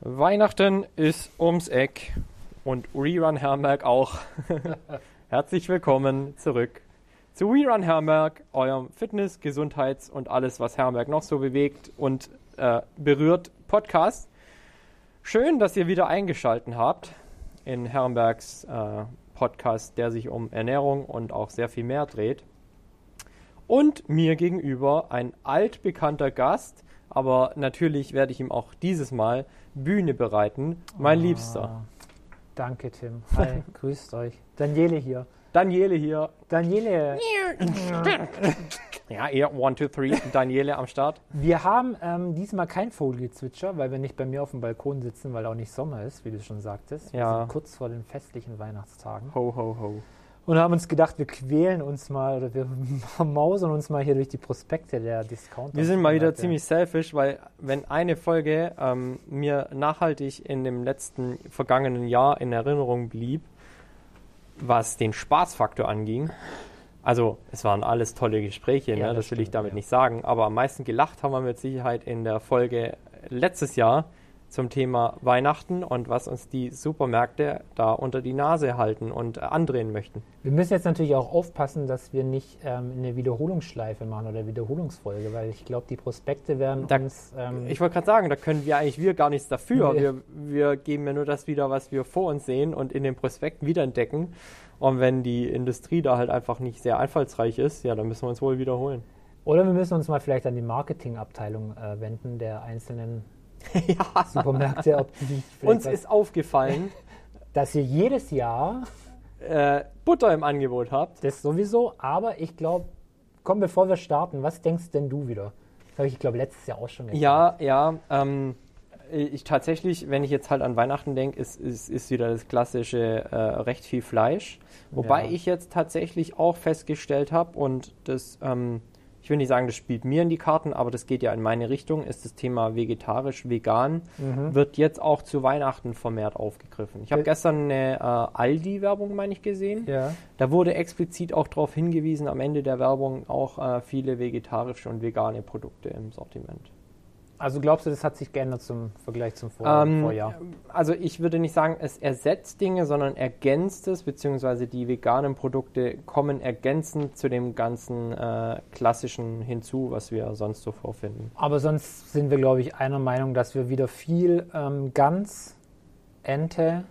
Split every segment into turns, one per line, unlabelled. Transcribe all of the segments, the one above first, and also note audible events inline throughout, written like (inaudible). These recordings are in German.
Weihnachten ist ums Eck und Rerun Herberg auch. Herzlich willkommen zurück zu Rerun Herberg, eurem Fitness, Gesundheits und alles, was Herberg noch so bewegt und äh, berührt Podcast. Schön, dass ihr wieder eingeschalten habt in Herrenbergs äh, Podcast, der sich um Ernährung und auch sehr viel mehr dreht. Und mir gegenüber ein altbekannter Gast, aber natürlich werde ich ihm auch dieses Mal Bühne bereiten. Mein
Ah,
Liebster.
Danke, Tim.
(laughs)
Hi, grüßt euch. Daniele hier.
Daniele hier.
Daniele,
Ja, ihr One, Two, (laughs) Three. Daniele am Start.
wir haben ähm, diesmal kein Vogelgezwitscher, weil wir nicht bei mir auf dem Balkon sitzen, weil auch nicht Sommer ist, wie du schon sagtest. Wir
Ja.
sind kurz vor den festlichen Weihnachtstagen
Ho, ho, ho.
und haben uns gedacht, wir quälen uns mal oder wir (laughs) mausern uns mal hier durch die Prospekte der Discounter.
Wir sind mal wieder ziemlich selfish, weil wenn eine Folge ähm, mir nachhaltig in dem letzten vergangenen Jahr in Erinnerung blieb, was den Spaßfaktor anging, also es waren alles tolle Gespräche, ne?
Ja,
das,
das
will ich
stimmt,
damit
ja.
nicht sagen, aber am meisten gelacht haben wir mit Sicherheit in der Folge letztes Jahr zum Thema Weihnachten und was uns die Supermärkte da unter die Nase halten und äh, andrehen möchten.
Wir müssen jetzt natürlich auch aufpassen, dass wir nicht ähm, eine Wiederholungsschleife machen oder Wiederholungsfolge, weil ich glaube, die Prospekte werden
Da-
uns. Ähm,
Ich wollte gerade sagen, da können wir eigentlich wir gar nichts dafür.
Nee.
Wir, wir geben ja nur das wieder, was wir vor uns sehen und in den Prospekten wiederentdecken. Und wenn die Industrie da halt einfach nicht sehr einfallsreich ist, ja, dann müssen wir uns wohl wiederholen.
Oder wir müssen uns mal vielleicht an die Marketingabteilung äh, wenden
(laughs)
der einzelnen Supermärkte, ob die vielleicht
Uns
was-
ist (laughs) aufgefallen,
dass ihr jedes Jahr
äh, Butter im Angebot habt.
das sowieso, aber ich glaube, komm, bevor wir starten, was denkst denn du wieder? Das habe ich, glaube letztes Jahr auch schon gesagt.
Ja, ja. Ähm, ich tatsächlich, wenn ich jetzt halt an Weihnachten denke, ist, ist, ist wieder das klassische äh, recht viel Fleisch. Wobei
Ja.
ich jetzt tatsächlich auch festgestellt habe und das, ähm, ich will nicht sagen, das spielt mir in die Karten, aber das geht ja in meine Richtung, ist das Thema vegetarisch, vegan,
Mhm.
wird jetzt auch zu Weihnachten vermehrt aufgegriffen. Ich habe
Äh,
gestern eine äh, Aldi-Werbung, meine ich, gesehen.
Ja.
Da wurde explizit auch darauf hingewiesen, am Ende der Werbung auch äh, viele vegetarische und vegane Produkte im Sortiment.
Also glaubst du, das hat sich geändert zum Vergleich zum Vor
Ähm,
Vorjahr?
Also ich würde nicht sagen, es ersetzt Dinge, sondern ergänzt es, beziehungsweise die veganen Produkte kommen ergänzend zu dem ganzen äh, klassischen hinzu, was wir sonst so vorfinden.
Aber sonst sind wir, glaube ich, einer Meinung, dass wir wieder viel ähm, Gans, Ente,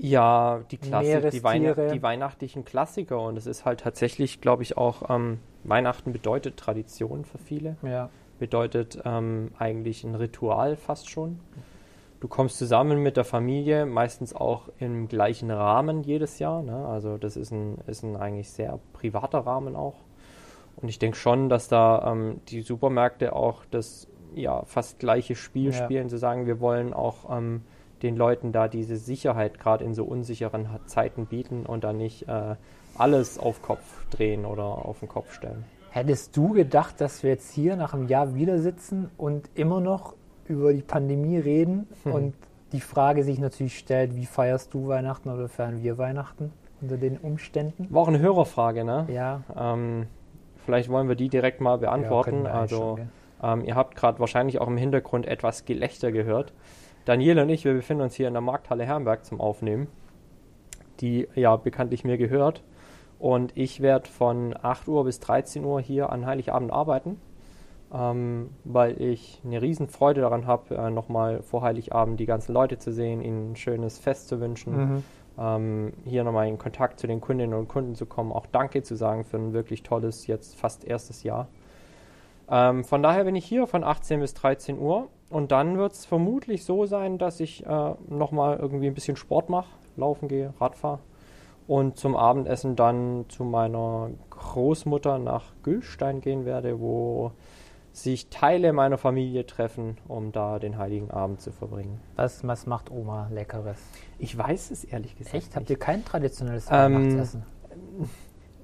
Ja, die Klassik, die, Weihna
Meerestiere.
die weihnachtlichen Klassiker und es ist halt tatsächlich, glaube ich, auch ähm, Weihnachten bedeutet Tradition für viele.
ja.
bedeutet ähm, eigentlich ein Ritual fast schon. Du kommst zusammen mit der Familie, meistens auch im gleichen Rahmen jedes Jahr. Ne? Also das ist ein, ist ein eigentlich sehr privater Rahmen auch. Und ich denke schon, dass da ähm, die Supermärkte auch das ja fast gleiche Spiel
Ja.
spielen, zu sagen, wir wollen auch ähm, den Leuten da diese Sicherheit gerade in so unsicheren Ha- Zeiten bieten und da nicht äh, alles auf Kopf drehen oder auf den Kopf stellen.
Hättest du gedacht, dass wir jetzt hier nach einem Jahr wieder sitzen und immer noch über die Pandemie reden
Hm.
und die Frage sich natürlich stellt, wie feierst du Weihnachten oder feiern wir Weihnachten unter den Umständen?
War auch eine Hörerfrage, ne?
Ja,
Ähm, vielleicht wollen wir die direkt mal beantworten.
könnten wir eigentlich schon,
also,
gell?
ähm, ihr habt gerade wahrscheinlich auch im Hintergrund etwas Gelächter gehört. Daniel und ich, wir befinden uns hier in der Markthalle Herrenberg zum Aufnehmen, die ja bekanntlich mir gehört. Und ich werde von 8 Uhr bis 13 Uhr hier an Heiligabend arbeiten, ähm, weil ich eine Riesenfreude daran habe, äh, nochmal vor Heiligabend die ganzen Leute zu sehen, ihnen ein schönes Fest zu wünschen
Mhm.
ähm, hier nochmal in Kontakt zu den Kundinnen und Kunden zu kommen, auch Danke zu sagen für ein wirklich tolles, jetzt fast erstes Jahr. Ähm, von daher bin ich hier von 18 bis 13 Uhr und dann wird es vermutlich so sein, dass ich äh, nochmal irgendwie ein bisschen Sport mache, laufen gehe, Rad fahre und zum Abendessen dann zu meiner Großmutter nach Gülstein gehen werde, wo sich Teile meiner Familie treffen, um da den heiligen Abend zu verbringen.
Was, was macht Oma Leckeres?
Ich weiß es ehrlich gesagt.
Echt?
nicht.
Habt ihr kein traditionelles
Ähm,
Weihnachtsessen?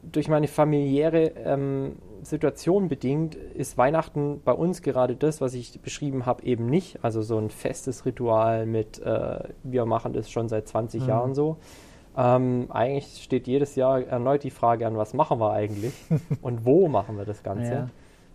durch meine familiäre ähm, Situation bedingt ist Weihnachten bei uns gerade das, was ich beschrieben habe, eben nicht. Also so ein festes Ritual mit, äh, wir machen das schon seit 20
Mhm.
Jahren so. Ähm, eigentlich steht jedes Jahr erneut die Frage an, was machen wir eigentlich
(laughs)
und wo machen wir das Ganze.
Ja.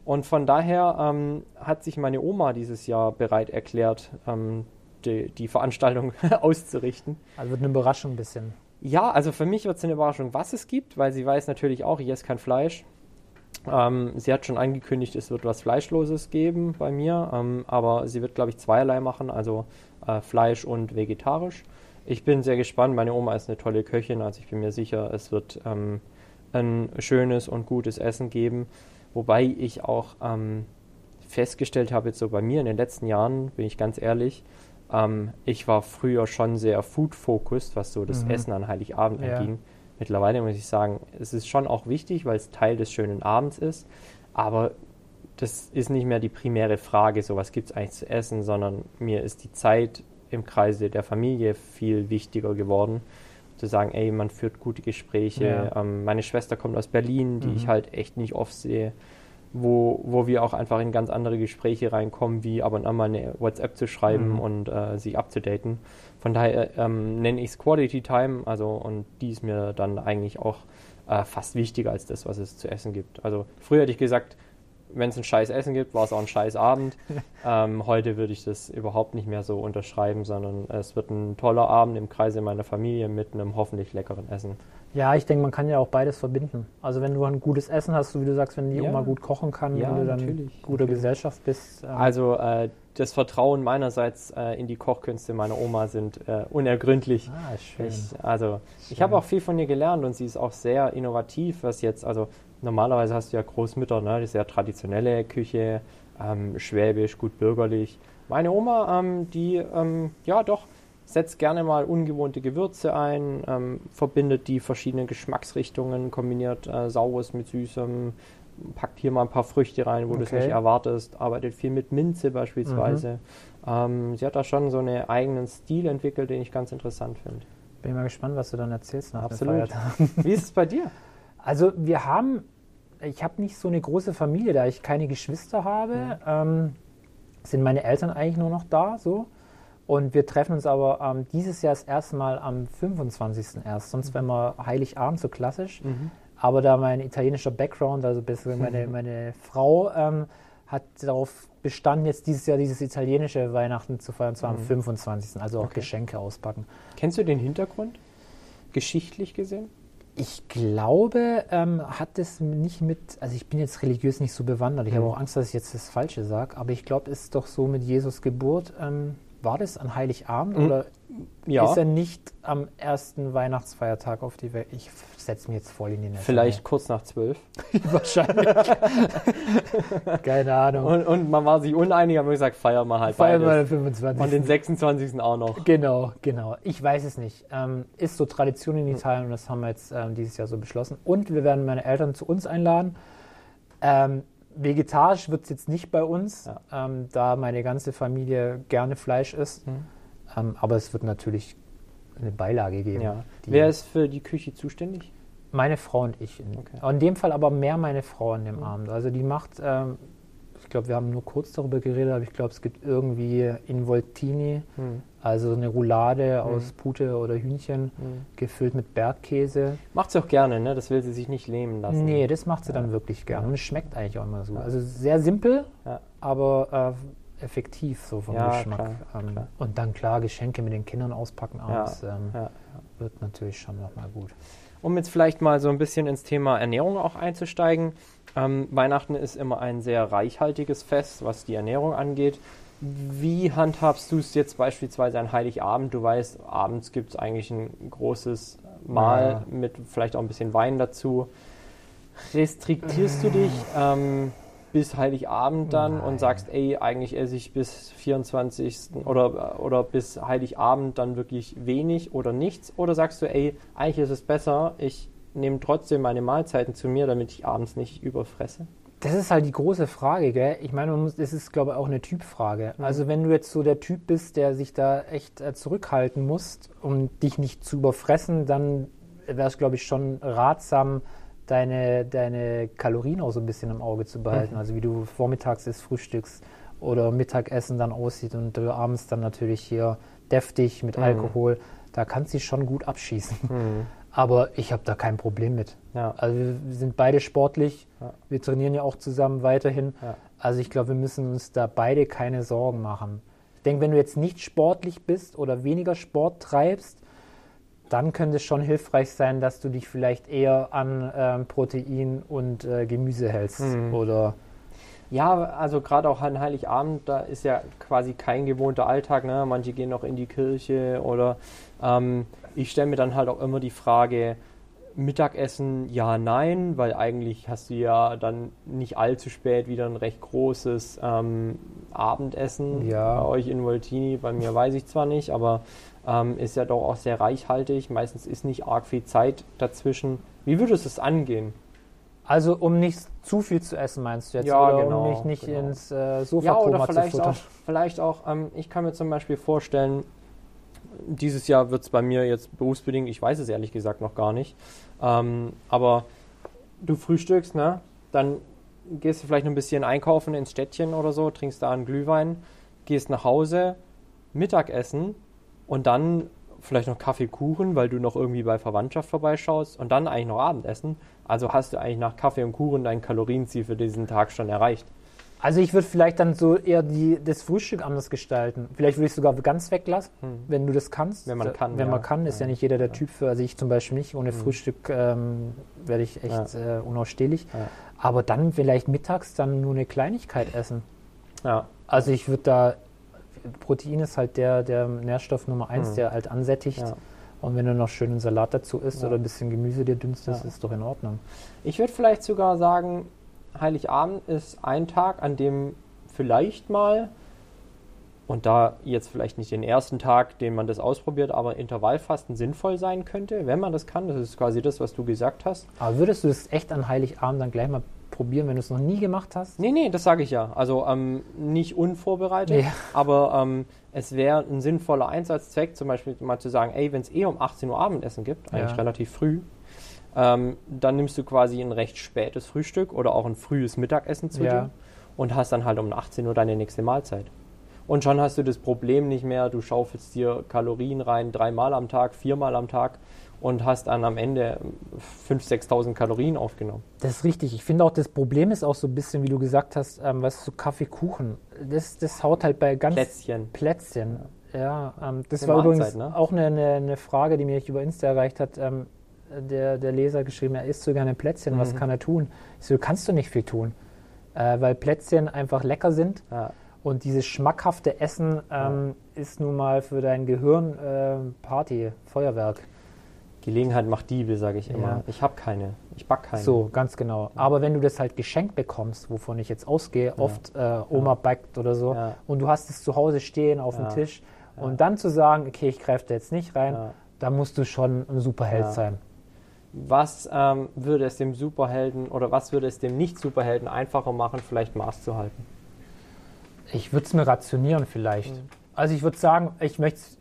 Und von daher ähm, hat sich meine Oma dieses Jahr bereit erklärt, ähm, die, die Veranstaltung (laughs) auszurichten.
Also wird eine Überraschung ein bisschen.
Ja, also für mich wird es eine Überraschung, was es gibt, weil sie weiß natürlich auch, ich esse kein Fleisch. Ähm, sie hat schon angekündigt, es wird was Fleischloses geben bei mir, ähm, aber sie wird, glaube ich, zweierlei machen, also äh, Fleisch und vegetarisch. Ich bin sehr gespannt, meine Oma ist eine tolle Köchin, also ich bin mir sicher, es wird ähm, ein schönes und gutes Essen geben. Wobei ich auch ähm, festgestellt habe, jetzt so bei mir in den letzten Jahren, bin ich ganz ehrlich, ähm, ich war früher schon sehr food-focused, was so das
Mhm.
Essen an Heiligabend
Ja.
anging. Mittlerweile muss ich sagen, es ist schon auch wichtig, weil es Teil des schönen Abends ist. Aber das ist nicht mehr die primäre Frage, so was gibt es eigentlich zu essen, sondern mir ist die Zeit im Kreise der Familie viel wichtiger geworden. Zu sagen, ey, man führt gute Gespräche. Ähm, meine Schwester kommt aus Berlin, die ich
Mhm.
halt echt nicht oft sehe wo, wo wir auch einfach in ganz andere Gespräche reinkommen, wie ab und an mal eine WhatsApp zu schreiben
Mhm.
und äh, sich abzudaten. Von daher ähm, nenne ich es Quality Time, also und die ist mir dann eigentlich auch äh, fast wichtiger als das, was es zu essen gibt. Also früher hätte ich gesagt, wenn es ein scheiß Essen gibt, war es auch ein scheiß Abend. ähm, heute würde ich das überhaupt nicht mehr so unterschreiben, sondern es wird ein toller Abend im Kreise meiner Familie mit einem hoffentlich leckeren Essen.
Ja, ich denke, man kann ja auch beides verbinden. Also wenn du ein gutes Essen hast, so wie du sagst, wenn die
Ja.
Oma gut kochen kann,
Ja,
wenn du dann
natürlich,
guter
natürlich.
Gesellschaft bist. ähm,
Also äh, das Vertrauen meinerseits äh, in die Kochkünste meiner Oma sind äh, unergründlich.
ah, ist schön.
Ich, also ich
Schön.
habe auch viel von ihr gelernt und sie ist auch sehr innovativ, was jetzt, also normalerweise hast du ja Großmütter, ne? die sehr traditionelle Küche, ähm, schwäbisch, gut bürgerlich. Meine Oma, ähm, die, ähm, ja doch, setzt gerne mal ungewohnte Gewürze ein, ähm, verbindet die verschiedenen Geschmacksrichtungen, kombiniert äh, Saures mit Süßem, packt hier mal ein paar Früchte rein, wo du es
Okay.
nicht erwartest, arbeitet viel mit Minze beispielsweise.
Mhm.
Ähm, sie hat da schon so einen eigenen Stil entwickelt, den ich ganz interessant finde.
Bin mal gespannt, was du dann erzählst nach
Absolut.
den Feiertagen.
Wie ist es bei dir?
Also wir haben, ich habe nicht so eine große Familie, da ich keine Geschwister habe, ähm, sind meine Eltern eigentlich nur noch da so. Und wir treffen uns aber ähm, dieses Jahr das erste Mal am 25. erst. Sonst wären wir Heiligabend so klassisch. Aber da mein italienischer Background, also besser meine, meine Frau, ähm, hat darauf bestanden, jetzt dieses Jahr dieses italienische Weihnachten zu feiern, und zwar am 25. Also auch Geschenke auspacken.
Kennst du den Hintergrund? Geschichtlich gesehen?
Ich glaube, ähm, hat es nicht mit, also ich bin jetzt religiös nicht so bewandert, ich
Mhm.
habe auch Angst, dass ich jetzt das Falsche sage, aber ich glaube, es ist doch so mit Jesus Geburt, ähm, war das an Heiligabend
Mhm.
oder ist er nicht am ersten Weihnachtsfeiertag auf die Welt? Ich setze mir jetzt voll in die Nässe. ne?
Vielleicht kurz nach zwölf.
(laughs) Wahrscheinlich.
(laughs)
Keine Ahnung.
Und, und man war sich uneinig, haben wir gesagt, feier mal halt
Feiern wir
beides.
den 25.
Und den 26. auch noch.
Genau, genau. Ich weiß es nicht. Ähm, ist so Tradition
Hm.
in Italien und das haben wir jetzt ähm, dieses Jahr so beschlossen. Und wir werden meine Eltern zu uns einladen. Ähm, vegetarisch wird es jetzt nicht bei uns, ähm, da meine ganze Familie gerne Fleisch isst.
Hm.
Ähm, aber es wird natürlich eine Beilage geben.
Ja.
die-
Wer ist für die Küche zuständig?
meine Frau und ich. In,
Okay. Hm.
in dem Fall aber mehr meine Frau an dem Abend. Also die macht, ähm, ich glaube, wir haben nur kurz darüber geredet, aber ich glaube, es gibt irgendwie Involtini,
Hm.
also eine Roulade
Mhm.
aus Pute oder Hühnchen, gefüllt mit Bergkäse.
Macht sie auch gerne, ne? Das will sie sich nicht lähmen lassen.
Nee, das macht sie dann wirklich gern. Und es schmeckt eigentlich auch immer so. Also sehr simpel,
Ja.
aber äh, effektiv so vom
Ja,
Geschmack.
klar,
ähm,
klar.
Und dann klar Geschenke mit den Kindern auspacken abends. ähm,
ja.
Wird natürlich schon nochmal gut.
Um jetzt vielleicht mal so ein bisschen ins Thema Ernährung auch einzusteigen. Ähm, Weihnachten ist immer ein sehr reichhaltiges Fest, was die Ernährung angeht. Wie handhabst du es jetzt beispielsweise an Heiligabend? Du weißt, abends gibt es eigentlich ein großes Mahl mit vielleicht auch ein bisschen Wein dazu. Restriktierst du dich ähm, bis Heiligabend dann
Nein.
und sagst, ey, eigentlich esse ich bis 24. Oder, oder bis Heiligabend dann wirklich wenig oder nichts? Oder sagst du, ey, eigentlich ist es besser, ich nehme trotzdem meine Mahlzeiten zu mir, damit ich abends nicht überfresse?
Das ist halt die große Frage, gell? Ich meine, man muss, das ist, glaube ich, auch eine Typfrage. Also, wenn du jetzt so der Typ bist, der sich da echt äh, zurückhalten musst, um dich nicht zu überfressen, dann wäre es, glaube ich, schon ratsam, deine, deine Kalorien auch so ein bisschen im Auge zu behalten. Also, wie du vormittags isst, frühstückst oder Mittagessen dann aussieht und du abends dann natürlich hier deftig mit Alkohol. Da kannst du dich schon gut abschießen. Aber ich habe da kein Problem mit.
Ja.
Also wir sind beide sportlich. Wir trainieren ja auch zusammen weiterhin.
Ja.
Also ich glaube, wir müssen uns da beide keine Sorgen machen. Ich denke, wenn du jetzt nicht sportlich bist oder weniger Sport treibst, dann könnte es schon hilfreich sein, dass du dich vielleicht eher an ähm, Protein und äh, Gemüse hältst.
Mhm.
Oder
Ja, also gerade auch an Heiligabend, da ist ja quasi kein gewohnter Alltag. Ne? Manche gehen noch in die Kirche oder ähm, ich stelle mir dann halt auch immer die Frage, Mittagessen ja, nein, weil eigentlich hast du ja dann nicht allzu spät wieder ein recht großes ähm, Abendessen.
Ja.
Bei euch in Voltini, bei mir weiß ich zwar nicht, aber ähm, ist ja doch auch sehr reichhaltig. Meistens ist nicht arg viel Zeit dazwischen. Wie würdest du es angehen?
also um nicht zu viel zu essen, meinst du jetzt?
Ja,
oder
genau,
um mich nicht
genau.
ins äh,
Ja,
Sofa-Koma
oder
zu
vielleicht auch,
futtern.
vielleicht auch ähm, ich kann mir zum Beispiel vorstellen, dieses Jahr wird es bei mir jetzt berufsbedingt, ich weiß es ehrlich gesagt noch gar nicht, ähm, aber du frühstückst, ne? Dann gehst du vielleicht noch ein bisschen einkaufen ins Städtchen oder so, trinkst da einen Glühwein, gehst nach Hause, Mittagessen und dann vielleicht noch Kaffee, Kuchen, weil du noch irgendwie bei Verwandtschaft vorbeischaust und dann eigentlich noch Abendessen. Also hast du eigentlich nach Kaffee und Kuchen dein Kalorienziel für diesen Tag schon erreicht.
Also ich würde vielleicht dann so eher die, das Frühstück anders gestalten. Vielleicht würde ich es sogar ganz weglassen, wenn du das kannst.
Wenn man kann,
Wenn
ja.
man kann, ist ja,
Ja. Mhm.
nicht jeder der Typ für. Also ich zum Beispiel nicht. Ohne Frühstück ähm, werde ich echt äh, unausstehlich.
Ja.
Aber dann vielleicht mittags dann nur eine Kleinigkeit essen.
Ja.
Also ich würde da, Protein ist halt der, der Nährstoff Nummer eins,
Mhm.
der halt ansättigt.
Ja.
Und wenn du noch schönen Salat dazu isst
Ja.
oder ein bisschen Gemüse dir dünstest,
Ja.
ist doch in Ordnung.
Ich würde vielleicht sogar sagen, Heiligabend ist ein Tag, an dem vielleicht mal, und da jetzt vielleicht nicht den ersten Tag, den man das ausprobiert, aber Intervallfasten sinnvoll sein könnte, wenn man das kann. Das ist quasi das, was du gesagt hast.
Aber würdest du das echt an Heiligabend dann gleich mal probieren, wenn du es noch nie gemacht hast?
Nee, nee, das sage ich ja. Also ähm, nicht unvorbereitet,
Ja. (laughs)
aber ähm, es wäre ein sinnvoller Einsatzzweck, zum Beispiel mal zu sagen, ey, wenn es eh um 18 Uhr Abendessen gibt, eigentlich
Ja.
relativ früh, ähm, dann nimmst du quasi ein recht spätes Frühstück oder auch ein frühes Mittagessen zu
Ja.
dir und hast dann halt um 18 Uhr deine nächste Mahlzeit. Und schon hast du das Problem nicht mehr, du schaufelst dir Kalorien rein, dreimal am Tag, viermal am Tag und hast dann am Ende 5.000, 6.000 Kalorien aufgenommen.
Das ist richtig. Ich finde auch, das Problem ist auch so ein bisschen, wie du gesagt hast, ähm, was so Kaffeekuchen. Das, das haut halt bei ganz
Plätzchen.
Plätzchen. Ja, ähm, das
Eine
war
Mahlzeit,
übrigens
ne?
auch eine, eine, eine Frage, die mich über Insta erreicht hat. Ähm, der, der Leser geschrieben, er isst so gerne Plätzchen, was
Mhm.
kann er tun? Ich so, kannst du nicht viel tun, äh, weil Plätzchen einfach lecker sind
Ja.
und dieses schmackhafte Essen ähm, ist nun mal für dein Gehirn ähm, Party, Feuerwerk.
Gelegenheit macht Diebe, sage ich immer.
Ja.
Ich habe keine. Ich back keine.
So, ganz genau. Aber wenn du das halt geschenkt bekommst, wovon ich jetzt ausgehe, oft äh, Oma backt oder so,
Ja.
und du hast es zu Hause stehen auf
Ja.
dem Tisch, und dann zu sagen, okay, ich greife da jetzt nicht rein,
Ja.
da musst du schon ein Superheld
Ja.
sein.
Was ähm, würde es dem Superhelden oder was würde es dem Nicht-Superhelden einfacher machen, vielleicht Maß zu halten?
Ich würde es mir rationieren vielleicht.
Mhm.
Also ich würde sagen, ich möchte es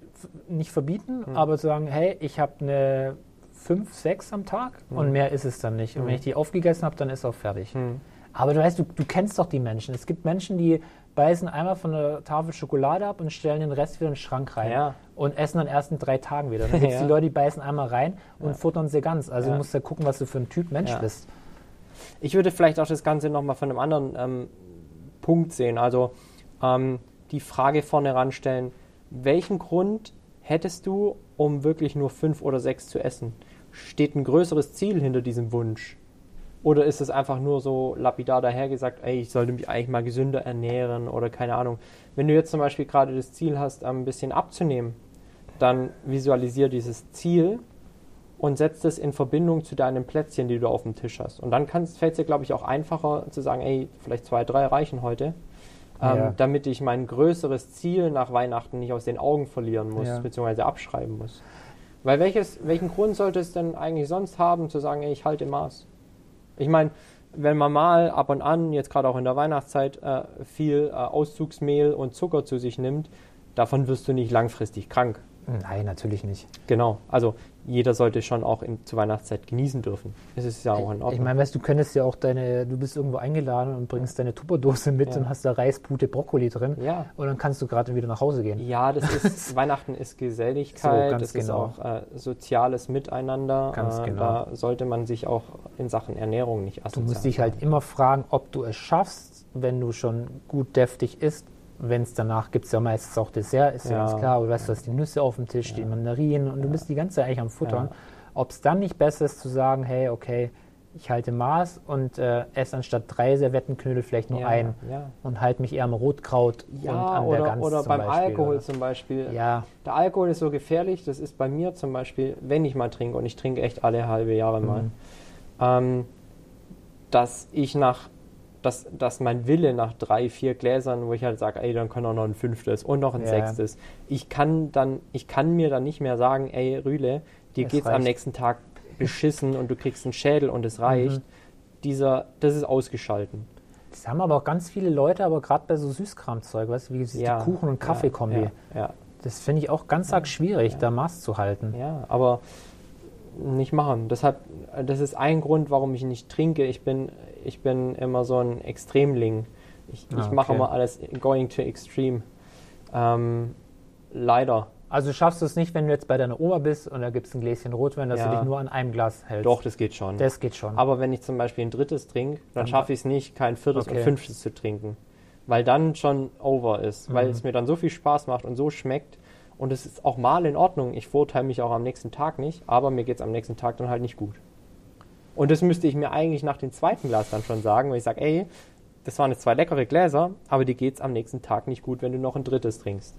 nicht verbieten,
Mhm.
aber sagen, hey, ich habe eine 5, 6 am Tag
Mhm.
und mehr ist es dann nicht. Und wenn ich die aufgegessen habe, dann ist auch fertig. Aber du weißt, du, du kennst doch die Menschen. Es gibt Menschen, die beißen einmal von der Tafel Schokolade ab und stellen den Rest wieder in den Schrank rein.
Ja.
Und essen an den ersten drei Tagen wieder. Und
(laughs)
dann gibt es
Ja.
die Leute, die beißen einmal rein und futtern sie ganz. Also
Ja.
du musst ja gucken, was du für ein Typ Mensch
Ja.
bist.
Ich würde vielleicht auch das Ganze nochmal von einem anderen ähm, Punkt sehen. Also ähm, die Frage vorne ranstellen, welchen Grund hättest du, um wirklich nur fünf oder sechs zu essen? Steht ein größeres Ziel hinter diesem Wunsch? Oder ist es einfach nur so lapidar dahergesagt, ey, ich sollte mich eigentlich mal gesünder ernähren oder keine Ahnung. Wenn du jetzt zum Beispiel gerade das Ziel hast, ähm, ein bisschen abzunehmen, dann visualisier dieses Ziel und setzt es in Verbindung zu deinen Plätzchen, die du auf dem Tisch hast. Und dann fällt es dir, glaube ich, auch einfacher zu sagen, ey, vielleicht zwei, drei reichen heute, ähm,
Ja.
damit ich mein größeres Ziel nach Weihnachten nicht aus den Augen verlieren muss,
Ja.
beziehungsweise abschreiben muss. Weil welches, welchen Grund sollte es denn eigentlich sonst haben, zu sagen, ey, ich halte Maß? Ich meine, wenn man mal ab und an, jetzt gerade auch in der Weihnachtszeit, äh, viel äh, Auszugsmehl und Zucker zu sich nimmt, davon wirst du nicht langfristig krank.
Nein, natürlich nicht.
Genau. Also jeder sollte schon auch in, zur Weihnachtszeit genießen dürfen. Es ist ja auch in Ordnung.
Ich meine, weißt du, könntest ja auch deine, du bist irgendwo eingeladen und bringst deine Tupperdose mit
Ja.
und hast da Reis, Pute, Brokkoli drin.
Ja.
Und dann kannst du gerade wieder nach Hause gehen.
ja, das
(laughs)
ist Weihnachten ist Geselligkeit,
So, ganz
das
genau.
ist auch äh, soziales Miteinander.
Ganz
äh,
genau.
Da sollte man sich auch in Sachen Ernährung nicht
Du halt
assoziieren.
musst dich halt immer fragen, ob du es schaffst, wenn du schon gut deftig isst, wenn es danach gibt es ja meistens auch Dessert, ist ja,
Ja.
ganz klar. Aber du weißt, du hast die Nüsse auf dem Tisch, die Mandarinen und du bist die ganze Zeit eigentlich am Futtern.
Ja.
Ob es dann nicht besser ist zu sagen, hey, okay, ich halte Maß und äh, esse anstatt drei Servettenknödel vielleicht nur
Ja,
einen
ja.
und halte mich eher am Rotkraut und
Ja,
an der
oder,
Gans
oder
zum
beim
Beispiel.
Alkohol zum Beispiel.
Ja,
Der Alkohol ist so gefährlich, das ist bei mir zum Beispiel, wenn ich mal trinke, und ich trinke echt alle halbe Jahre mal,
Mhm.
ähm, dass ich nach, dass, dass mein Wille nach drei, vier Gläsern, wo ich halt sage, ey, dann kann auch noch ein fünftes und noch ein
Ja.
sechstes, ich kann dann, ich kann mir dann nicht mehr sagen, ey, Rühle, dir
Es
geht's am
reicht.
nächsten Tag beschissen und du kriegst einen Schädel und es reicht. Dieser, das ist ausgeschalten.
Mhm. das haben aber auch ganz viele Leute, aber gerade bei so Süßkramzeug, weißt du, wie diese
Ja,
Kuchen- und Kaffeekombi.
Ja, ja,
Das finde ich auch ganz arg schwierig, da Maß zu halten.
Ja, aber nicht machen. Deshalb, das ist ein Grund, warum ich nicht trinke. Ich bin, ich bin immer so ein Extremling. Ich,
Ah,
ich mache
okay.
immer alles going to extreme. Ähm, leider.
Also schaffst du es nicht, wenn du jetzt bei deiner Oma bist und da gibt es ein Gläschen Rotwein, dass
Ja.
du dich nur an einem Glas hältst.
Doch, das geht schon.
Das geht schon.
aber wenn ich zum Beispiel ein drittes trinke, dann
Dann-
schaffe ich es nicht, kein viertes und
Okay.
fünftes zu trinken. Weil dann schon over ist.
Mhm.
Weil es mir dann so viel Spaß macht und so schmeckt. Und es ist auch mal in Ordnung. Ich verurteile mich auch am nächsten Tag nicht, aber mir geht es am nächsten Tag dann halt nicht gut. Und das müsste ich mir eigentlich nach dem zweiten Glas dann schon sagen, weil ich sage, ey, das waren jetzt zwei leckere Gläser, aber dir geht es am nächsten Tag nicht gut, wenn du noch ein drittes trinkst.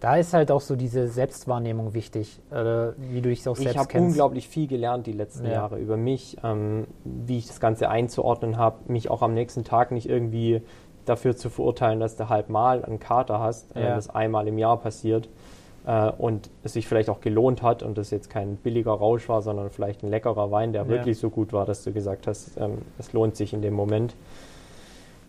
da ist halt auch so diese Selbstwahrnehmung wichtig, äh, wie du dich auch
Ich
selbst
habe
kennst.
unglaublich viel gelernt die letzten
Ja.
Jahre über mich, ähm, wie ich das Ganze einzuordnen habe, mich auch am nächsten Tag nicht irgendwie dafür zu verurteilen, dass du halt mal einen Kater hast, äh,
Ja.
das einmal im Jahr passiert äh, und es sich vielleicht auch gelohnt hat und das jetzt kein billiger Rausch war, sondern vielleicht ein leckerer Wein, der
Ja.
wirklich so gut war, dass du gesagt hast, ähm, es lohnt sich in dem Moment.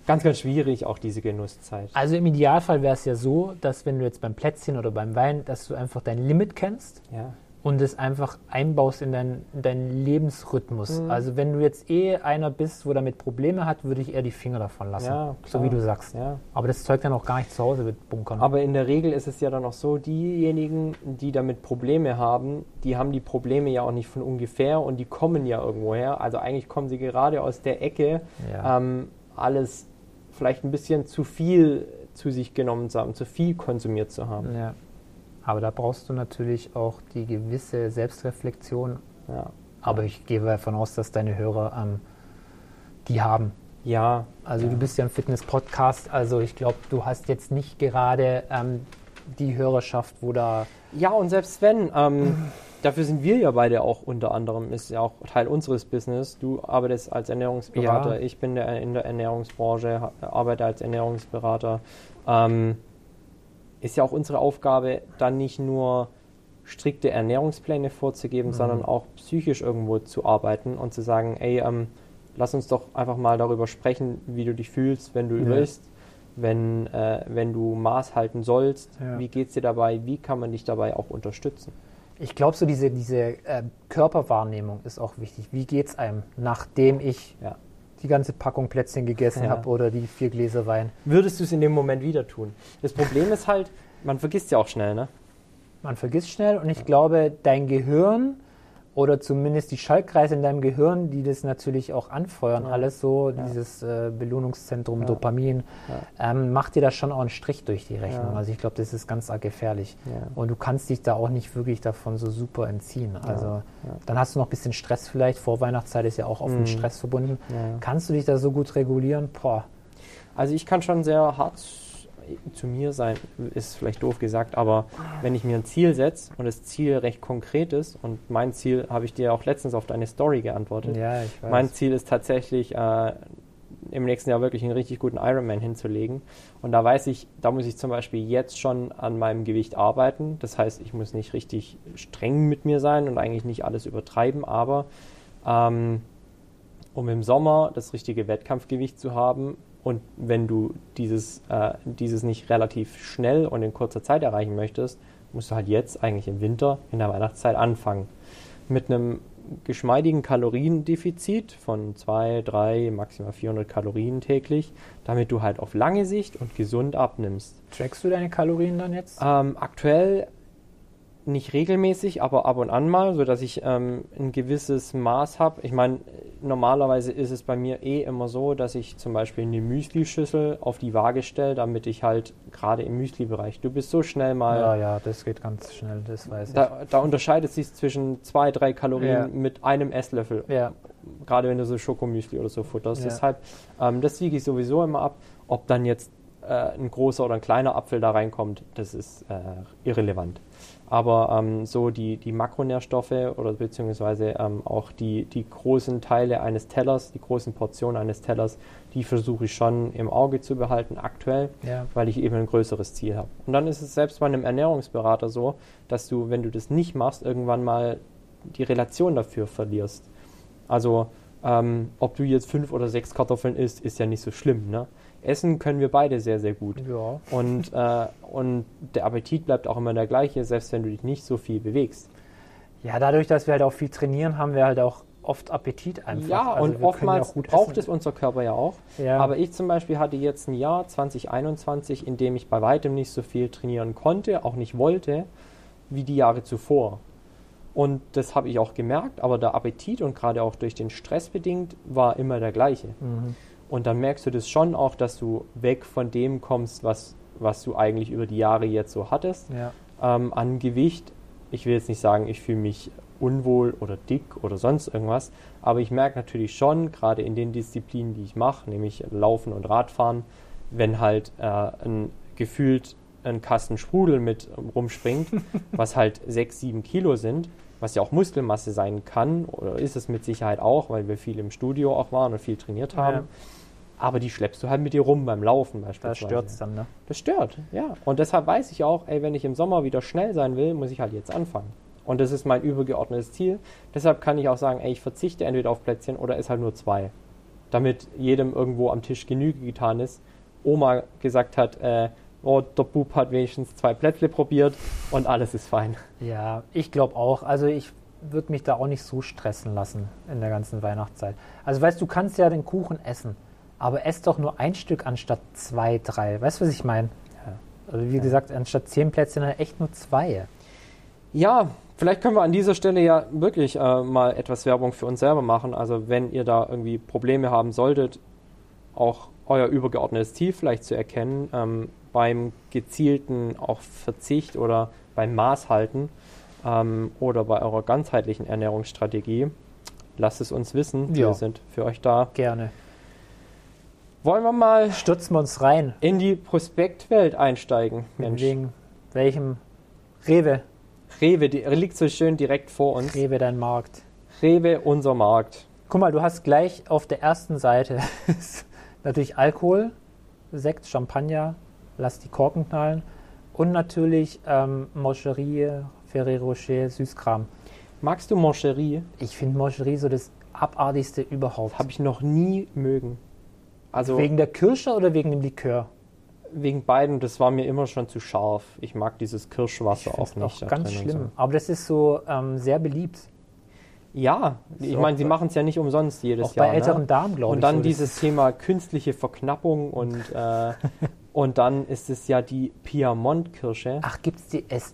Ganz, ganz schwierig auch diese Genusszeit.
Also im Idealfall wäre es ja so, dass wenn du jetzt beim Plätzchen oder beim Wein, dass du einfach dein Limit kennst
Ja.
und es einfach einbaust in, dein, in deinen Lebensrhythmus.
Mhm.
Also wenn du jetzt eh einer bist, wo damit Probleme hat, würde ich eher die Finger davon lassen.
Ja,
so
klar.
wie du sagst.
Ja.
Aber das Zeug dann auch gar nicht zu Hause mit bunkern.
Aber in der Regel ist es ja dann auch so, diejenigen, die damit Probleme haben, die haben die Probleme ja auch nicht von ungefähr und die kommen ja irgendwo her. Also eigentlich kommen sie gerade aus der Ecke,
Ja.
ähm, alles vielleicht ein bisschen zu viel zu sich genommen zu haben, zu viel konsumiert zu haben.
Ja. Aber da brauchst du natürlich auch die gewisse Selbstreflexion.
Ja,
Aber ich gehe davon aus, dass deine Hörer ähm, die haben.
ja
Also du bist ja ein Fitness-Podcast, also ich glaube, du hast jetzt nicht gerade ähm, die Hörerschaft, wo da
Ja, und selbst wenn, ähm, dafür sind wir ja beide auch unter anderem, ist ja auch Teil unseres Business. Du arbeitest als Ernährungsberater,
Ja.
ich bin der, in der Ernährungsbranche, ha- arbeite als Ernährungsberater. Ähm, ist ja auch unsere Aufgabe, dann nicht nur strikte Ernährungspläne vorzugeben,
Mhm.
sondern auch psychisch irgendwo zu arbeiten und zu sagen, ey, ähm, lass uns doch einfach mal darüber sprechen, wie du dich fühlst, wenn du über
Ja.
isst, wenn, äh, wenn du Maß halten sollst,
Ja.
wie geht's dir dabei, wie kann man dich dabei auch unterstützen.
Ich glaube, so diese, diese äh, Körperwahrnehmung ist auch wichtig. Wie geht es einem, nachdem ich
Ja.
die ganze Packung Plätzchen gegessen
Ja.
habe oder die vier Gläser Wein?
Würdest du es in dem Moment wieder tun? Das Problem ist halt, man vergisst ja auch schnell, ne?
Man vergisst schnell und ich glaube, dein Gehirn oder zumindest die Schaltkreise in deinem Gehirn, die das natürlich auch anfeuern,
Ja.
alles so, dieses äh, Belohnungszentrum Dopamin, Ähm, macht dir da schon auch einen Strich durch die Rechnung.
Ja.
Also ich glaube, das ist ganz arg gefährlich.
Ja.
Und du kannst dich da auch nicht wirklich davon so super entziehen. Also
Ja.
dann hast du noch ein bisschen Stress vielleicht, Vorweihnachtszeit ist ja auch oft
Mhm.
mit Stress verbunden.
Ja.
Kannst du dich da so gut regulieren? Boah.
Also ich kann schon sehr hart zu mir sein, ist vielleicht doof gesagt, aber wenn ich mir ein Ziel setze und das Ziel recht konkret ist, und mein Ziel habe ich dir auch letztens auf deine Story geantwortet,
Ja, ich weiß.
Mein Ziel ist tatsächlich, äh, im nächsten Jahr wirklich einen richtig guten Ironman hinzulegen. Und da weiß ich, da muss ich zum Beispiel jetzt schon an meinem Gewicht arbeiten. Das heißt, ich muss nicht richtig streng mit mir sein und eigentlich nicht alles übertreiben, aber ähm, um im Sommer das richtige Wettkampfgewicht zu haben und wenn du dieses, äh, dieses nicht relativ schnell und in kurzer Zeit erreichen möchtest, musst du halt jetzt eigentlich im Winter in der Weihnachtszeit anfangen mit einem geschmeidigen Kaloriendefizit von 2, 3, maximal 400 Kalorien täglich, damit du halt auf lange Sicht und gesund abnimmst. Ah,
Trackst du deine Kalorien dann jetzt?
Ähm, aktuell nicht regelmäßig, aber ab und an mal, sodass ich ähm, ein gewisses Maß habe. Ich meine, normalerweise ist es bei mir eh immer so, dass ich zum Beispiel eine Müsli-Schüssel auf die Waage stelle, damit ich halt gerade im Müsli-Bereich, du bist so schnell mal,
Ja, ja, das geht ganz schnell, das weiß ich.
da, da unterscheidet sich zwischen zwei, drei Kalorien
Ja.
mit einem Esslöffel
ja,
gerade wenn du so Schokomüsli oder so futterst.
Ja.
Deshalb, ähm, das wiege ich sowieso immer ab. Ob dann jetzt äh, ein großer oder ein kleiner Apfel da reinkommt, das ist äh, irrelevant. Aber ähm, so die, die Makronährstoffe oder beziehungsweise ähm, auch die, die großen Teile eines Tellers, die großen Portionen eines Tellers, die versuche ich schon im Auge zu behalten aktuell
ja.
weil ich eben ein größeres Ziel habe. Und dann ist es selbst bei einem Ernährungsberater so, dass du, wenn du das nicht machst, irgendwann mal die Relation dafür verlierst. Also, ähm, ob du jetzt fünf oder sechs Kartoffeln isst, ist ja nicht so schlimm. Ne? Essen können wir beide sehr, sehr gut.
ja.
Und, äh, und der Appetit bleibt auch immer der gleiche, selbst wenn du dich nicht so viel bewegst.
Ja, dadurch, dass wir halt auch viel trainieren, haben wir halt auch oft Appetit einfach.
Ja,
Also wir
und
können
oftmals
auch gut
braucht es
essen.
unser Körper ja auch.
Ja.
Aber ich zum Beispiel hatte jetzt ein Jahr 2021, in dem ich bei weitem nicht so viel trainieren konnte, auch nicht wollte, wie die Jahre zuvor. Und das habe ich auch gemerkt, aber der Appetit und gerade auch durch den Stress bedingt war immer der gleiche.
Mhm.
Und dann merkst du das schon auch, dass du weg von dem kommst, was, was du eigentlich über die Jahre jetzt so hattest
Ja.
ähm, an Gewicht. Ich will jetzt nicht sagen, ich fühle mich unwohl oder dick oder sonst irgendwas, aber ich merke natürlich schon, gerade in den Disziplinen, die ich mache, nämlich Laufen und Radfahren, wenn halt äh, ein, gefühlt ein Kasten Sprudel mit rumspringt, was halt 6, 7 Kilo sind, was ja auch Muskelmasse sein kann, oder ist es mit Sicherheit auch, weil wir viel im Studio auch waren und viel trainiert haben.
Ja.
Aber die schleppst du halt mit dir rum beim Laufen
Das
beispielsweise.
stört es dann, ne?
Das stört, ja. Und deshalb weiß ich auch, ey, wenn ich im Sommer wieder schnell sein will, muss ich halt jetzt anfangen. Und das ist mein übergeordnetes Ziel. Deshalb kann ich auch sagen, ey, ich verzichte entweder auf Plätzchen oder esse halt nur zwei. Damit jedem irgendwo am Tisch Genüge getan ist. Oma gesagt hat, äh, oh, der Bub hat wenigstens zwei Plätzle probiert und alles ist fein.
Ja, ich glaube auch. Also ich würde mich da auch nicht so stressen lassen in der ganzen Weihnachtszeit. Also weißt du, kannst ja den Kuchen essen, aber ess doch nur ein Stück anstatt zwei, drei. Weißt du, was ich meine? Also wie gesagt, anstatt zehn Plätzchen dann echt nur zwei.
Ja, vielleicht können wir an dieser Stelle ja wirklich äh, mal etwas Werbung für uns selber machen. Also wenn ihr da irgendwie Probleme haben solltet, auch euer übergeordnetes Ziel vielleicht zu erkennen, ähm, beim gezielten auch Verzicht oder beim Maßhalten ähm, oder bei eurer ganzheitlichen Ernährungsstrategie, lasst es uns wissen.
Ja.
Wir sind für euch da.
Gerne.
Wollen wir mal
Stürzen wir uns rein.
in die Prospektwelt einsteigen, Mensch.
Wegen welchem Rewe?
Rewe, die liegt so schön direkt vor uns.
Rewe dein Markt.
Rewe, unser Markt.
Guck mal, du hast gleich auf der ersten Seite (laughs) ist natürlich Alkohol, Sekt, Champagner, lass die Korken knallen und natürlich ähm, Moncherie, Ferrero Rocher, Süßkram.
Magst du Mancherie?
Ich finde Moncherie so das abartigste überhaupt.
Habe ich noch nie mögen. Also wegen,
Wegen der Kirsche oder wegen dem Likör?
beiden, das war mir immer schon zu scharf. Ich mag dieses Kirschwasser
Ich
auch
find's
nicht. da
ganz
drin und
schlimm. Aber das ist so ähm, sehr beliebt.
So. Ja, ich
Ist
meine,
auch
sie
bei-
machen es ja nicht umsonst jedes
Auch
Jahr.
bei älteren
ne?
Damen, glaube ich.
Und dann
so das-
dieses Thema künstliche Verknappung
(laughs)
und, äh, und dann ist es ja die Piemont-Kirsche.
Ach, gibt's die es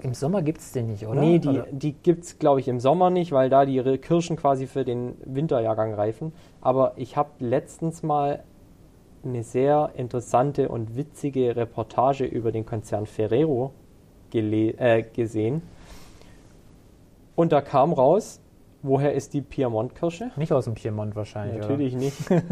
im Sommer gibt es den nicht, oder? Also,
Nee, die,
Oder-
die gibt es, glaube ich, im Sommer nicht, weil da die ihre Kirschen quasi für den Winterjahrgang reifen. Aber ich habe letztens mal eine sehr interessante und witzige Reportage über den Konzern Ferrero gele äh, gesehen. Und da kam raus, woher ist die Piemont-Kirsche?
Nicht aus dem Piemont wahrscheinlich.
Natürlich nicht.
Oder?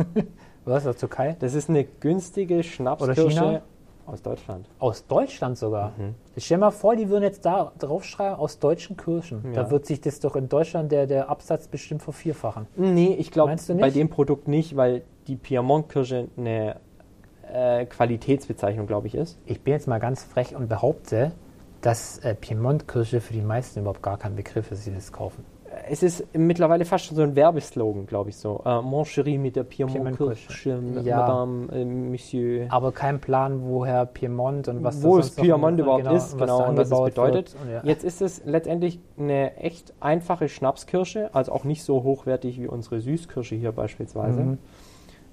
Was, aus der Türkei?
Das ist eine günstige
China?
Schnapskirsche aus Deutschland.
Aus Deutschland sogar.
Mhm.
Ich stell mal vor, die würden jetzt da draufschreiben, aus deutschen Kirchen.
Ja.
Da wird sich das doch in Deutschland der, der Absatz bestimmt vervierfachen.
Nee, ich glaube
Meinst du
bei
nicht?
dem Produkt nicht, weil die Piemont-Kirsche eine äh, Qualitätsbezeichnung, glaube ich, ist.
Ich bin jetzt mal ganz frech und behaupte, dass äh, Piemont-Kirche für die meisten überhaupt gar kein Begriff ist, die das kaufen.
Es ist mittlerweile fast schon so ein Werbeslogan, glaube ich so. Äh, Mon chéri mit der Piemont-Kirsche,
Piemont-Kirsche. Ja. Ah,
Madame, äh, Monsieur.
Aber kein Plan, woher Piemont und was
wo
das
es Piemont überhaupt ist,
und
genau,
da
und was es
angebaut
bedeutet.
wird und ja.
Jetzt ist es letztendlich eine echt einfache Schnapskirsche, also auch nicht so hochwertig wie unsere Süßkirsche hier beispielsweise.
Mhm.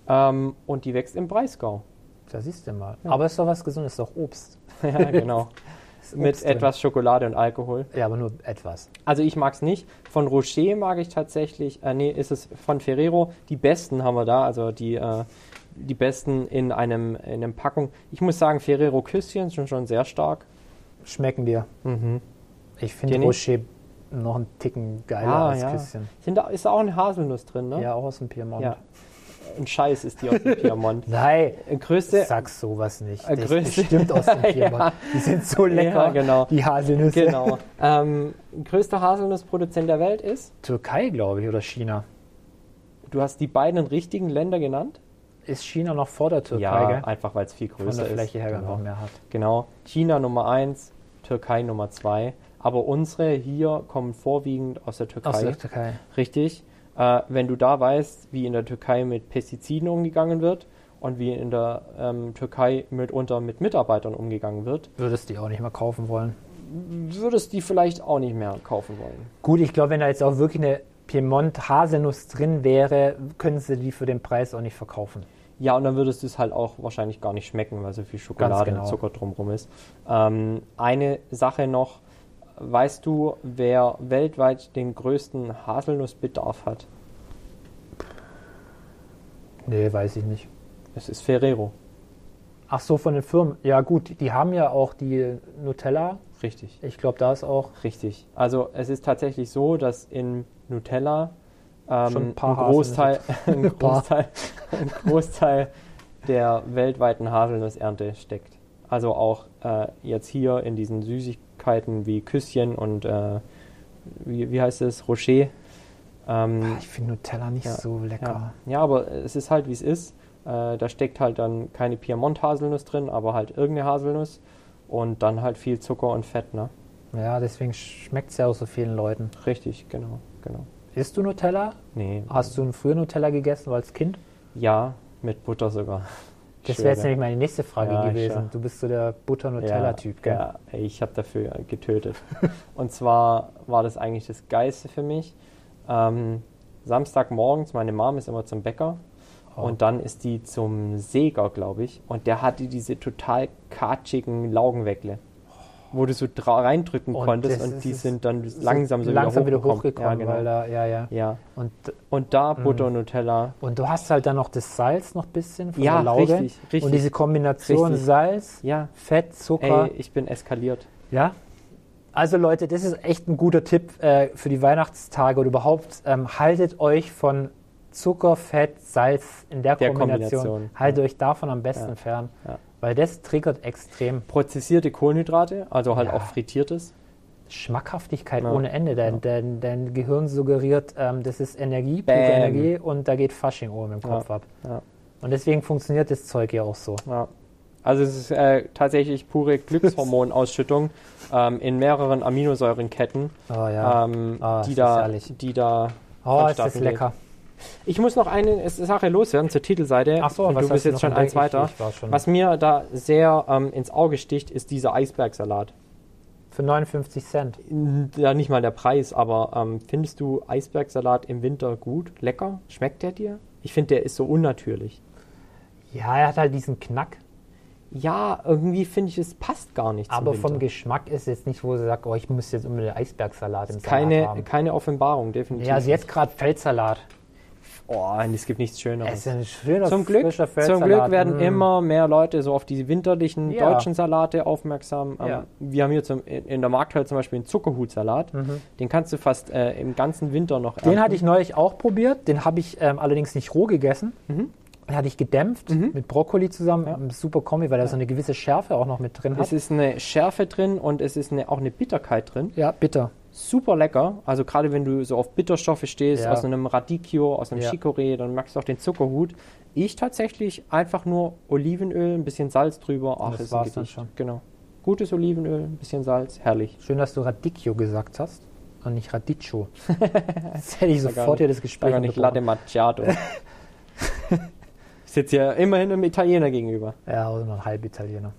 Ähm, und die wächst im Breisgau. (laughs)
Da siehst du mal. Aber es ist doch was Gesundes, ist doch Obst.
ja, genau.
Ist
mit
(laughs) Obst drin.
etwas Schokolade und Alkohol.
Ja, aber nur etwas.
Also ich mag's nicht. Von Rocher mag ich tatsächlich, äh, nee, ist es von Ferrero. Die besten haben wir da, also die, äh, die besten in einem in einem Packung. Ich muss sagen, Ferrero Küsschen sind schon sehr stark.
Schmecken dir.
Mhm.
Ich finde
Dir nicht?
Rocher noch einen Ticken geiler
Ah,
als
ja.
Küsschen.
Sind da, ist da auch eine Haselnuss drin, ne?
Ja, auch aus dem Piemont.
ja. Ein Scheiß ist die aus
(laughs)
dem Piemont.
Nein,
Äh, Größte,
sag sowas nicht.
Äh,
Das
Größe.
ist bestimmt aus dem (laughs)
Ja.
Piemont. Die sind so lecker,
Ja, genau.
die Haselnüsse.
genau. ähm, größter Haselnussproduzent der Welt ist.
Türkei, glaube ich, oder China.
Du hast die beiden richtigen Länder genannt.
Ist China noch vor der Türkei, gell?
einfach weil es viel größer
Von der
ist.
Fläche her
genau.
genau. mehr hat.
Genau. China Nummer 1, Türkei Nummer 2. Aber unsere hier kommen vorwiegend aus der Türkei.
Aus der Türkei.
Richtig. Äh, wenn du da weißt, wie in der Türkei mit Pestiziden umgegangen wird und wie in der ähm, Türkei mitunter mit Mitarbeitern umgegangen wird,
Würdest du die auch nicht mal kaufen wollen.
würdest du die vielleicht auch nicht mehr kaufen wollen.
Gut, ich glaube, wenn da jetzt auch wirklich eine Piemont-Haselnuss drin wäre, können sie die für den Preis auch nicht verkaufen.
Ja, und dann würdest du es halt auch wahrscheinlich gar nicht schmecken, weil so viel Schokolade
genau.
und Zucker drumrum ist. Ähm, eine Sache noch. Weißt du, wer weltweit den größten Haselnussbedarf hat?
Nee, weiß ich nicht.
Es ist Ferrero.
Ach so, von den Firmen. Ja gut, die haben ja auch die Nutella.
Richtig.
Ich glaube, da ist auch
Richtig. Also es ist tatsächlich so, dass in Nutella
Schon
ähm,
ein
ein,
paar (laughs)
Großteil, ein,
paar.
Großteil, ein Großteil der weltweiten Haselnussernte steckt. Also auch äh, jetzt hier in diesen Süßigkeiten wie Küsschen und äh, wie, wie heißt es, Rocher. Ähm,
Ah, Ich finde Nutella nicht
Ja,
so
ja.
lecker.
ja, aber es ist halt, wie es ist. Äh, da steckt halt dann keine Piemont-Haselnuss drin, aber halt irgendeine Haselnuss und dann halt viel Zucker und Fett, ne?
Ja, deswegen schmeckt es ja auch so vielen Leuten.
Richtig, genau, genau.
Isst du Nutella?
Nee.
Hast du früher Nutella gegessen als Kind?
Ja, mit Butter sogar.
Das
Schwöre.
wäre jetzt nämlich meine nächste Frage
Ja, ich
gewesen.
schwör.
Du bist so der Butter-Nutella-Typ, gell?
Ja, ja, ich habe dafür
(laughs)
getötet. Und zwar war das eigentlich das Geilste für mich. Ähm, Samstagmorgens, meine Mom ist immer zum Bäcker
Oh.
und dann ist die zum Säger, glaube ich. Und der hatte diese total katschigen Laugenweckle, wo du so dra- reindrücken
Und
konntest
das
und
ist-
die sind dann
So
langsam so
langsam wieder
wieder
hochgekommen,
hochgekommen. Ja,
weil
genau.
da, Mhm. ja, ja.
ja.
Und,
Und da Butter und Nutella.
und du hast halt dann noch das Salz noch ein bisschen von
Ja,
der Lauge.
richtig, richtig.
Und diese Kombination
Richtig.
Salz,
Ja,
Fett, Zucker.
ey, ich bin eskaliert.
Ja. Also Leute, das ist echt ein guter Tipp äh, für die Weihnachtstage oder überhaupt. Ähm, haltet euch von Zucker, Fett, Salz in der,
Der
Kombination,
Kombination,
haltet euch davon am besten fern,
ja.
weil das triggert extrem
Prozessierte Kohlenhydrate, also halt
Ja.
auch frittiertes.
Schmackhaftigkeit
Ja.
ohne Ende. Dein, dein, dein Gehirn suggeriert, ähm, das ist Energie, pure
Bam.
Energie und da geht Fasching oben im Kopf ab.
ja.
Und deswegen funktioniert das Zeug ja auch so.
Ja. Also es ist äh, tatsächlich
(laughs)
pure Glückshormonausschüttung ähm, in mehreren Aminosäurenketten,
Oh ja.
ähm,
Ah,
die,
ist
da,
herrlich.
die da
oh, ist
vonstatten
das lecker.
Geht. Ich muss noch eine S- Sache loswerden zur Titelseite.
Ach so,
Und
was
du
hast
bist
du
jetzt
noch
schon
entdeckt?
eins weiter.
Ich- ich war schon-
Was mir da sehr ähm, ins Auge sticht, ist dieser Eisbergsalat.
Für 59 Cent.
Ja, nicht mal der Preis, aber ähm, findest du Eisbergsalat im Winter gut, lecker? Schmeckt der dir? Ich finde, der ist so unnatürlich.
Ja, er hat halt diesen Knack,
Ja, irgendwie finde ich, es passt gar nicht
aber
zum
vom
Winter.
Geschmack ist jetzt nicht, wo sie sagt, oh, ich muss jetzt unbedingt einen Eisbergsalat im Salat
keine,
haben.
keine Offenbarung, definitiv.
Ja, also jetzt gerade Feldsalat.
Oh, und es gibt nichts
Es ist
Schöneres.
ein schöner,
Zum Glück,
frischer
zum
Feldsalat.
Glück werden
Mm.
immer mehr Leute so auf die winterlichen
Ja.
deutschen Salate aufmerksam. Ähm,
Ja.
Wir haben hier zum, in in der Markthalle zum Beispiel einen Zuckerhutsalat. Den kannst du fast äh, im ganzen Winter noch
Mhm. Den hatte ich neulich auch probiert. Den habe ich ähm, allerdings nicht roh gegessen. Den hatte ich gedämpft mit Brokkoli zusammen. Ein Super Kombi, weil da so eine gewisse Schärfe auch noch mit drin
Es
hat.
ist eine Schärfe drin und es ist eine, auch eine Bitterkeit drin.
Ja, bitter.
Super lecker. Also gerade wenn du so auf Bitterstoffe stehst,
Ja.
aus einem Radicchio, aus einem
Ja.
Chicorée, dann magst du auch den Zuckerhut. Ich tatsächlich einfach nur Olivenöl, ein bisschen Salz drüber. Ach,
das
ist
war's
ein
dann
Gedicht.
schon.
Genau. Gutes Olivenöl, ein bisschen Salz, herrlich.
Schön, dass du Radicchio gesagt hast und nicht Radicchio. Jetzt hätte ich
gar
sofort
nicht-
hier das Gespräch
Sogar nicht Latte
unterbrochen.
(laughs) Macchiato. ich sitze ja immerhin einem Italiener gegenüber.
Ja, oder noch ein Halbitaliener.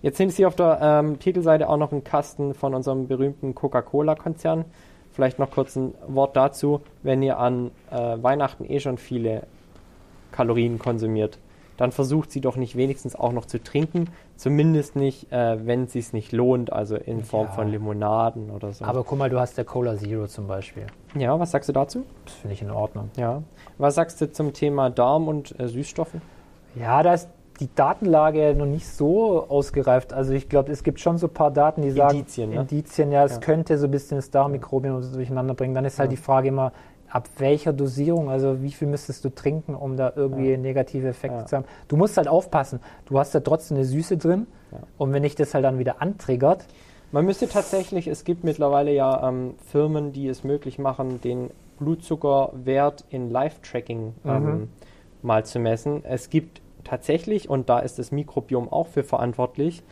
Jetzt sind hier auf der ähm, Titelseite auch noch ein Kasten von unserem berühmten Coca-Cola-Konzern. Vielleicht noch kurz ein Wort dazu, wenn ihr an äh, Weihnachten eh schon viele Kalorien konsumiert. dann versucht sie doch nicht wenigstens auch noch zu trinken. Zumindest nicht, äh, wenn es nicht lohnt, also in Form
Ja.
von Limonaden oder so.
Aber guck mal, du hast der Cola Zero zum Beispiel.
ja, was sagst du dazu?
Das finde ich in Ordnung.
Ja. Was sagst du zum Thema Darm und äh, Süßstoffe?
Ja, da ist die Datenlage noch nicht so ausgereift. Also ich glaube, es gibt schon so ein paar Daten, die sagen,
Indizien, ne?
Indizien ja, es
Ja.
könnte so ein bisschen das Darmmikrobiom so durcheinander bringen. Dann ist halt die Frage immer, ab welcher Dosierung, also wie viel müsstest du trinken, um da irgendwie negative Effekte
Ja.
zu haben. Du musst halt aufpassen. Du hast ja trotzdem eine Süße drin.
Ja.
Und wenn dich das halt dann wieder antriggert,
Man müsste tatsächlich, es gibt mittlerweile ja ähm, Firmen, die es möglich machen, den Blutzuckerwert in Live-Tracking ähm,
Mhm.
mal zu messen. Es gibt tatsächlich, und da ist das Mikrobiom auch für verantwortlich,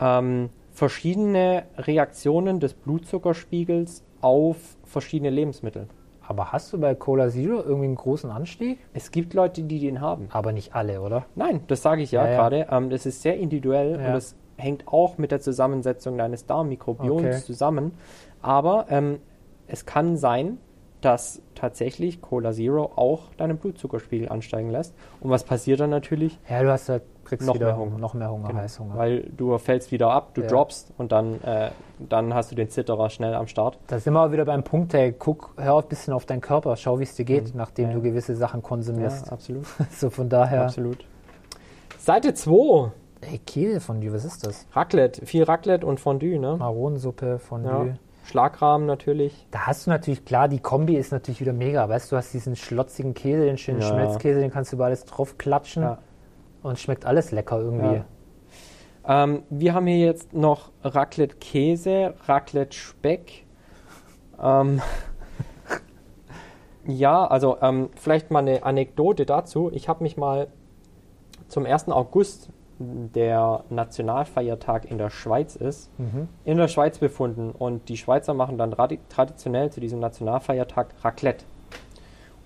ähm, verschiedene Reaktionen des Blutzuckerspiegels auf verschiedene Lebensmittel.
aber hast du bei Cola Zero irgendwie einen großen Anstieg?
Es gibt Leute, die den haben.
Aber nicht alle, oder?
Nein, das sage ich ja,
Ja, ja.
gerade. Ähm, das ist sehr individuell
Ja.
und das hängt auch mit der Zusammensetzung deines Darmmikrobioms
Okay.
zusammen. Aber ähm, es kann sein, dass tatsächlich Cola Zero auch deinen Blutzuckerspiegel ansteigen lässt. Und was passiert dann natürlich?
Ja, du hast ja kriegst
Noch
wieder
mehr Hunger.
noch mehr Hunger,
Genau,
Heißhunger.
Weil du fällst wieder ab, du
Ja.
droppst und dann, äh, dann hast du den Zitterer schnell am Start.
Da sind wir wieder beim Punkt, hey, guck, hör ein bisschen auf deinen Körper, schau, wie es dir geht, nachdem
Mhm. Ja,
du
ja.
gewisse Sachen konsumierst.
(laughs) absolut.
(laughs) So von daher.
absolut. Seite 2.
Hey, Kehl von dir, was ist das?
Raclette. Viel Raclette und Fondue, ne?
Maronensuppe, Fondue.
Ja. Schlagrahmen natürlich.
Da hast du natürlich, klar, die Kombi ist natürlich wieder mega, weißt du, du hast diesen schlotzigen Käse, den schönen
Ja.
Schmelzkäse, den kannst du über alles drauf klatschen
Ja.
und schmeckt alles lecker irgendwie.
Ja. Ähm, wir haben hier jetzt noch Raclette Käse, Raclette Speck. Ähm, (laughs) ja, also ähm, vielleicht mal eine Anekdote dazu. Ich habe mich mal zum 1. August, der Nationalfeiertag in der Schweiz ist,
Mhm.
in der Schweiz befunden. Und die Schweizer machen dann radi- traditionell zu diesem Nationalfeiertag Raclette.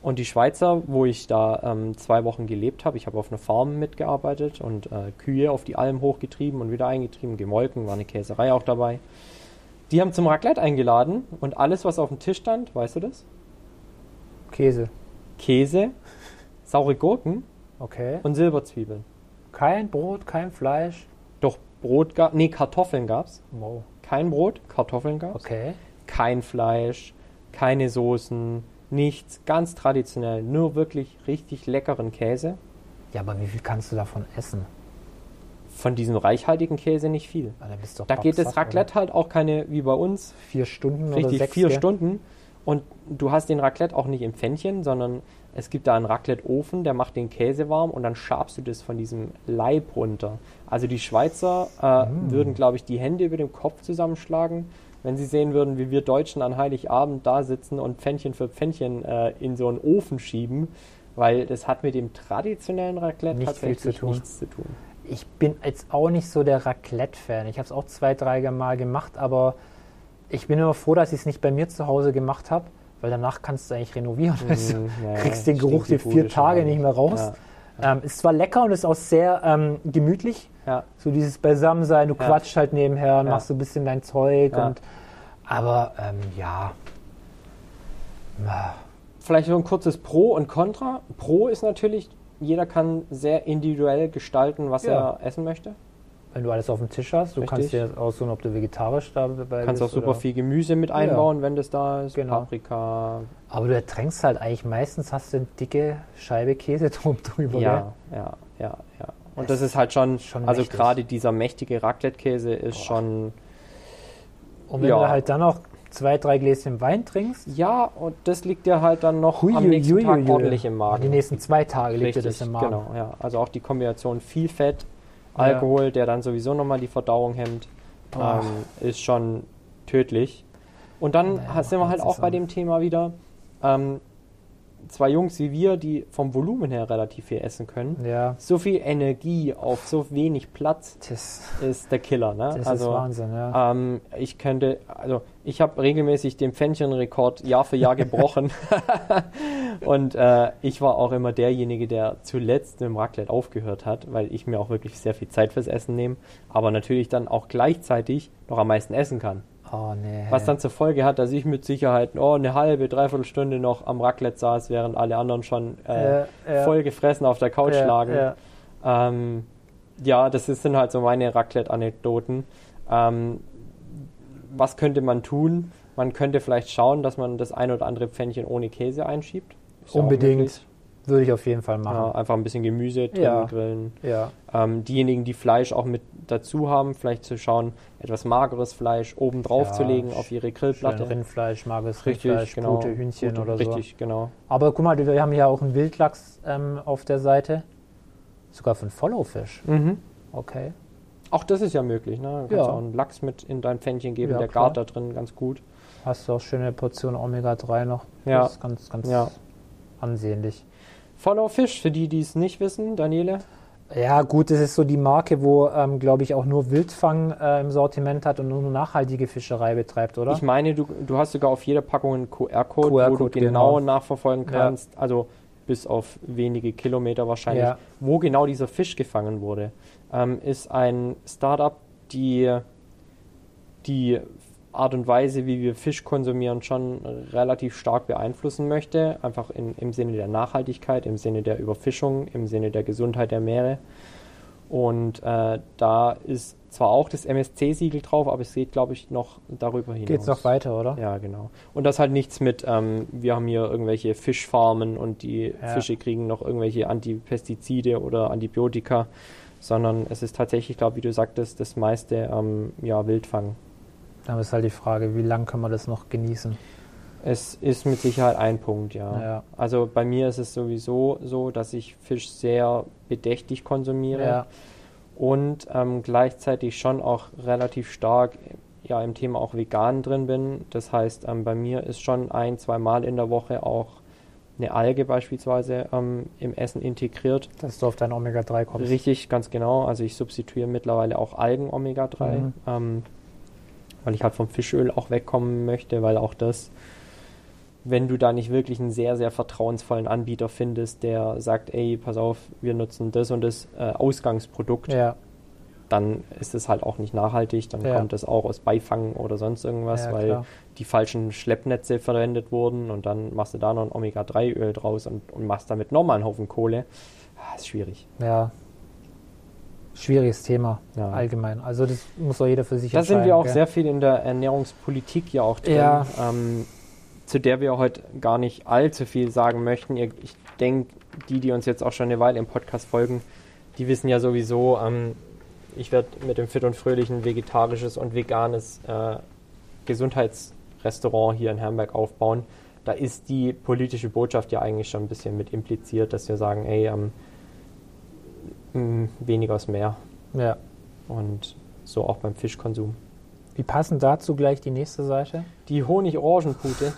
Und die Schweizer, wo ich da ähm, zwei Wochen gelebt habe, ich habe auf einer Farm mitgearbeitet und äh, Kühe auf die Alm hochgetrieben und wieder eingetrieben, gemolken, war eine Käserei auch dabei. Die haben zum Raclette eingeladen und alles, was auf dem Tisch stand, weißt du das?
Käse,
Käse, saure Gurken
okay.
und Silberzwiebeln.
Kein Brot, kein Fleisch.
Doch Brot gab, nee, Kartoffeln gab's.
Wow.
Kein Brot, Kartoffeln gab's.
Okay.
kein Fleisch, keine Soßen, nichts, ganz traditionell, nur wirklich richtig leckeren Käse.
Ja, aber wie viel kannst du davon essen?
Von diesem reichhaltigen Käse nicht viel.
Ah, Da, bist du doch
Da geht das
bocksatt,
Raclette halt auch keine, wie bei uns,
oder? vier Stunden oder
richtig
sechs.
vier
gell?
Stunden. Und du hast den Raclette auch nicht im Pfännchen, sondern es gibt da einen Raclette-Ofen, der macht den Käse warm und dann schabst du das von diesem Leib runter. Also die Schweizer äh,
Mm.
würden, glaube ich, die Hände über dem Kopf zusammenschlagen, wenn sie sehen würden, wie wir Deutschen an Heiligabend da sitzen und Pfännchen für Pfännchen äh, in so einen Ofen schieben, weil das hat mit dem traditionellen Raclette
Nicht viel zu
tatsächlich
tun.
nichts zu
(laughs)
tun.
Ich bin jetzt auch nicht so der Raclette-Fan. Ich habe es auch zwei, drei Mal gemacht, aber ich bin immer froh, dass ich es nicht bei mir zu Hause gemacht habe, weil danach kannst du eigentlich renovieren. weißt du?
Mhm. Mm, ja,
Also Kriegst den
stinkt
Geruch
die
die vier
Bude schon
Tage
an.
nicht mehr raus. Ähm, ist zwar lecker und ist auch sehr ähm, gemütlich,
Ja,
so dieses Beisammensein. Du
Ja.
quatscht halt nebenher und
Ja.
machst so ein bisschen dein Zeug.
Ja.
Und, aber ähm, ja. Na,
vielleicht so ein kurzes Pro und Contra. Pro ist natürlich, jeder kann sehr individuell gestalten, was
Ja.
er essen möchte.
Wenn du alles auf dem Tisch hast, du
Richtig.
kannst dir das aussuchen, ob du vegetarisch dabei
Du kannst auch
bist.
super
oder-
viel Gemüse mit einbauen, wenn das da ist.
Genau.
Paprika.
Aber du ertränkst halt eigentlich meistens, hast du eine dicke Scheibe Käse (laughs) drum drüber. gell?
Ja, ja, ja, ja. Und das ist halt schon,
schon
also
mächtig.
gerade dieser mächtige Raclette-Käse ist schon,
Und wenn
Ja.
du halt dann auch zwei, drei Gläschen Wein trinkst,
ja, und das liegt dir halt dann noch am
huiuiuiui.
nächsten Tag ordentlich im Magen.
Die nächsten zwei Tage liegt dir
Richtig,
das im Magen.
genau, ja. Also auch die Kombination viel Fett,
Ja. Oh.
Alkohol, der dann sowieso nochmal die Verdauung hemmt,
Boah.
ähm, ist schon tödlich. Und dann
Naja,
ha- sind wir
macht
halt
nichts
auch bei
zusammen.
dem Thema wieder, ähm, zwei Jungs wie wir, die vom Volumen her relativ viel essen können,
Ja,
so viel Energie auf so wenig Platz
das,
ist der Killer, ne?
das
also,
ist Wahnsinn. Ja.
ähm, ich
(laughs)
könnte, also ich habe regelmäßig den Pfännchenrekord Jahr für Jahr gebrochen. Und äh, ich war auch immer derjenige, der zuletzt im Raclette aufgehört hat, weil ich mir auch wirklich sehr viel Zeit fürs Essen nehme, aber natürlich dann auch gleichzeitig noch am meisten essen kann.
Oh nee.
Was dann zur Folge hat, dass ich mit Sicherheit oh, eine halbe, dreiviertel Stunde noch am Raclette saß, während alle anderen schon äh,
Ja, ja.
voll gefressen auf der Couch
ja,
lagen.
Ja.
Ähm, ja, das ist, sind halt so meine Raclette-Anekdoten. Ähm, was könnte man tun? Man könnte vielleicht schauen, dass man das ein oder andere Pfännchen ohne Käse einschiebt. Ist ja auch möglich.
Unbedingt. Würde ich auf jeden Fall
Ja,
machen.
einfach ein bisschen Gemüse drin
Ja.
grillen.
Ja.
Ähm, diejenigen, die Fleisch auch mit dazu haben, vielleicht zu schauen, etwas mageres Fleisch oben drauf
Ja,
zu legen auf
sch-
ihre
Schön
Grillplatte.
Rindfleisch, mageres
Richtig,
Rindfleisch,
genau.
gute Hühnchen
Gute-
oder so.
Richtig, genau.
Aber guck mal, wir haben ja auch einen Wildlachs ähm, auf der Seite. Sogar von Followfish.
Mhm.
Okay.
Auch das ist ja möglich. Ne? Du kannst
Ja.
auch einen Lachs mit in dein Pfännchen geben,
Ja,
der
klar.
gart da drin ganz gut.
Hast du auch schöne Portion Omega-3 noch.
Ja.
Das ist ganz, ganz
Ja.
ansehnlich.
Follow Fish, für die, die es nicht wissen, Daniele.
Ja, gut, es ist so die Marke, wo, ähm, glaube ich, auch nur Wildfang äh, im Sortiment hat und nur nachhaltige Fischerei betreibt, oder?
Ich meine, du, du hast sogar auf jeder Packung einen QR-Code, wo du
QR-Code,
genau,
genau.
nachverfolgen
Ja.
kannst, also bis auf wenige Kilometer wahrscheinlich,
Ja.
wo genau dieser Fisch gefangen wurde. Ähm, ist ein Startup, die die Art und Weise, wie wir Fisch konsumieren, schon relativ stark beeinflussen möchte. Einfach in, im Sinne der Nachhaltigkeit, im Sinne der Überfischung, im Sinne der Gesundheit der Meere. Und äh, da ist zwar auch das MSC-Siegel drauf, aber es geht, glaube ich, noch darüber hinaus.
Geht's noch weiter, oder?
Ja, genau. Und das halt nichts mit, ähm, wir haben hier irgendwelche Fischfarmen und die
Ja.
Fische kriegen noch irgendwelche Antipestizide oder Antibiotika, sondern es ist tatsächlich, glaube wie du sagtest, das meiste ähm, ja, Wildfang.
Dann ist halt die Frage, wie lange können wir das noch genießen?
Es ist mit Sicherheit ein Punkt, ja.
Ja.
Also bei mir ist es sowieso so, dass ich Fisch sehr bedächtig konsumiere
Ja,
und ähm, gleichzeitig schon auch relativ stark ja, im Thema auch vegan drin bin. Das heißt, ähm, bei mir ist schon ein, zweimal in der Woche auch eine Alge beispielsweise ähm, im Essen integriert.
dass du auf dein Omega-3 kommst.
Richtig, ganz genau. Also ich substituiere mittlerweile auch Algen Omega-3,
Mhm.
ähm, weil ich halt vom Fischöl auch wegkommen möchte, weil auch das, wenn du da nicht wirklich einen sehr, sehr vertrauensvollen Anbieter findest, der sagt, ey, pass auf, wir nutzen das und das äh, Ausgangsprodukt,
Ja,
dann ist es halt auch nicht nachhaltig, dann
Ja.
kommt es auch aus Beifang oder sonst irgendwas,
Ja,
weil
klar.
die falschen Schleppnetze verwendet wurden und dann machst du da noch ein Omega-3-Öl draus und, und machst damit nochmal einen Haufen Kohle. Ah, ist schwierig.
ja. Schwieriges Thema
Ja.
allgemein. Also das muss doch jeder für sich
Da
entscheiden.
sind wir auch
gell?
sehr viel in der Ernährungspolitik ja auch drin,
Ja.
Ähm, zu der wir heute gar nicht allzu viel sagen möchten. Ihr- Ich denke, die, die uns jetzt auch schon eine Weile im Podcast folgen, die wissen ja sowieso, ähm, ich werde mit dem Fit und Fröhlichen vegetarisches und veganes äh, Gesundheitsrestaurant hier in Hamburg aufbauen. Da ist die politische Botschaft ja eigentlich schon ein bisschen mit impliziert, dass wir sagen, ey, ähm, mh, weniger ist mehr.
Ja.
Und so auch beim Fischkonsum.
Wie passend dazu gleich die nächste Seite?
Die (laughs) Honig-Orangenpute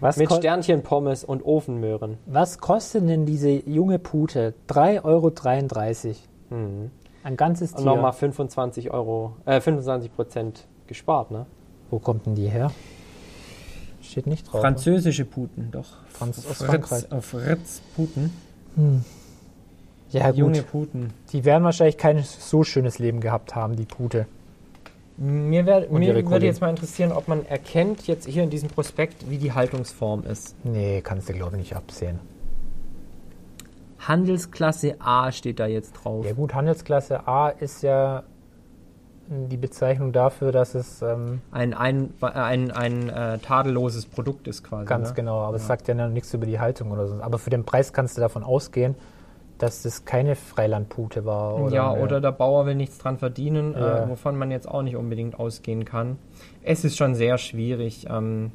Was,
mit
ko
Sternchenpommes und Ofenmöhren.
was kostet denn diese junge Pute? 3,33 Euro.
Hm.
Ein ganzes
Und
Tier.
nochmal 25 Euro, äh, 25 Prozent gespart, ne?
Wo kommt denn die her? Steht nicht drauf.
Französische Puten, doch.
Franz- aus Frankreich.
Auf Ritz Puten.
Ja, gut.
Puten.
Die werden wahrscheinlich kein so schönes Leben gehabt haben, die Pute.
Mir, wär,
ihre
mir würde
Kollegen.
jetzt mal interessieren, ob man erkennt, jetzt hier in diesem Prospekt, wie die Haltungsform ist.
Nee, kannst du, glaube ich, nicht absehen.
Handelsklasse A steht da jetzt drauf.
Ja, gut, Handelsklasse A ist ja die Bezeichnung dafür, dass es ähm,
Ein, ein, ein, ein äh, tadelloses Produkt ist quasi.
ganz
ne?
genau, aber es sagt ja noch nichts über die Haltung oder so. Aber für den Preis kannst du davon ausgehen, dass das keine Freilandpute war. Oder
ja, oder der Bauer will nichts dran verdienen, äh,
Ja.
wovon man jetzt auch nicht unbedingt ausgehen kann. Es ist schon sehr schwierig. Ähm,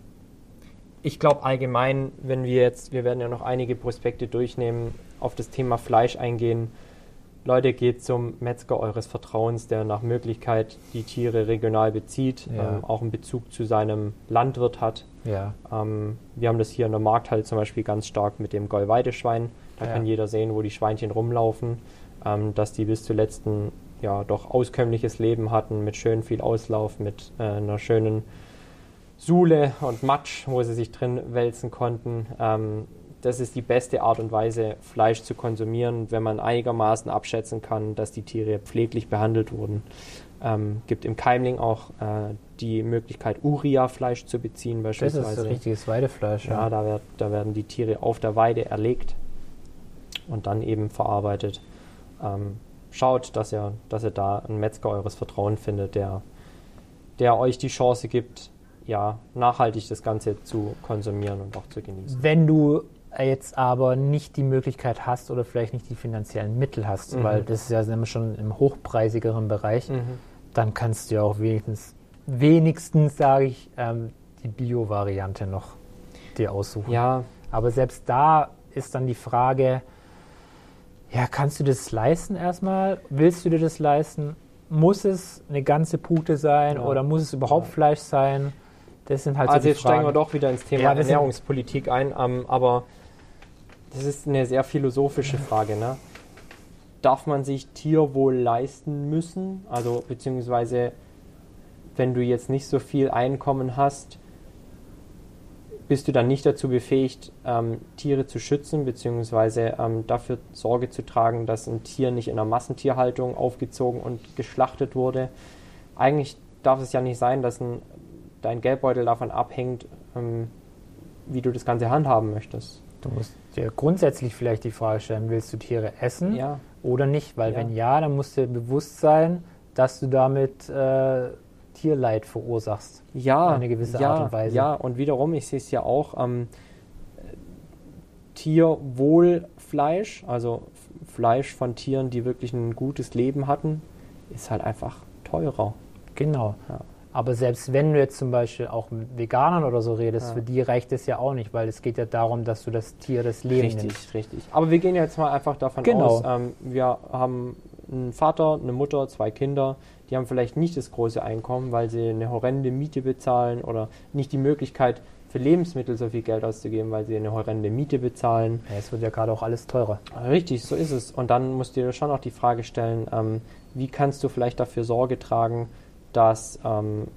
ich glaube allgemein, wenn wir jetzt, wir werden ja noch einige Prospekte durchnehmen, auf das Thema Fleisch eingehen. Leute, geht zum Metzger eures Vertrauens, der nach Möglichkeit die Tiere regional bezieht,
Ja.
ähm, auch einen Bezug zu seinem Landwirt hat.
Ja,
Ähm, wir haben das hier in der Markthalle zum Beispiel ganz stark mit dem Gollweideschwein. Da
Ja.
kann jeder sehen, wo die Schweinchen rumlaufen, ähm, dass die bis zuletzt ein ja, doch auskömmliches Leben hatten mit schön viel Auslauf, mit äh, einer schönen Sule und Matsch, wo sie sich drin wälzen konnten. Ähm, das ist die beste Art und Weise, Fleisch zu konsumieren, wenn man einigermaßen abschätzen kann, dass die Tiere pfleglich behandelt wurden. Ähm, gibt im Keimling auch äh, die Möglichkeit, Uria-Fleisch zu beziehen,
Das
beispielsweise.
ist ein richtiges Weidefleisch.
Ja, da, werd, da werden die Tiere auf der Weide erlegt und dann eben verarbeitet. Ähm, schaut, dass ihr, dass ihr da einen Metzger eures Vertrauens findet, der, der euch die Chance gibt, ja, nachhaltig das Ganze zu konsumieren und auch zu genießen.
Wenn du jetzt aber nicht die Möglichkeit hast oder vielleicht nicht die finanziellen Mittel hast,
Mhm.
weil das ist ja nämlich schon im hochpreisigeren Bereich, dann kannst du ja auch wenigstens, wenigstens sage ich, ähm, die Bio-Variante noch dir aussuchen.
Ja,
Aber selbst da ist dann die Frage, ja, kannst du das leisten erstmal? Willst du dir das leisten? Muss es eine ganze Pute sein
Ja.
oder muss es überhaupt Fleisch sein? Das sind halt
also
so die
jetzt steigen wir
Fragen.
doch wieder ins Thema
Ja, wir sind-
Ernährungspolitik ein, ähm, aber das ist eine sehr philosophische Frage. Ne? Darf man sich Tierwohl leisten müssen? Also beziehungsweise, wenn du jetzt nicht so viel Einkommen hast, bist du dann nicht dazu befähigt, ähm, Tiere zu schützen, beziehungsweise ähm, dafür Sorge zu tragen, dass ein Tier nicht in einer Massentierhaltung aufgezogen und geschlachtet wurde. Eigentlich darf es ja nicht sein, dass ein, dein Geldbeutel davon abhängt, ähm, wie du das Ganze handhaben möchtest.
Du musst dir grundsätzlich vielleicht die Frage stellen, willst du Tiere essen
Ja,
oder nicht? Weil
Ja.
wenn ja, dann musst du dir bewusst sein, dass du damit äh, Tierleid verursachst.
ja,
Eine gewisse
ja,
Art und Weise.
Ja, und wiederum, ich sehe es ja auch, ähm, Tierwohlfleisch, also F- Fleisch von Tieren, die wirklich ein gutes Leben hatten, ist halt einfach teurer.
Genau.
Ja.
Aber selbst wenn du jetzt zum Beispiel auch mit Veganern oder so redest,
Ja.
für die reicht es ja auch nicht, weil es geht ja darum, dass du das Tier das Leben nimmst.
Richtig, richtig. Aber wir gehen jetzt mal einfach davon
Genau.
aus, ähm, wir haben einen Vater, eine Mutter, zwei Kinder, die haben vielleicht nicht das große Einkommen, weil sie eine horrende Miete bezahlen oder nicht die Möglichkeit, für Lebensmittel so viel Geld auszugeben, weil sie eine horrende Miete bezahlen.
Ja, es wird ja gerade auch alles teurer.
Richtig, so ist es. Und dann musst du dir schon auch die Frage stellen, ähm, wie kannst du vielleicht dafür Sorge tragen, dass, ähm,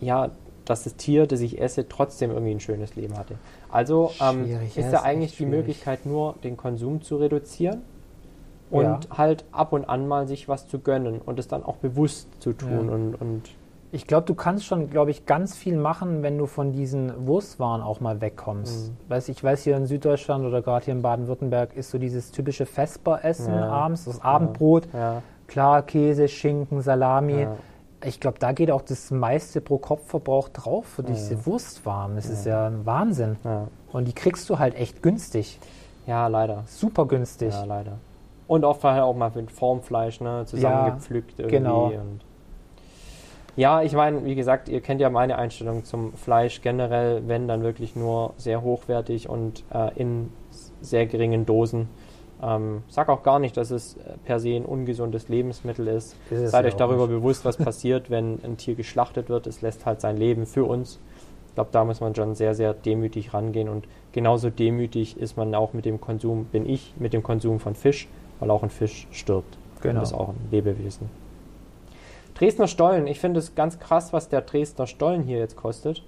ja, dass das Tier, das ich esse, trotzdem irgendwie ein schönes Leben hatte. Also ähm,
Schwierig,
ist
ja,
ja,
ist echt
eigentlich die
schwierig.
Möglichkeit nur, den Konsum zu reduzieren und
Ja.
halt ab und an mal sich was zu gönnen und es dann auch bewusst zu tun.
Ja.
Und, und
Ich glaube, du kannst schon, glaube ich, ganz viel machen, wenn du von diesen Wurstwaren auch mal
Mhm.
wegkommst. Weiß, ich weiß, hier in Süddeutschland oder gerade hier in Baden-Württemberg ist so dieses typische Vesperessen
Ja.
abends, das Abendbrot.
ja,
Klar, Käse, Schinken, Salami.
ja.
Ich glaube, da geht auch das meiste pro Kopfverbrauch drauf für diese Wurstwaren. Das ist ja ein Wahnsinn.
Ja.
Und die kriegst du halt echt günstig.
ja, leider.
Super günstig.
Ja, leider. Und oft halt auch mal mit Formfleisch, ne, zusammengepflückt irgendwie.
genau.
Und ja, ich meine, wie gesagt, ihr kennt ja meine Einstellung zum Fleisch generell, wenn dann wirklich nur sehr hochwertig und äh, in s- sehr geringen Dosen. Ähm, sag auch gar nicht, dass es äh, per se ein ungesundes Lebensmittel ist.
Ist es
Seid
ja
euch
auch
darüber bewusst, was passiert, wenn ein Tier geschlachtet wird. Es lässt halt sein Leben für uns. Ich glaube, da muss man schon sehr, sehr demütig rangehen. Und genauso demütig ist man auch mit dem Konsum, bin ich, mit dem Konsum von Fisch, weil auch ein Fisch stirbt.
Genau.
Und ist auch ein Lebewesen. Dresdner Stollen. Ich finde es ganz krass, was der Dresdner Stollen hier jetzt kostet.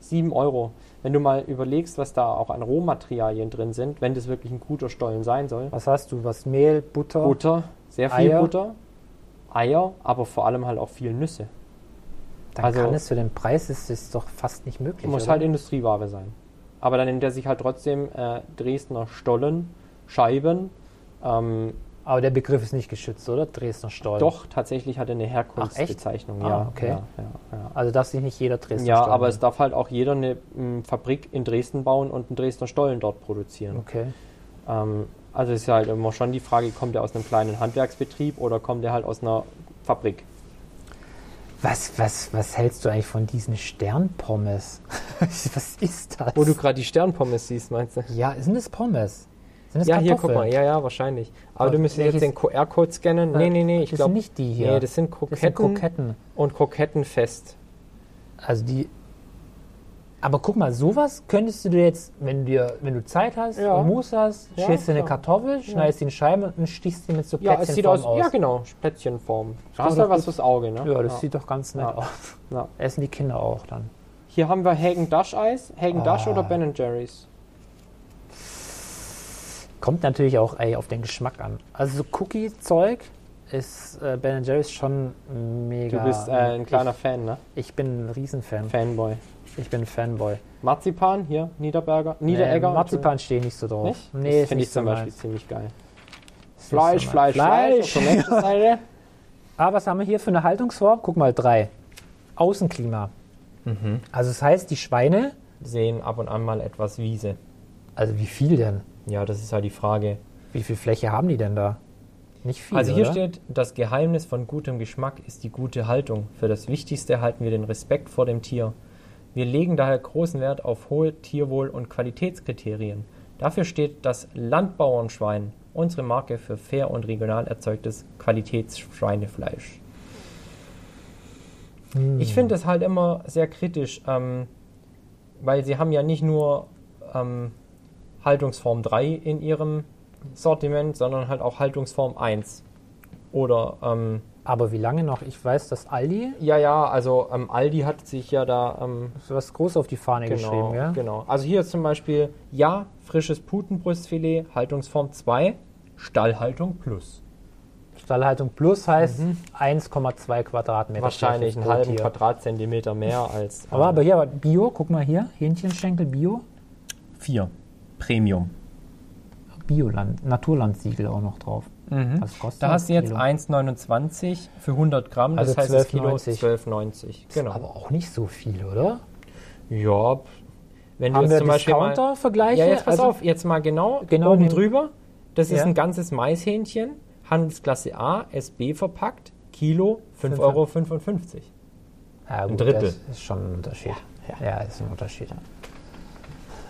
7 Euro. Wenn du mal überlegst, was da auch an Rohmaterialien drin sind, wenn das wirklich ein guter Stollen sein soll.
Was hast du? Was? Mehl, Butter?
Butter, sehr viel
Eier.
Butter, Eier, aber vor allem halt auch viel Nüsse.
Dann
also-
kann es für den Preis, ist es doch fast nicht möglich.
Muss
oder?
halt Industrieware sein. Aber dann nimmt er sich halt trotzdem äh, Dresdner Stollen, Scheiben. Ähm,
Aber der Begriff ist nicht geschützt, oder? Dresdner Stollen.
doch, tatsächlich hat er eine
echt?
Herkunftsbezeichnung.
Ah,
ja,
okay.
ja, ja, ja.
Also darf sich nicht jeder Dresdner
ja
Stollen
aber es darf halt auch jeder eine m, Fabrik in Dresden bauen und einen Dresdner Stollen dort produzieren.
Okay.
Ähm, also ist ja halt immer schon die Frage, kommt er aus einem kleinen Handwerksbetrieb oder kommt er halt aus einer Fabrik?
Was, was, was hältst du eigentlich von diesen Sternpommes? (laughs) was ist das?
Wo du gerade die Sternpommes siehst, meinst du?
ja, sind es Pommes? Sind es
Ja, hier, guck
Kartoffeln?
mal. Ja, ja, wahrscheinlich. Aber du müsstest jetzt
welches-
den QR-Code scannen. Nee, nee, nee, ich
das
glaube.
sind nicht die hier.
Nee, das sind Kroketten,
das sind Kroketten.
und Krokettenfest.
Also die. Aber guck mal, sowas könntest du dir jetzt, wenn, dir, wenn du Zeit hast
Ja.
und Muße hast,
Ja,
schälst dir eine
klar.
Kartoffel, schneidest die in Scheiben und stichst die mit so
Ja, es sieht
Plätzchenform
aus, Ja, genau, Plätzchenform. Da
doch
hast du
gut.
was fürs Auge, ne?
Ja, das sieht doch ganz nett
Ja.
aus.
Ja.
Essen die Kinder auch dann.
Hier haben wir Hagen Dash Eis, Hagen Dash
Ah.
oder Ben Jerry's.
Kommt natürlich auch ey, auf den Geschmack an. Also so Cookie-Zeug ist äh, Ben Jerry's schon
Du
mega.
bist äh, ein kleiner Fan, ne?
Ich, ich bin ein Riesenfan.
Fanboy.
Ich bin ein Fanboy.
Marzipan hier, Niederberger, Niederegger.
Nee, Marzipan steht nicht so drauf.
Nicht?
Nee,
das
ist
finde ich
nicht so
zum Beispiel
meins.
ziemlich geil.
Ist nicht
Fleisch,
so
Fleisch, Fleisch.
meins.
Auf der
(laughs) Fleisch.
nächsten Seite.
Ah, was haben wir hier für eine Haltungsform? Guck mal, drei. Außenklima.
Mhm.
Also es heißt, die Schweine,
(laughs) Sehen ab und an mal etwas Wiese.
also wie viel denn?
Ja, das ist halt die Frage.
Wie viel Fläche haben die denn da? Nicht viel,
Also hier
oder?
steht, das Geheimnis von gutem Geschmack ist die gute Haltung. Für das Wichtigste halten wir den Respekt vor dem Tier. Wir legen daher großen Wert auf hohe Tierwohl- und Qualitätskriterien. Dafür steht das Landbauernschwein, unsere Marke für fair und regional erzeugtes Qualitätsschweinefleisch.
Hm.
Ich finde es halt immer sehr kritisch, ähm, weil sie haben ja nicht nur ähm, Haltungsform 3 in ihrem Sortiment, sondern halt auch Haltungsform 1. Oder, ähm,
Aber wie lange noch? Ich weiß, dass Aldi
ja, ja, also ähm, Aldi hat sich ja da ähm,
was groß auf die Fahne
genau,
geschrieben, gell?
genau. Also hier ist zum Beispiel, ja, frisches Putenbrustfilet, Haltungsform 2, Stallhaltung plus.
Stallhaltung plus heißt 1,2 Quadratmeter.
Mhm. Wahrscheinlich einen
Fläche pro
halben
Tier.
Quadratzentimeter mehr als ähm,
Aber, aber hier, aber Bio, guck mal hier, Hähnchenschenkel Bio.
4. Premium.
Bioland, Naturlandsiegel auch noch drauf. Was kostet
Mhm. Da
das
hast du jetzt
Kilo?
1,29 für 100 Gramm, das
Also
heißt das Kilo
12,90.
12,90.
Ist
Genau.
Aber auch nicht so viel, oder?
Ja, p- wenn du
Haben
jetzt
wir
zum Beispiel mal,
Discounter-Vergleiche?
Ja, jetzt pass
Also-
auf, jetzt mal genau,
Genau
oben
den-
drüber. Das ist
Ja.
ein ganzes Maishähnchen, Handelsklasse A, SB verpackt, Kilo 5,55
Fünfer-
Euro.
Ja, gut,
Drittel.
Das ist schon ein Unterschied. Ja, ist ein Unterschied.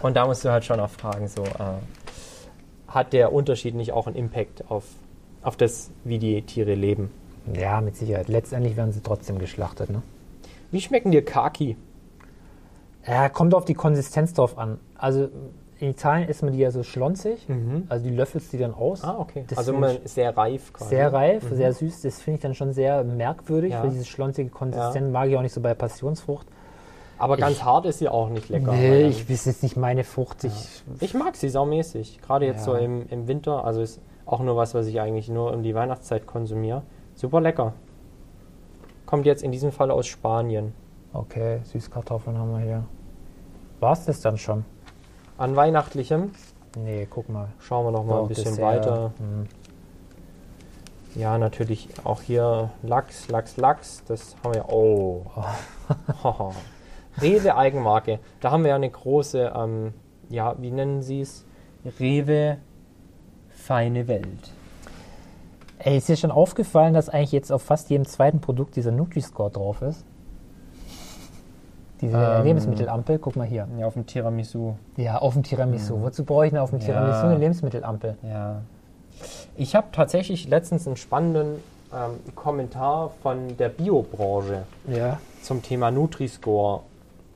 Und da musst du halt schon auch fragen, so, äh, hat der Unterschied nicht auch einen Impact auf, auf das, wie die Tiere leben?
Ja, mit Sicherheit. Letztendlich werden sie trotzdem geschlachtet, ne?
Wie schmecken dir Kaki?
Ja, kommt auf die Konsistenz drauf an. Also in Italien isst man die ja so schlonzig, also die löffelst die dann aus.
Mhm. Ah, okay.
Das
also
finde
man sehr reif
ich
quasi.
sehr reif, sehr süß. Das finde ich dann schon sehr merkwürdig,
Mhm. Ja.
weil diese schlonzige Konsistenz mag ich auch nicht so bei Passionsfrucht.
Aber ganz hart ist sie auch nicht lecker. weil
Nee,
dann-
ich weiß jetzt nicht meine Frucht. Ich,
Ich mag sie saumäßig. Gerade jetzt
Ja.
so im, im Winter. Also ist auch nur was, was ich eigentlich nur um die Weihnachtszeit konsumiere. Super lecker. Kommt jetzt in diesem Fall aus Spanien.
okay, Süßkartoffeln haben wir hier. War's das dann schon?
An Weihnachtlichem
Nee, guck mal.
schauen wir noch mal ein
Doch,
bisschen
Dessert.
weiter.
Mhm.
Ja, natürlich auch hier Lachs, Lachs, Lachs. Das haben wir. Oh. Haha. (laughs) Rewe Eigenmarke. Da haben wir ja eine große, ähm, ja, wie nennen sie es? Rewe Feine Welt.
Ey, ist dir schon aufgefallen, dass eigentlich jetzt auf fast jedem zweiten Produkt dieser Nutri-Score drauf ist? Diese
Ähm.
Lebensmittelampel, guck mal hier.
Ja, auf dem Tiramisu.
Ja, auf dem Tiramisu. Wozu brauche ich denn auf dem
Mhm. Ja.
Tiramisu eine Lebensmittelampel?
Ja. Ich habe tatsächlich letztens einen spannenden ähm, Kommentar von der Biobranche
Ja.
zum Thema Nutri-Score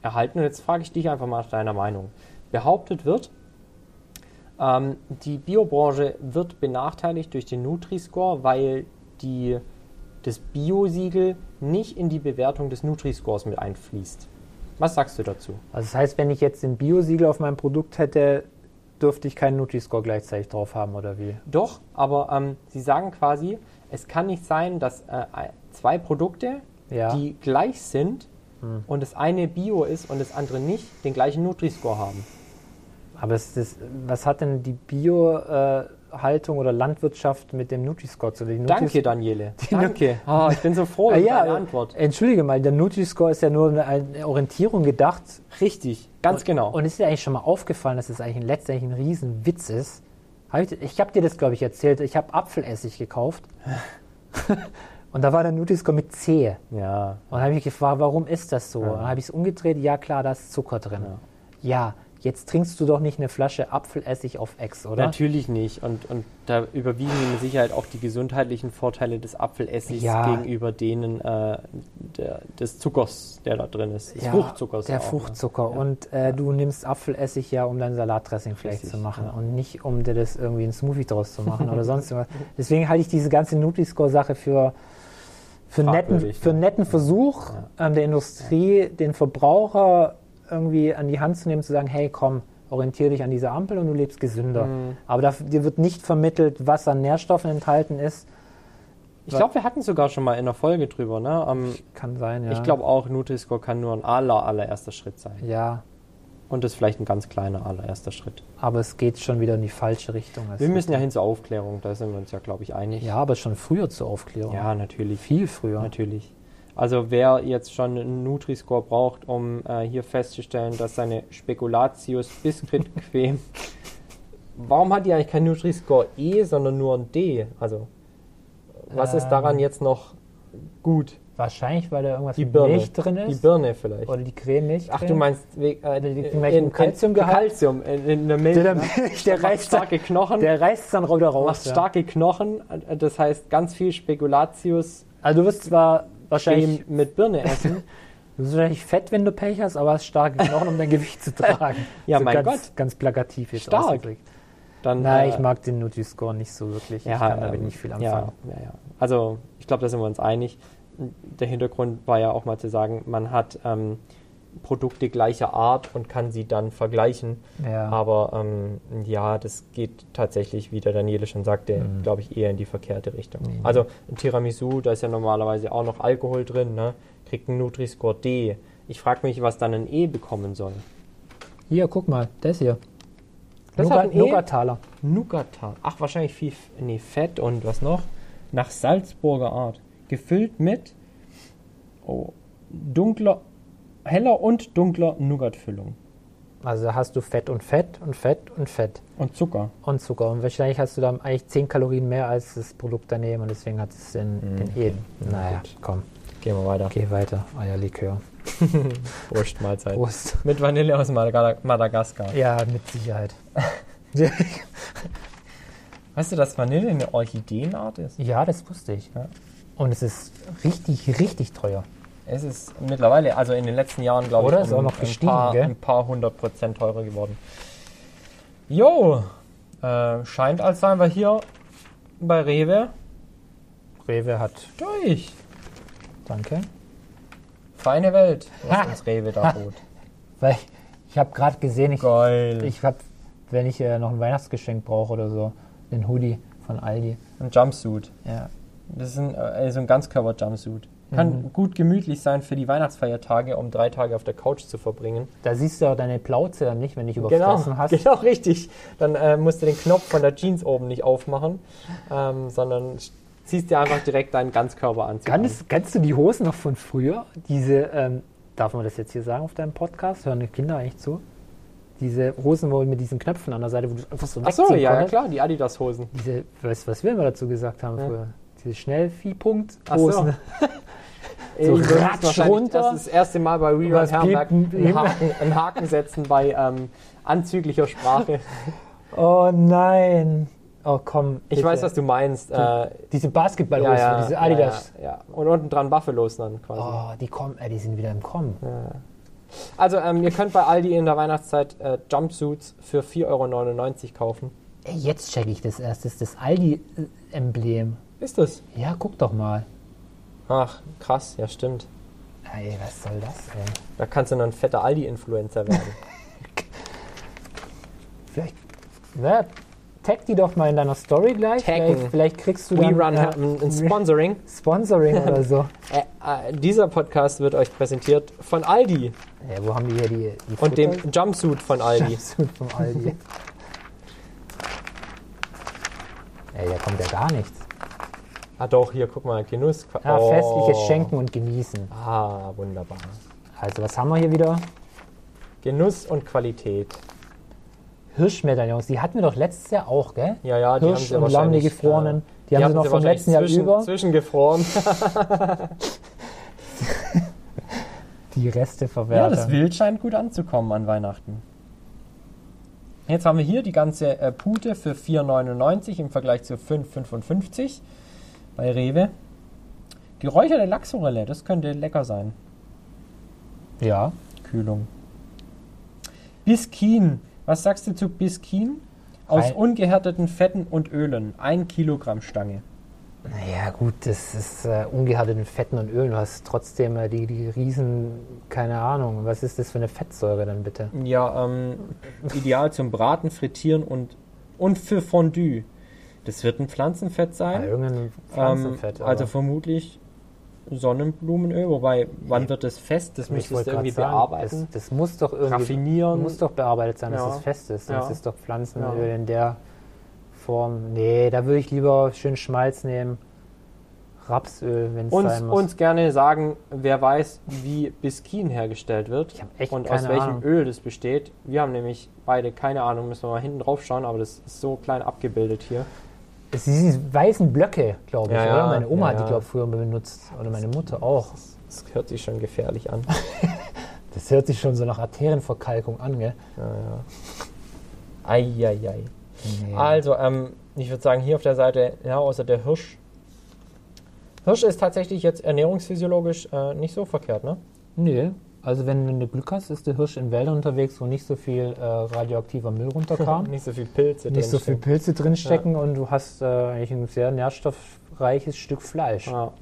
erhalten. Und jetzt frage ich dich einfach mal nach deiner Meinung. Behauptet wird, ähm, die Biobranche wird benachteiligt durch den Nutri-Score, weil die, das Bio-Siegel nicht in die Bewertung des Nutri-Scores mit einfließt. Was sagst du dazu?
Also das heißt, wenn ich jetzt den Bio-Siegel auf meinem Produkt hätte, dürfte ich keinen Nutri-Score gleichzeitig drauf haben, oder wie?
Doch, aber ähm, sie sagen quasi, es kann nicht sein, dass äh, ein- zwei Produkte,
Ja. Hm.
die gleich sind und das eine Bio ist und das andere nicht, den gleichen Nutri-Score haben.
Aber es ist, was hat denn die Bio-Haltung oder Landwirtschaft mit dem Nutri-Score zu tun? (laughs) Die
Danke,
Nutri-
Daniele.
Nu-
Danke. Ah, ich bin so froh
Ah,
über
ja,
deine Antwort.
Entschuldige mal, der Nutri-Score ist ja nur eine, eine Orientierung gedacht,
Richtig, ganz genau.
Und ist dir eigentlich schon mal aufgefallen, dass es eigentlich letztendlich ein Riesenwitz ist? Hab ich ich habe dir das, glaube ich, erzählt. Ich habe Apfelessig
(laughs)
gekauft. und da war der Nutri-Score mit C.
ja,
Und habe ich gefragt, warum ist das so? Und dann habe ich es umgedreht. Ja, klar, da ist Zucker drin. Ja. jetzt trinkst du doch nicht eine Flasche Apfelessig auf Ex, oder?
natürlich nicht. Und, und da überwiegen mit Sicherheit auch die gesundheitlichen Vorteile des Apfelessigs
Ja.
gegenüber denen äh, der, des Zuckers, der da drin ist. Des
Ja,
Fruchtzuckers.
Der
ja auch, ne?
Fruchtzucker. Und äh, du nimmst Apfelessig ja, um dein Salatdressing vielleicht
Richtig,
zu machen
ja.
und nicht, um dir
(laughs)
das irgendwie einen Smoothie draus zu machen oder sonst was. Deswegen halte ich diese ganze Nutri-Score-Sache für Für einen netten,
Fragwürdig.
für einen netten Versuch ähm, der Industrie, den Verbraucher irgendwie an die Hand zu nehmen, zu sagen, hey komm, orientiere dich an diese Ampel und du lebst gesünder.
Mhm.
Aber da, dir wird nicht vermittelt, was an Nährstoffen enthalten ist.
Ich glaube, wir hatten sogar schon mal in der Folge drüber, ne? Am-
Kann sein, ja.
Ich glaube auch, Nutri-Score kann nur ein aller, allererster Schritt sein.
Ja,
Und das ist vielleicht ein ganz kleiner allererster Schritt.
aber es geht schon wieder in die falsche Richtung. Es
Wir müssen ja hin zur Aufklärung, da sind wir uns ja, glaube ich, einig.
ja, aber schon früher zur Aufklärung.
Ja, natürlich.
Viel früher.
Natürlich. Also wer jetzt schon einen Nutri-Score braucht, um äh, hier festzustellen, dass seine Spekulatius
(laughs)
Biscuit Quem... Warum hat die eigentlich kein Nutri-Score E, sondern nur ein D? Also, was
Ähm.
ist daran jetzt noch gut?
Wahrscheinlich, weil da irgendwas
Die
mit
Birne.
Milch drin
Die
ist.
Birne vielleicht.
oder die Creme Milch.
Ach, du
drin.
meinst we- äh,
Die- die- die-
in-
welchen
in-
Kalziumgehalt?
Kalzium in, in der Milch.
Der, der,
ne?
Milch, der,
macht
reißt, dann-
starke Knochen,
der reißt dann wieder
macht
raus. ja.
starke Knochen. äh, Das heißt, ganz viel Spekulatius
Also du wirst zwar wahrscheinlich,
Creme mit Birne essen.
du wirst wahrscheinlich fett, wenn du Pech hast, aber hast starke Knochen, um dein Gewicht zu tragen.
(laughs) Ja,
so
mein
ganz, Ganz plakativ jetzt
Stark.
ausgedrückt.
Dann,
(laughs) Nein,
äh,
ich mag den Nutri-Score nicht so wirklich. ich kann damit
ähm,
nicht viel
ja,
anfangen.
Ja, ja. Also ich glaube, da sind wir uns einig. Der Hintergrund war ja auch mal zu sagen, man hat ähm, Produkte gleicher Art und kann sie dann vergleichen.
Ja.
Aber ähm, ja, das geht tatsächlich, wie der Daniele schon sagte, glaube ich, eher in die verkehrte Richtung. Also ein Tiramisu, da ist ja normalerweise auch noch Alkohol drin, ne? kriegt einen Nutri-Score D. Ich frage mich, was dann ein E bekommen soll.
Hier, guck mal, das hier.
Das
Nougat-
hat ein E?
Nougataler.
Nougatal. Ach, wahrscheinlich viel F- nee, Fett und was noch? Nach Salzburger Art. Gefüllt mit oh, dunkler, heller und dunkler Nougatfüllung.
Also da hast du Fett und Fett und Fett und Fett
Und Zucker.
und Zucker. Und wahrscheinlich hast du da eigentlich 10 Kalorien mehr als das Produkt daneben und deswegen hat es den, den E. Naja, komm,
Hm, Gehen wir weiter.
geh weiter, Eierlikör.
Prost, Mahlzeit.
Prost.
Mit Vanille aus Madaga- Madagaskar.
Ja, mit Sicherheit.
Weißt du, dass Vanille eine Orchideenart ist?
ja, das wusste ich.
Ja.
Und es ist richtig, richtig teuer.
Es ist mittlerweile, also in den letzten Jahren, glaube ich,
Oder? Ist auch noch gestiegen,
ein, paar,
gell?
ein paar hundert Prozent teurer geworden. Jo, äh, scheint als seien wir hier bei Rewe
Rewe hat,
durch.
danke.
Feine Welt, was
Ha.
uns Rewe da bot.
Weil ich, ich habe gerade gesehen, ich,
Geil.
ich habe, wenn ich äh, noch ein Weihnachtsgeschenk brauche oder so, den Hoodie von Aldi.
Ein Jumpsuit.
Ja.
Das ist ein, äh, so ein Ganzkörper-Jumpsuit. Kann
Mhm.
gut gemütlich sein für die Weihnachtsfeiertage, um drei Tage auf der Couch zu verbringen.
Da siehst du auch deine Plauze dann nicht, wenn du dich überfressen
(laughs)
hast.
genau richtig. Dann äh, musst du den Knopf von der Jeans oben nicht aufmachen, ähm, sondern sch- ziehst dir einfach direkt deinen Ganzkörperanzug an.
Kannst, kannst du die Hosen noch von früher, diese, ähm, darf man das jetzt hier sagen auf deinem Podcast? Hören die Kinder eigentlich zu? Diese Hosen wohl mit diesen Knöpfen an der Seite, wo du einfach so
Ach so,
wegziehen
ja, ja
konntest.
klar, die Adidas-Hosen.
Diese, weißt du, was wir immer dazu gesagt haben früher? Diese Schnellviehpunkt
Ach so.
Hosen.
Ey,
So
ich würde
ratsch
wahrscheinlich
runter.
erst Das, erste Mal bei Real
Was
Herrenberg
piepen-
einen Haken, einen Haken setzen bei ähm, anzüglicher
(laughs)
Sprache.
Oh nein. Oh komm.
Ich
bitte.
weiß, was du meinst. Äh, ja,
Diese Basketballhosen,
ja,
diese Adidas.
Ja, ja. Und unten dran Buffalo's dann quasi.
Oh, die kommen, ey, die sind wieder im Kommen.
Also, ähm, ihr könnt bei Aldi in der Weihnachtszeit äh, Jumpsuits für 4,99 Euro kaufen.
Ey, jetzt checke ich das erst. Das ist das Aldi-Emblem.
Ist das?
Ja, guck doch mal.
Ach, krass, ja, stimmt.
Ey, was soll das, ey?
Da kannst du noch ein fetter Aldi-Influencer
(laughs)
werden.
Vielleicht. Na, tag die doch mal in deiner Story gleich.
Taggen.
Vielleicht, vielleicht kriegst du
We
dann,
run
äh,
ein ein Sponsoring.
Sponsoring
(laughs)
oder so.
Äh, äh, dieser Podcast wird euch präsentiert von Aldi
Ja, wo haben die hier die, die
und dem Jumpsuit von Aldi.
(laughs) Jumpsuit vom
(laughs)
Aldi? Ey, da kommt ja gar nichts.
Ah doch, hier, guck mal, Genuss.
Ja,
Oh.
Ah, festliches Schenken und Genießen.
Ah, wunderbar.
Also, was haben wir hier wieder?
Genuss und Qualität.
Hirschmedaillons, die hatten wir doch letztes Jahr auch, gell?
Ja, ja, die haben
Hirsch
sie
und Lamm, die
wahrscheinlich,
gefrorenen.
äh,
Die haben sie noch vom
wahrscheinlich
letzten Jahr
zwischen,
über.
Zwischengefroren.
Die Reste verwertet.
Ja, das Wild scheint gut anzukommen an Weihnachten. Jetzt haben wir hier die ganze äh, Pute für 4,99 im Vergleich zu 5,55 bei Rewe. Geräucherte Lachsforelle, das könnte lecker sein.
ja.
Kühlung. Biskin. Was sagst du zu Biskin? Aus
Rein-
ungehärteten Fetten und Ölen. Ein Kilogramm Stange.
Naja, gut, das ist äh, ungehärteten Fetten und Ölen. Du hast trotzdem äh, die, die Riesen, keine Ahnung, was ist das für eine Fettsäure dann bitte?
Ja, ähm, ideal zum Braten, Frittieren und, und für Fondue. Das wird ein Pflanzenfett
Ja,
sein.
irgendein
Ähm,
Pflanzenfett.
also
aber-
vermutlich Sonnenblumenöl. Wobei, wann wird es fest? Das
ich
müsstest
wollte
du
gerade
irgendwie
sagen,
bearbeiten.
Das, das muss doch irgendwie
Raffinieren.
muss doch bearbeitet sein, dass
Ja.
es fest ist. Sonst
Ja.
ist doch Pflanzenöl
Ja.
in der Form. Nee, da würde ich lieber schön Schmalz nehmen. Rapsöl, wenn es
Uns,
sein muss.
uns gerne sagen, wer weiß, wie Biskin hergestellt wird
Ich hab echt
und
keine
aus welchem
Ahnung.
Öl das besteht. Wir haben nämlich beide keine Ahnung, müssen wir mal hinten drauf schauen, aber das ist so klein abgebildet hier.
Es sind diese weißen Blöcke, glaube ich,
Ja,
oder?
ja,
Meine Oma
ja,
hat die,
ja.
glaube ich, früher benutzt. Oder meine Mutter auch.
Das hört sich schon gefährlich an. (laughs)
Das hört sich schon so nach Arterienverkalkung an, gell?
Eieiei.
Nee.
Also, ähm, ich würde sagen, hier auf der Seite, ja, außer der Hirsch. Hirsch ist tatsächlich jetzt ernährungsphysiologisch äh, nicht so verkehrt, ne?
Nee. Also wenn, wenn du Glück hast, ist der Hirsch in Wäldern unterwegs, wo nicht so viel äh, radioaktiver Müll
(laughs)
runterkam.
Nicht so viel Pilze
nicht so viel
drinstecken.
Pilze drinstecken und du hast äh, eigentlich ein sehr nährstoffreiches Stück Fleisch.
Ja.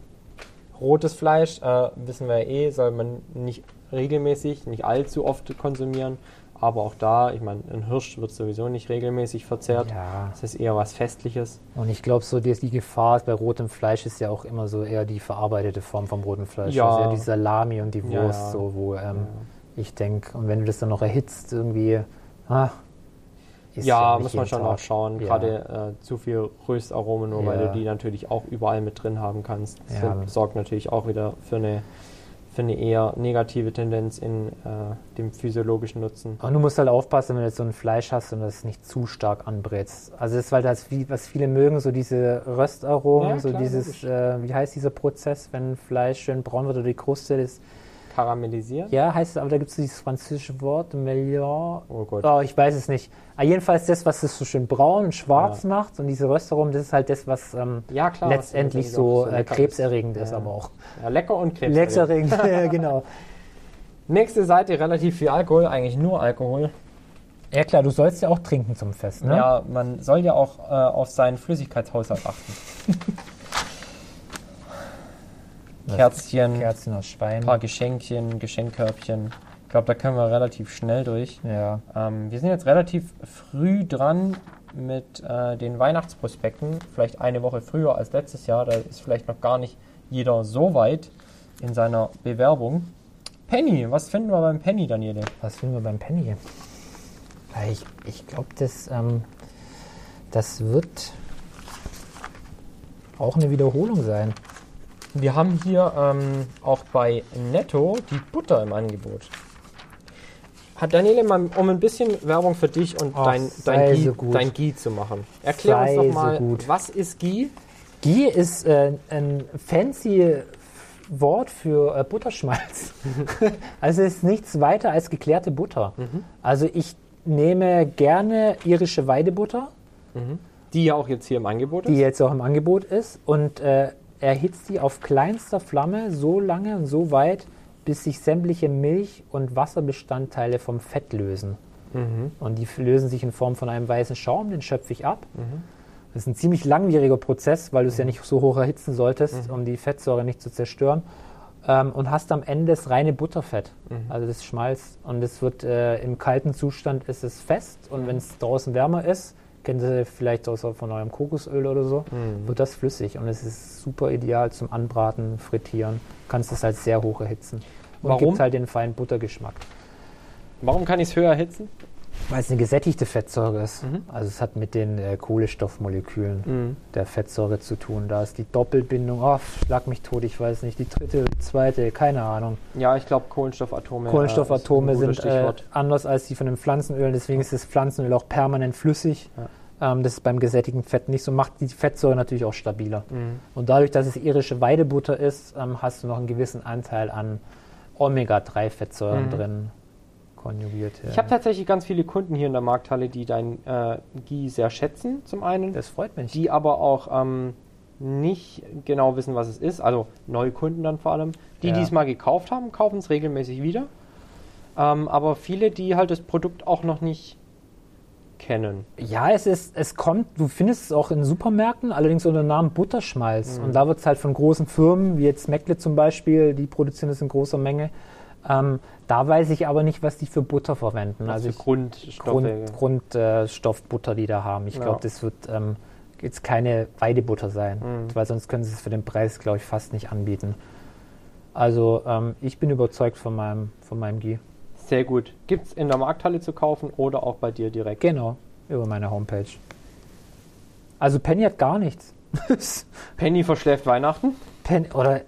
Rotes Fleisch, äh, wissen wir ja eh, soll man nicht regelmäßig, nicht allzu oft konsumieren. Aber auch da, ich meine, ein Hirsch wird sowieso nicht regelmäßig verzehrt.
Ja.
Das ist eher was Festliches.
Und ich glaube, so die, die Gefahr bei rotem Fleisch ist ja auch immer so eher die verarbeitete Form vom roten Fleisch.
Ja.
Also eher die Salami und die Wurst,
Ja, ja.
so wo ähm, ich denke, und wenn du das dann noch erhitzt, irgendwie, ah, isst du
ja,
nicht
muss man
jeden
schon
Tag.
auch schauen.
Ja.
Gerade äh, zu viel Röstaromen, nur weil
Ja.
du die natürlich auch überall mit drin haben kannst. Das
Ja.
sorgt natürlich auch wieder für eine, für eine eher negative Tendenz in äh, dem physiologischen Nutzen.
Und du musst halt aufpassen, wenn du jetzt so ein Fleisch hast und das nicht zu stark anbrätst. Also das ist, weil das, viel- was viele mögen, so diese Röstaromen,
Ja,
so
klar,
dieses, äh, wie heißt dieser Prozess, wenn Fleisch schön braun wird oder die Kruste ist.
Karamellisiert?
Ja, heißt es, aber da gibt es dieses französische Wort, Melior.
Oh Gott.
Oh, ich weiß es nicht. Ah, jedenfalls das, was es so schön braun und schwarz macht und diese Röstaromen, das ist halt das, was ähm,
Ja, klar. was
letztendlich
natürlich
so,
auch
äh,
lecker
krebserregend ist,
Ja.
aber auch.
Ja, lecker und krebserregend.
Krebserregend, (laughs) ja, genau.
Nächste Seite, relativ viel Alkohol, eigentlich nur Alkohol.
Ja klar, du sollst ja auch trinken zum Fest, ne?
Ja, man soll ja auch äh, auf seinen Flüssigkeitshaushalt
(laughs)
achten. Kerzchen,
Kerzen aus Schwein.
paar Geschenkchen, Geschenkkörbchen. Ich glaube, da können wir relativ schnell durch.
Ja.
Ähm, wir sind jetzt relativ früh dran mit äh, den Weihnachtsprospekten. Vielleicht eine Woche früher als letztes Jahr. Da ist vielleicht noch gar nicht jeder so weit in seiner Bewerbung. Penny, was finden wir beim Penny, Daniele?
Was finden wir beim Penny? Weil Ich, ich glaube, das, ähm, das wird auch eine Wiederholung sein.
Wir haben hier ähm, auch bei Netto die Butter im Angebot. Hat Daniele mal, um ein bisschen Werbung für dich und
Ach,
dein,
sei
dein, Ghee,
so gut.
dein Ghee zu machen. Erklär
Sei
uns
so
doch mal,
gut.
was ist Ghee?
Ghee ist äh, ein fancy Wort für äh, Butterschmalz. also es ist nichts weiter als geklärte Butter. Also ich nehme gerne irische Weidebutter,
Die ja auch jetzt hier im Angebot ist.
die jetzt auch im Angebot ist, und äh, erhitzt die auf kleinster Flamme so lange und so weit, bis sich sämtliche Milch- und Wasserbestandteile vom Fett lösen.
Mhm.
Und die lösen sich in Form von einem weißen Schaum, den schöpfe ich ab.
Mhm.
Das ist ein ziemlich langwieriger Prozess, weil du es ja nicht so hoch erhitzen
Mhm.
solltest, um die Fettsäure nicht zu zerstören. Ähm, und hast am Ende das reine Butterfett, also das Schmalz. Und es wird äh, im kalten Zustand ist es fest und wenn es draußen wärmer ist, kennt ihr vielleicht aus von eurem Kokosöl oder so, wird das flüssig und es ist super ideal zum Anbraten, Frittieren. Kannst es halt sehr hoch erhitzen und
Warum?
gibt halt den feinen Buttergeschmack.
Warum kann ich es höher erhitzen?
Weil es eine gesättigte Fettsäure ist. Also es hat mit den äh, Kohlenstoffmolekülen
Mhm.
der Fettsäure zu tun. Da ist die Doppelbindung, oh, schlag mich tot, ich weiß nicht, die dritte, die zweite, keine Ahnung.
Ja, ich glaube Kohlenstoffatome. äh,
Kohlenstoffatome
ist ein gutes
sind äh,
Stichwort.
anders als die von den Pflanzenölen, deswegen ist das Pflanzenöl auch permanent flüssig. Ähm, das ist beim gesättigten Fett nicht so, macht die Fettsäure natürlich auch stabiler.
Mhm.
Und dadurch, dass es irische Weidebutter ist, ähm, hast du noch einen gewissen Anteil an Omega-3-Fettsäuren drin konjugiert. ja.
Mhm. Ich habe tatsächlich ganz viele Kunden hier in der Markthalle, die dein äh, Ghee sehr schätzen, zum einen.
das freut mich.
die aber auch ähm, nicht genau wissen, was es ist. Also neue Kunden dann vor allem. Die,
Ja.
die es mal gekauft haben, kaufen es regelmäßig wieder. Ähm, aber viele, die halt das Produkt auch noch nicht kennen.
Ja, es ist, es kommt, du findest es auch in Supermärkten, allerdings unter dem Namen Butterschmalz.
Mhm.
Und da wird es halt von großen Firmen, wie jetzt Meckle zum Beispiel, die produzieren es in großer Menge. Ähm, da weiß ich aber nicht, was die für Butter verwenden.
Also
Also ich,
Grundstoffe.
Grund, Grundstoffbutter, die da haben. Ich
Ja.
glaube, das wird ähm, jetzt keine Weidebutter sein,
Mhm.
weil sonst können sie es für den Preis, glaube ich, fast nicht anbieten. Also ähm, ich bin überzeugt von meinem, von meinem Ghee.
Sehr gut. Gibt's in der Markthalle zu kaufen oder auch bei dir direkt?
Genau, über meine Homepage. Also Penny hat gar nichts. (laughs)
Penny verschläft Weihnachten.
Penny, oder,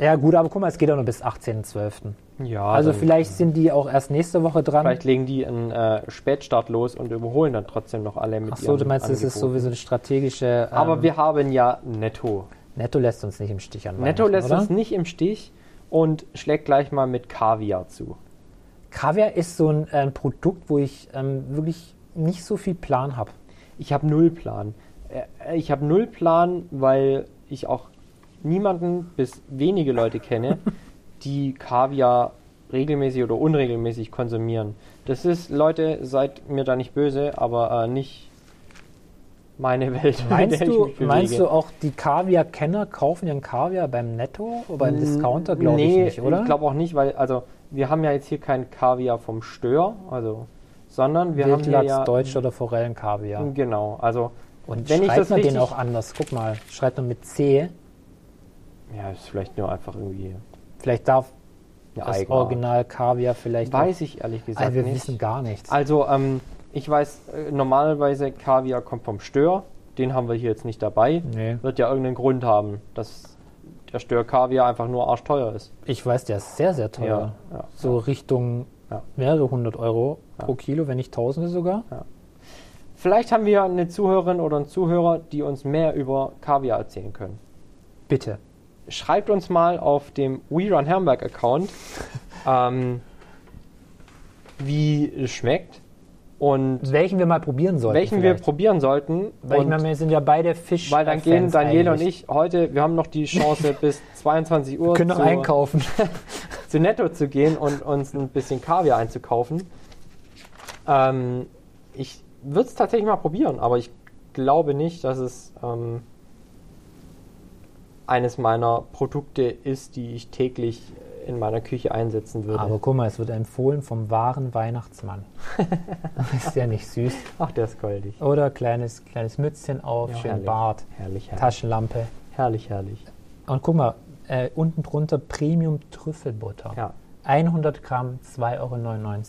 ja gut, aber guck mal, es geht auch nur bis 18.12.
Ja.
Also
Ah, dann-
vielleicht sind die auch erst nächste Woche dran.
Vielleicht legen die einen äh, Spätstart los und überholen dann trotzdem noch alle mit
Ach so, du
ihren
meinst, das ist
Angeboten.
sowieso eine strategische... Ähm,
Aber wir haben ja Netto.
Netto lässt uns nicht im Stich an
Netto
Weihnachten,
lässt
oder?
uns nicht im Stich und schlägt gleich mal mit Kaviar zu.
Kaviar ist so ein, äh, ein Produkt, wo ich ähm, wirklich nicht so viel Plan habe.
Ich habe null Plan. Äh, Ich habe null Plan, weil ich auch niemanden bis wenige Leute
(laughs)
kenne, die Kaviar regelmäßig oder unregelmäßig konsumieren. Das ist, Leute, seid mir da nicht böse, aber äh, nicht meine Welt. in (laughs)
Meinst,
der ich
du,
mich bewege.
meinst du auch, die Kaviar-Kenner kaufen ihren Kaviar beim Netto oder beim Discounter? Glaube
nee,
ich nicht, oder?
Ich glaube auch nicht, weil, also, wir haben ja jetzt hier keinen Kaviar vom Stör, also, sondern wir haben hier
Wildlachs,
ja.
Deutsch oder Forellenkaviar.
Genau, also.
Und
wenn ich
schreibt
das
man den
richtig-
auch anders? Guck mal, schreibt man mit C.
Ja, ist vielleicht nur einfach irgendwie
Vielleicht darf
eine
das
Eigenart.
Original Kaviar vielleicht
Weiß ich ehrlich
auch,
gesagt
also wir
nicht.
wissen gar nichts.
Also, ähm, ich weiß, äh, normalerweise Kaviar kommt vom Stör. Den haben wir hier jetzt nicht dabei.
Nee.
Wird ja irgendeinen Grund haben, dass der Stör Kaviar einfach nur arschteuer ist.
Ich weiß, der ist sehr, sehr teuer.
Ja, ja.
so Richtung
Ja.
mehrere hundert Euro pro Kilo, wenn nicht tausende sogar.
Vielleicht haben wir eine Zuhörerin oder einen Zuhörer, die uns mehr über Kaviar erzählen können.
Bitte.
Schreibt uns mal auf dem We Run Hamburg
(laughs)
Account, ähm, wie es schmeckt und
Welchen wir mal probieren sollten.
welchen wir
vielleicht.
probieren sollten.
Weil ich
und-
meine, wir sind ja beide Fisch. äh,
Weil dann gehen
Fans
Daniel und
eigentlich.
ich heute, wir haben noch die
(laughs)
Chance bis 22 Uhr
Wir können noch
zu, (laughs)
einkaufen.
zu Netto zu gehen und uns ein bisschen Kaviar einzukaufen. Ähm, ich würde es tatsächlich mal probieren, aber ich glaube nicht, dass es ähm, eines meiner Produkte ist, die ich täglich in meiner Küche einsetzen würde.
Aber guck mal, es wird empfohlen vom
(laughs)
wahren Weihnachtsmann. ist ja nicht süß.
Ach, der ist goldig.
Oder kleines, kleines Mützchen auf,
Ja,
schön
herrlich.
Bart,
Herrlich, herrlich.
Taschenlampe.
Herrlich, herrlich.
Und guck mal, äh, unten drunter Premium Trüffelbutter.
Ja.
100 Gramm, 2,99 Euro.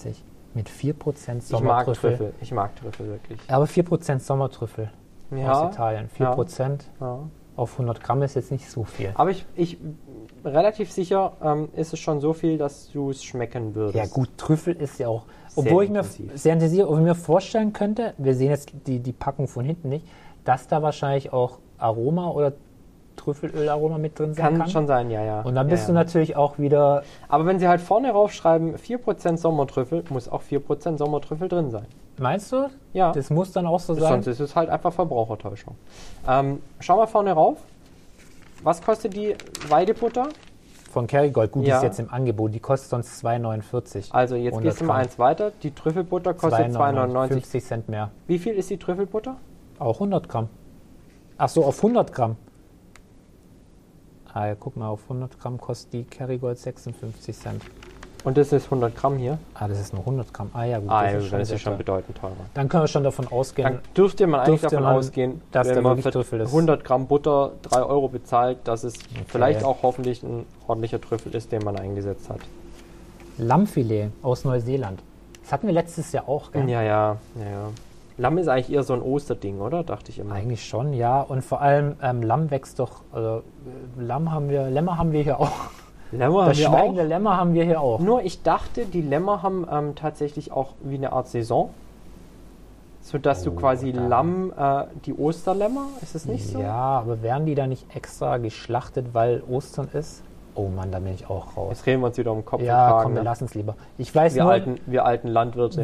Mit 4%
Ich mag
Sommertrüffel.
Trüffel. Ich mag Trüffel wirklich.
Aber 4% Sommertrüffel aus Italien. 4%
ja. Ah.
auf 100 Gramm ist jetzt nicht so viel.
Aber ich, ich relativ sicher ähm, ist es schon so viel, dass du es schmecken würdest.
Ja gut, Trüffel ist ja auch,
Sehr
obwohl ich mir
intensiv.
sehr intensiv, obwohl ich mir vorstellen könnte, wir sehen jetzt die, die Packung von hinten nicht, dass da wahrscheinlich auch Aroma oder Trüffelölaroma mit drin sein
Kann,
kann.
schon sein, ja, ja.
Und dann bist
ja,
du
ja.
natürlich auch wieder,
Aber wenn sie halt vorne raufschreiben, 4% Sommertrüffel, muss auch 4% Sommertrüffel drin sein.
meinst du?
Ja,
Das muss dann auch so sein.
sonst ist es halt einfach Verbrauchertäuschung. Ähm, schau mal vorne rauf. Was kostet die Weidebutter?
Von Kerrygold, gut, die
Ja.
ist jetzt im Angebot, die kostet sonst 2,49.
Also jetzt gehst du mal eins weiter. Die Trüffelbutter kostet 2,99.
50 Cent mehr.
Wie viel ist die Trüffelbutter?
Auch 100 Gramm. Ach so, auf 100 Gramm. Ah, ja, guck mal, auf 100 Gramm kostet die Kerrygold 56 Cent.
Und das ist 100 Gramm hier.
Ah, das ist nur 100 Gramm. Ah ja, gut.
Ah,
das
ja, dann ist
sehr
es schon
teuer.
bedeutend teurer.
dann können wir schon davon ausgehen.
Dann dürfte man eigentlich
Dürfte
davon
man,
ausgehen,
dass
wenn
der
man
wirklich
für
Trüffel ist.
100 Gramm Butter 3 Euro bezahlt, dass es vielleicht auch hoffentlich ein ordentlicher Trüffel ist, den man eingesetzt hat.
Lammfilet aus Neuseeland. Das hatten wir letztes Jahr auch, gell?
Ja, ja, ja. ja. Lamm ist eigentlich eher so ein Osterding, oder? Dachte ich immer.
Eigentlich schon, ja. Und vor allem ähm, Lamm wächst doch. Also, äh, Lamm haben wir, Lämmer haben wir hier auch.
Lämmer (laughs)
das
haben wir
schweigende
auch.
Lämmer haben wir hier auch.
Nur ich dachte, die Lämmer haben ähm, tatsächlich auch wie eine Art Saison. Sodass du
Oh,
quasi
da.
Lamm, äh, die Osterlämmer, ist es nicht so?
Ja, aber werden die da nicht extra geschlachtet, weil Ostern ist? Oh Mann, da bin ich auch raus.
Jetzt reden wir uns wieder um den Kopf
Ja,
und
komm,
Kragen.
wir
ne?
lassen es lieber. Ich weiß,
wir,
nur,
alten, wir alten Landwirte.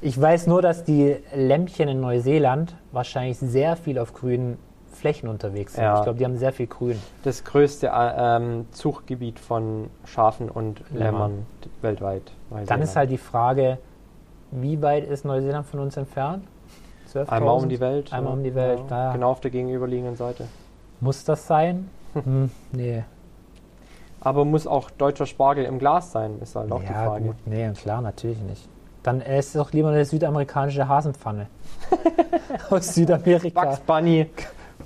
ich weiß nur, dass die Lämpchen in Neuseeland wahrscheinlich sehr viel auf grünen Flächen unterwegs sind.
Ja.
Ich glaube, die haben sehr viel Grün.
das größte äh, ähm, Zuchtgebiet von Schafen und
Lämmern.
Lämmern d- weltweit.
halt Dann ist halt die Frage, Wie weit ist Neuseeland von uns entfernt? 12.000?
Einmal um die Welt.
Einmal
ne?
um die Welt,
Ja.
naja.
Genau auf der gegenüberliegenden Seite.
Muss das sein? Hm, nee.
Aber muss auch deutscher Spargel im Glas sein, ist halt auch die Frage.
gut, nee, klar, natürlich nicht. Dann äh, ist doch lieber eine
(laughs)
südamerikanische Hasenpfanne. Aus Südamerika.
Bugs
(laughs)
Bunny,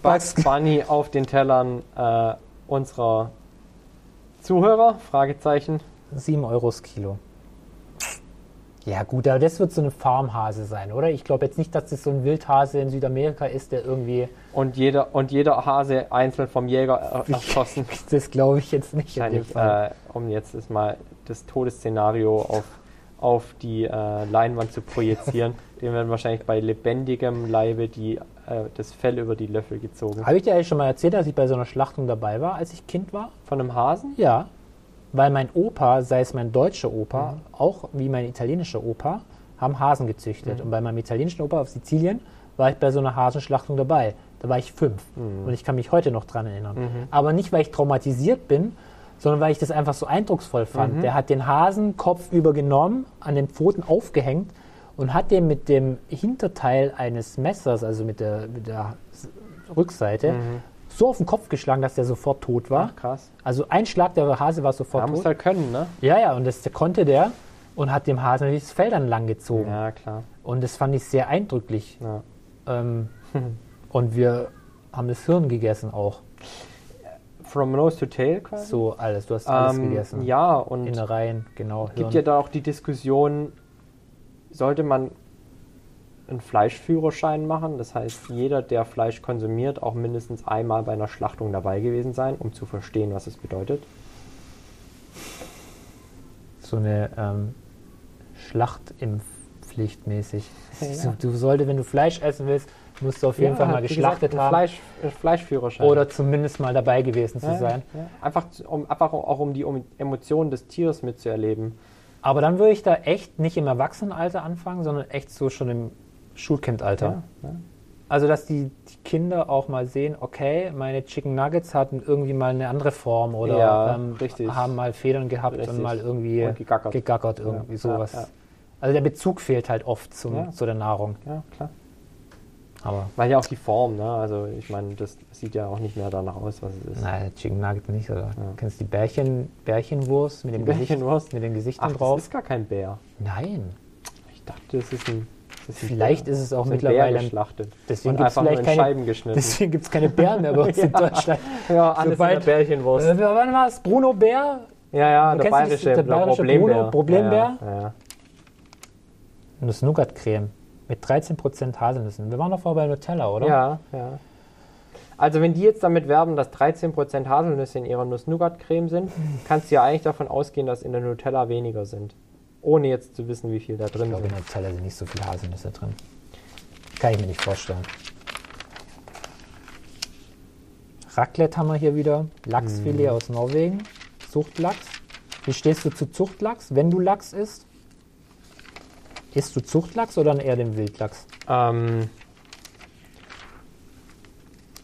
Bugs
Bugs-
Bunny auf den Tellern äh, unserer Zuhörer? Fragezeichen.
7 Euro das Kilo. Ja gut, aber das wird so eine Farmhase sein, oder? Ich glaube jetzt nicht, dass das so ein Wildhase in Südamerika ist, der irgendwie...
Und jeder, und jeder Hase einzeln vom Jäger
(laughs)
äh, erschossen.
Das glaube ich jetzt nicht. in dem
Wahrscheinlich,
Fall.
äh, um jetzt ist mal das Todesszenario auf, auf die äh, Leinwand zu projizieren. Dem werden wahrscheinlich bei lebendigem Leibe die, äh, das Fell über die Löffel gezogen.
Habe ich dir eigentlich schon mal erzählt, dass ich bei so einer Schlachtung dabei war, als ich Kind war?
Von einem Hasen?
Ja. Weil mein Opa, sei es mein deutscher Opa, auch wie mein italienischer Opa, haben Hasen gezüchtet. Und bei meinem italienischen Opa auf Sizilien war ich bei so einer Hasenschlachtung dabei. Da war ich fünf. Und ich kann mich heute noch dran erinnern. Aber nicht, weil ich traumatisiert bin, sondern weil ich das einfach so eindrucksvoll fand. Der hat den Hasen kopfüber genommen, an den Pfoten aufgehängt und hat den mit dem Hinterteil eines Messers, also mit der, mit der Rückseite, so auf den Kopf geschlagen, dass der sofort tot war.
Ach, krass.
Also ein Schlag der Hase war sofort
Da muss
tot.
halt können, ne?
Ja, ja, und das konnte der und hat dem Hasen natürlich das Fell dann lang gezogen.
Ja, klar.
Und das fand ich sehr eindrücklich.
Ja. (laughs)
Ähm, und wir haben das Hirn gegessen auch.
From nose to tail quasi?
So alles. Du hast alles
Ähm,
gegessen.
Ja, und
Innereien, genau. Hirn.
gibt ja da auch die Diskussion, sollte man einen Fleischführerschein machen? Das heißt, jeder, der Fleisch konsumiert, auch mindestens einmal bei einer Schlachtung dabei gewesen sein, um zu verstehen, was es bedeutet.
so eine ähm, Schlachtimpfpflicht mäßig.
Ja.
(laughs) So, du solltest, wenn du Fleisch essen willst, musst du auf jeden
Ja,
Fall mal
wie
geschlachtet
gesagt, ein
haben
Fleisch, ein Fleischführerschein.
oder zumindest mal dabei gewesen zu
ja,
sein.
Ja. Einfach, zu- um, einfach auch um die um Emotionen des Tieres mitzuerleben.
Aber dann würde ich da echt nicht im Erwachsenenalter anfangen, sondern echt so schon im Schulkindalter.
ja.
Also, dass die, die Kinder auch mal sehen, okay, meine Chicken Nuggets hatten irgendwie mal eine andere Form oder ähm,
Ja, richtig.
haben mal Federn gehabt
Richtig.
und mal irgendwie
Und gegackert.
irgendwie
Ja,
sowas.
ja, ja.
Also der Bezug fehlt halt oft zum,
Ja.
zu der Nahrung.
ja, klar.
Aber
Weil ja auch die Form, ne? Also ich meine, das sieht ja auch nicht mehr danach aus, was es ist.
nein, Chicken Nuggets nicht, oder? Du kennst die Bärchen, Bärchenwurst mit dem Gesicht,
Bärchenwurst?
mit den Gesichten
Ach,
drauf?
das ist gar kein Bär.
Nein.
Ich dachte, das ist ein. Das ist ein
Vielleicht
Bär.
ist es auch
Das ist ein
mittlerweile
Bär
ein
geschlachtet.
deswegen
und
gibt's
einfach nur in
vielleicht keine-
Scheiben geschnitten.
Deswegen gibt es keine Bären mehr bei uns in Deutschland.
(laughs) ja, alles
sobald-
in der Bärchenwurst.
Äh, wann war es? Bruno Bär?
ja, ja,
du
der
kennst
bayerische,
das- der
Bär,
bayerische
Problembär.
Bruno, Problembär?
Ja, ja, ja.
Nuss-Nougat-Creme mit 13% Haselnüssen. Wir waren doch vorher bei Nutella, oder?
Ja, ja. Also wenn die jetzt damit werben, dass 13% Haselnüsse in ihrer Nuss-Nougat-Creme sind, (laughs) kannst du ja eigentlich davon ausgehen, dass in der Nutella weniger sind. Ohne jetzt zu wissen, wie viel da
Ich
drin
glaube,
sind.
in Nutella sind nicht so viele Haselnüsse drin. Kann ich mir nicht vorstellen. Raclette haben wir hier wieder. Lachsfilet aus Norwegen. Zuchtlachs. Wie stehst du zu Zuchtlachs, wenn du Lachs isst? Isst du Zuchtlachs oder eher den Wildlachs?
Ähm,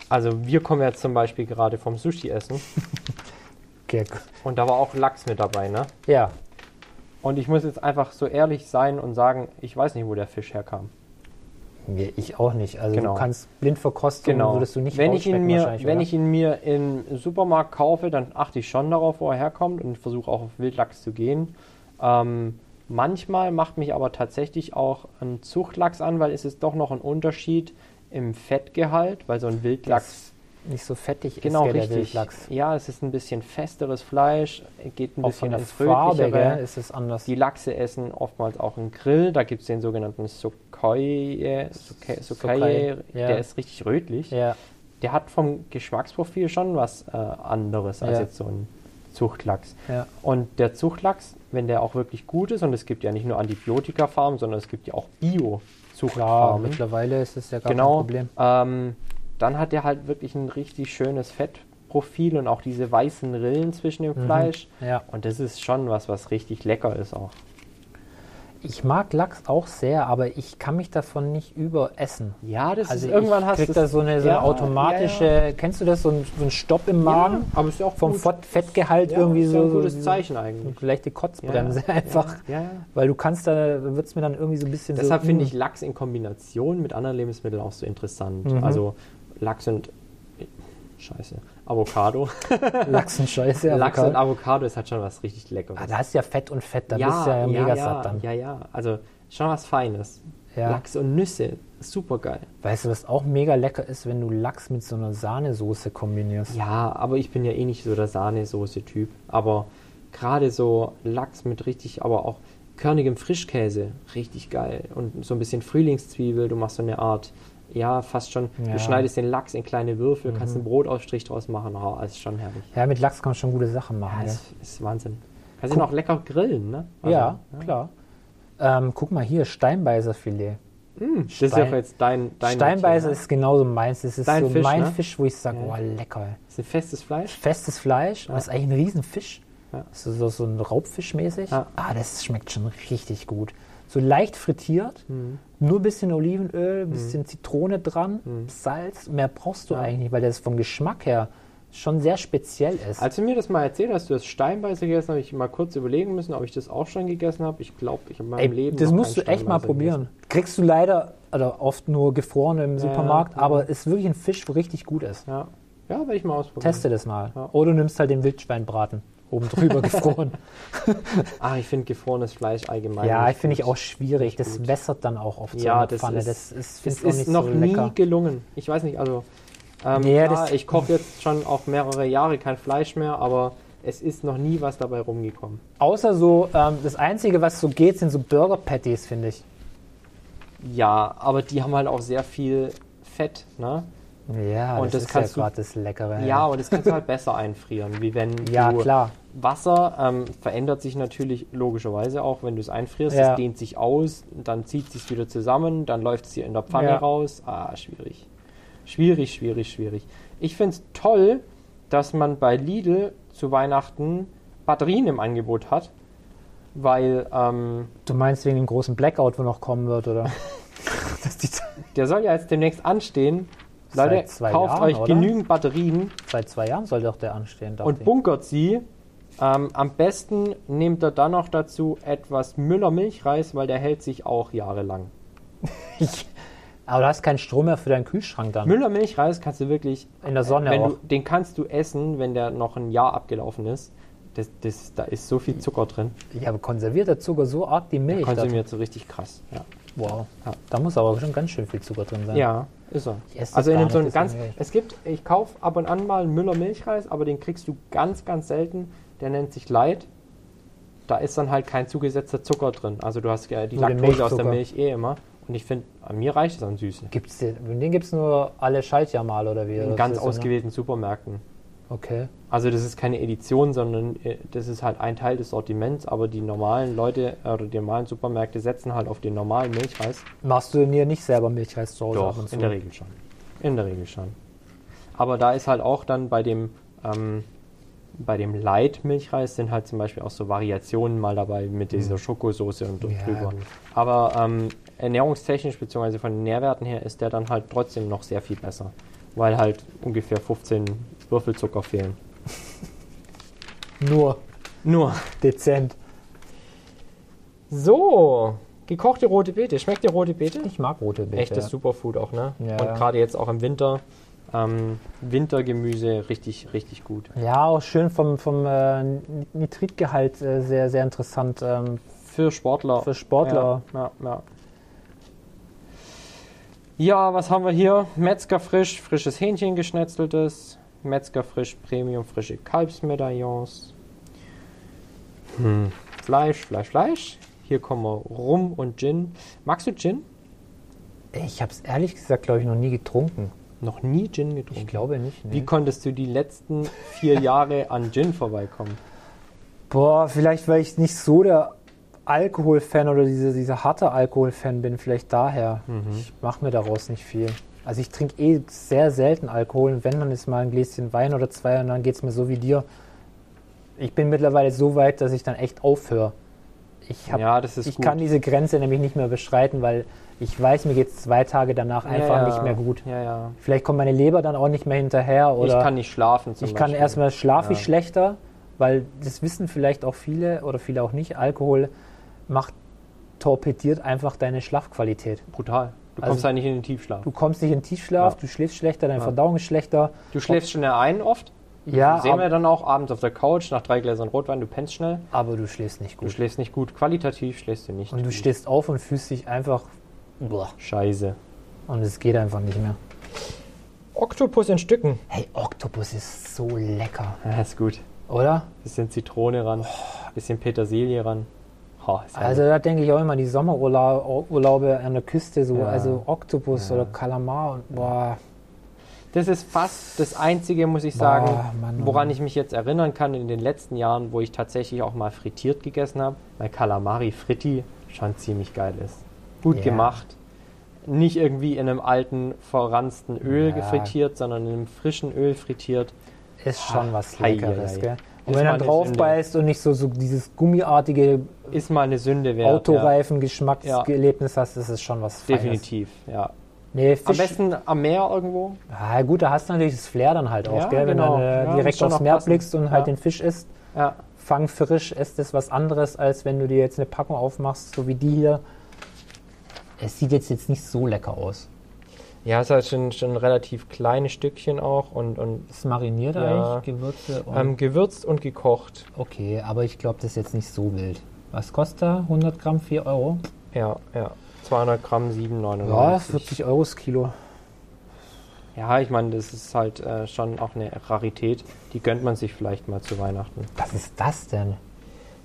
also wir kommen jetzt zum Beispiel gerade vom Sushi-Essen
Okay.
und da war auch Lachs mit dabei, ne?
(laughs) Ja,
Und ich muss jetzt einfach so ehrlich sein und sagen, ich weiß nicht, wo der Fisch herkam.
Nee, ich auch nicht. Also
Genau.
du kannst blind verkosten, würdest du nicht
wenn ich ihn
rausschmecken
mir,
wahrscheinlich,
wenn
oder?
ich ihn mir im Supermarkt kaufe, dann achte ich schon darauf, wo er herkommt und versuche auch auf Wildlachs zu gehen. Ähm, manchmal macht mich aber tatsächlich auch ein Zuchtlachs an, weil es ist doch noch ein Unterschied im Fettgehalt, weil so ein Wildlachs
nicht so fettig
Genau,
ist, gell, der
richtig.
Wildlachs.
Ja, es ist ein bisschen festeres Fleisch, geht ein
Auch
bisschen
von der
ins Rötliche.
Farbe gell,
rein.
ist es anders.
Die Lachse essen oftmals auch einen Grill, da gibt es den sogenannten Sokaye, Sokaye,
Sokaye, ja.
der ist richtig rötlich.
ja.
Der hat vom Geschmacksprofil schon was äh, anderes als
Ja.
jetzt so ein Zuchtlachs.
Ja.
Und der Zuchtlachs, wenn der auch wirklich gut ist, und es gibt ja nicht nur Antibiotikafarmen, sondern es gibt ja auch
Klar,
Bio-Zuchtfarmen
mittlerweile ist es ja gar kein
genau.
Problem.
Ähm, dann hat er halt wirklich ein richtig schönes Fettprofil und auch diese weißen Rillen zwischen dem Fleisch.
Mhm. Ja.
Und das ist schon was, was richtig lecker ist auch.
Ich mag Lachs auch sehr, aber ich kann mich davon nicht überessen.
Ja, das
Also
ist irgendwann
ich
hast
krieg
du
da so eine, so eine
ja,
automatische,
ja,
kennst du das, so ein, so ein Stopp im Magen
aber ist ja auch
vom
gut.
Fett- Fettgehalt
Ja,
irgendwie
ist ja
so.
ein gutes
so-
Zeichen
so
eigentlich.
eine leichte Kotzbremse
Ja,
einfach.
Ja, ja.
Weil du kannst da, wird es mir dann irgendwie so ein bisschen
Deshalb
so.
finde
mm.
ich Lachs in Kombination mit anderen Lebensmitteln auch so interessant.
Mhm.
Also Lachs und Scheiße,
(laughs)
Avocado.
Lachsenscheiße.
Lachs
Avocado.
und Avocado ist halt schon was richtig Leckeres.
Ah, da hast du ja Fett und Fett, da bist du ja, mega
ja,
satt dann.
Ja, ja, also schon was Feines.
Ja.
Lachs und Nüsse, super geil.
Weißt du, was auch mega lecker ist, wenn du Lachs mit so einer Sahnesoße kombinierst?
Ja, aber ich bin ja eh nicht so der Sahnesoße-Typ. Aber gerade so Lachs mit richtig, aber auch körnigem Frischkäse, richtig geil. Und so ein bisschen Frühlingszwiebel, du machst so eine Art, ja, fast schon,
Ja. Mhm.
du schneidest den Lachs in kleine Würfel, kannst einen Brotausstrich draus machen. Oh, ist schon herrlich.
Ja, mit Lachs kann man schon gute Sachen
Ja,
machen. gell?
Ist, ist Wahnsinn. Kannst du noch lecker grillen, ne? Also,
ja, klar. Ähm, guck mal hier, Steinbeißerfilet.
Hm, das ist ja
Stein-
auch jetzt dein, dein Mädchen,
Steinbeißer
ne?
ist genauso meins. Das ist
Dein
so
Fisch,
mein
ne?
Fisch, wo ich sage,
Ja.
boah, lecker. ey.
Ist ein festes Fleisch?
Festes Fleisch, aber ist eigentlich ein Riesenfisch.
Ja.
So, so, so ein Raubfisch mäßig.
Ja.
Ah, das schmeckt schon richtig gut. So leicht frittiert,
Mhm.
nur ein bisschen Olivenöl, ein bisschen Zitrone dran,
Mhm.
Salz. Mehr brauchst du eigentlich nicht, weil das vom Geschmack her schon sehr speziell ist.
Als du mir das mal erzählt hast, du hast Steinbeißer gegessen, habe ich mal kurz überlegen müssen, ob ich das auch schon gegessen habe. Ich glaube, ich habe in meinem
Ey,
Leben.
das
noch
musst du
keinen
echt mal
Steinbeißer
probieren. Kriegst du leider oder oft nur gefroren im Supermarkt,
ja.
aber ist wirklich ein Fisch, wo richtig gut ist.
gegessen. Ja, ja werde ich mal ausprobieren.
Teste das mal.
Ja.
Oder du nimmst halt den Wildschweinbraten
(laughs)
oben drüber gefroren.
Ah, ich finde gefrorenes Fleisch allgemein.
ja,
nicht
finde ich
gut.
auch schwierig. Das wässert dann auch oft so
Ja,
in der
das
Pfanne.
ist-
das ist,
Es
find's auch
ist
nicht
noch
so
nie
lecker.
gelungen. Ich weiß nicht, also. Ähm,
Nee,
klar,
das-
ich koche jetzt schon auch mehrere Jahre kein Fleisch mehr, aber es ist noch nie was dabei rumgekommen.
Außer so, ähm, das Einzige, was so geht, sind so Burger Patties, finde ich.
Ja, aber die haben halt auch sehr viel Fett, ne?
Ja,
Und
das,
das
ist
kannst du-
ja gerade das Leckere.
Ja, und das kannst du halt (laughs) besser einfrieren, wie wenn
ja
du
klar.
Wasser ähm, verändert sich natürlich logischerweise auch, wenn du es einfrierst.
Ja.
Es dehnt sich aus, dann zieht es sich wieder zusammen, dann läuft es hier in der Pfanne
Ja.
raus. Ah, schwierig. Schwierig, schwierig, schwierig. Ich finde es toll, dass man bei Lidl zu Weihnachten Batterien im Angebot hat, weil ähm,
Du meinst wegen dem großen Blackout, wo noch kommen wird,
(laughs)
oder? Dass die
der soll ja jetzt demnächst anstehen.
Seit
Leute,
zwei
kauft
Jahren,
euch
oder?
genügend Batterien
Seit zwei Jahren soll doch der anstehen. dachte
und
ich.
bunkert sie. Ähm, am besten nehmt ihr dann noch dazu etwas Müller Milchreis, weil der hält sich auch jahrelang.
Ich, aber du hast keinen Strom mehr für deinen Kühlschrank dann.
Müller Milchreis kannst du wirklich,
In der Sonne
wenn
auch.
du, den kannst du essen, wenn der noch ein Jahr abgelaufen ist. Das, das, da ist so viel Zucker drin.
Ich habe konservierter Zucker so arg die Milch. da-
Konsumiert so richtig krass. Ja,
wow.
Ja.
Da muss aber schon ganz schön viel Zucker drin sein.
ja ist er.
Ich esse das
Also
gar
in
nicht,
so einem
deswegen
ganz,
will ich-
es gibt, ich kaufe ab und an mal einen Müller Milchreis, aber den kriegst du ganz, ganz selten. Der nennt sich Light. Da ist dann halt kein zugesetzter Zucker drin. Also du hast ja die
Nur den
Laktose aus der
Milchzucker.
Milch eh immer. Und ich finde, mir reicht es an Süßen.
Gibt's den den gibt es nur alle Schaltjahr mal oder wie?
In
Oder
ganz
was ist das, ne?
ausgewählten Supermärkten.
Okay.
Also das ist keine Edition, sondern äh, das ist halt ein Teil des Sortiments, aber die normalen Leute äh, oder die normalen Supermärkte setzen halt auf den normalen Milchreis.
Machst du mir nicht selber Milchreis zu Hause ab und zu?
in der Regel schon. In der Regel schon. Aber da ist halt auch dann bei dem ähm, bei dem Light Milchreis sind halt zum Beispiel auch so Variationen mal dabei mit dieser Schokosoße und, und
Ja,
drüber.
gut.
Aber ähm, ernährungstechnisch beziehungsweise von den Nährwerten her ist der dann halt trotzdem noch sehr viel besser, weil halt ungefähr 15 Würfel Zucker fehlen.
Nur
Nur
dezent.
So, gekochte rote Beete. Schmeckt dir rote Beete?
Ich mag rote Beete.
Echtes Superfood auch, ne?
Ja.
Und gerade jetzt auch im Winter. Ähm, Wintergemüse richtig, richtig gut.
Ja, auch schön vom, vom äh, Nitritgehalt äh, sehr, sehr interessant ähm,
Für Sportler.
für Sportler.
Ja, ja, ja. ja, was haben wir hier? Metzgerfrisch, frisches Hähnchen geschnetzeltes. Metzgerfrisch Premium, frische Kalbsmedaillons. Hm. Fleisch, Fleisch, Fleisch. Hier kommen wir Rum und Gin. Magst du Gin?
Ich habe es ehrlich gesagt, glaube ich, noch nie getrunken.
Noch nie Gin getrunken.
Ich glaube nicht. nee.
Mhm. Wie konntest du die letzten vier Jahre an Gin vorbeikommen?
Boah, vielleicht weil ich nicht so der Alkoholfan oder diese, dieser harte Alkoholfan bin, vielleicht daher.
Mhm.
Ich mache mir daraus nicht viel. Also ich trinke eh sehr selten Alkohol und wenn, dann ist mal ein Gläschen Wein oder zwei und dann geht es mir so wie dir. Ich bin mittlerweile so weit, dass ich dann echt aufhöre. Ich, hab,
Ja, das ist
ich
gut.
kann diese Grenze nämlich nicht mehr beschreiten, weil ich weiß, mir geht es zwei Tage danach einfach
ja, ja.
nicht mehr gut.
Ja, ja.
Vielleicht kommt meine Leber dann auch nicht mehr hinterher oder
ich kann nicht schlafen zum
ich kann
Beispiel.
erstmal schlafe ich
Ja.
schlechter, weil das wissen vielleicht auch viele oder viele auch nicht. Alkohol macht torpediert einfach deine Schlafqualität.
Brutal. Du
Also-
kommst halt nicht in den Tiefschlaf.
Du kommst nicht in Tiefschlaf,
Ja.
du schläfst schlechter, deine
Ja.
Verdauung ist schlechter.
Du schläfst schnell ein oft.
Ja,
sehen wir
ab,
dann auch abends auf der Couch nach drei Gläsern Rotwein. Du pennst schnell.
aber du schläfst nicht
Du
gut.
schläfst nicht gut. Qualitativ schläfst du nicht.
Und du
gut.
stehst auf und fühlst dich einfach boah,
Scheiße.
und es geht einfach nicht mehr.
Oktopus in Stücken.
Hey, Oktopus ist so lecker,
Ja, ist gut.
oder?
Bisschen Zitrone ran. Bisschen Petersilie ran. Ha, ist
Oh. Also da denke ich auch immer an die Sommerurlaube an der Küste, so
Ja.
also Oktopus
Ja.
oder Kalamar und boah.
Das ist fast das Einzige, muss ich sagen,
Boah, Mann, oh
woran
Mann.
ich mich jetzt erinnern kann in den letzten Jahren, wo ich tatsächlich auch mal frittiert gegessen habe, weil Calamari Fritti schon ziemlich geil ist. Gut
Ja.
gemacht. Nicht irgendwie in einem alten, verransten Öl
Ja.
gefrittiert, sondern in einem frischen Öl frittiert.
ist schon
Ah,
was
hei,
Leckeres,
hei.
gell? Und
Ist mal
wenn er
eine
drauf
Sünde.
beißt und nicht so, so dieses gummiartige
Ist mal eine Sünde wert.
Autoreifen-Geschmackserlebnis hast, ist es schon was
Ja.
Feines.
Definitiv, ja.
Nee,
Am
Fisch,
besten am Meer irgendwo.
ah, gut, da hast du natürlich das Flair dann halt auch,
Ja,
gell? Wenn
genau.
du äh,
Ja, muss
direkt
schon
aufs
noch
Meer
passen.
blickst und halt
Ja.
den Fisch isst,
Ja.
fang frisch, ist das was anderes, als wenn du dir jetzt eine Packung aufmachst, so wie die hier. Es sieht jetzt, jetzt nicht so lecker aus.
Ja, es hat schon, schon relativ kleine Stückchen auch und, und
Ist mariniert
Ja.
eigentlich, Gewürze und
ähm, gewürzt und gekocht.
Okay, aber ich glaube, das ist jetzt nicht so wild. Was kostet da? 100 Gramm, 4 Euro?
Ja, ja. 200 Gramm, 7,99.
Ja, 40 Euro das Kilo.
Ja, ich meine, das ist halt äh, schon auch eine Rarität. Die gönnt man sich vielleicht mal zu Weihnachten.
Was ist das denn?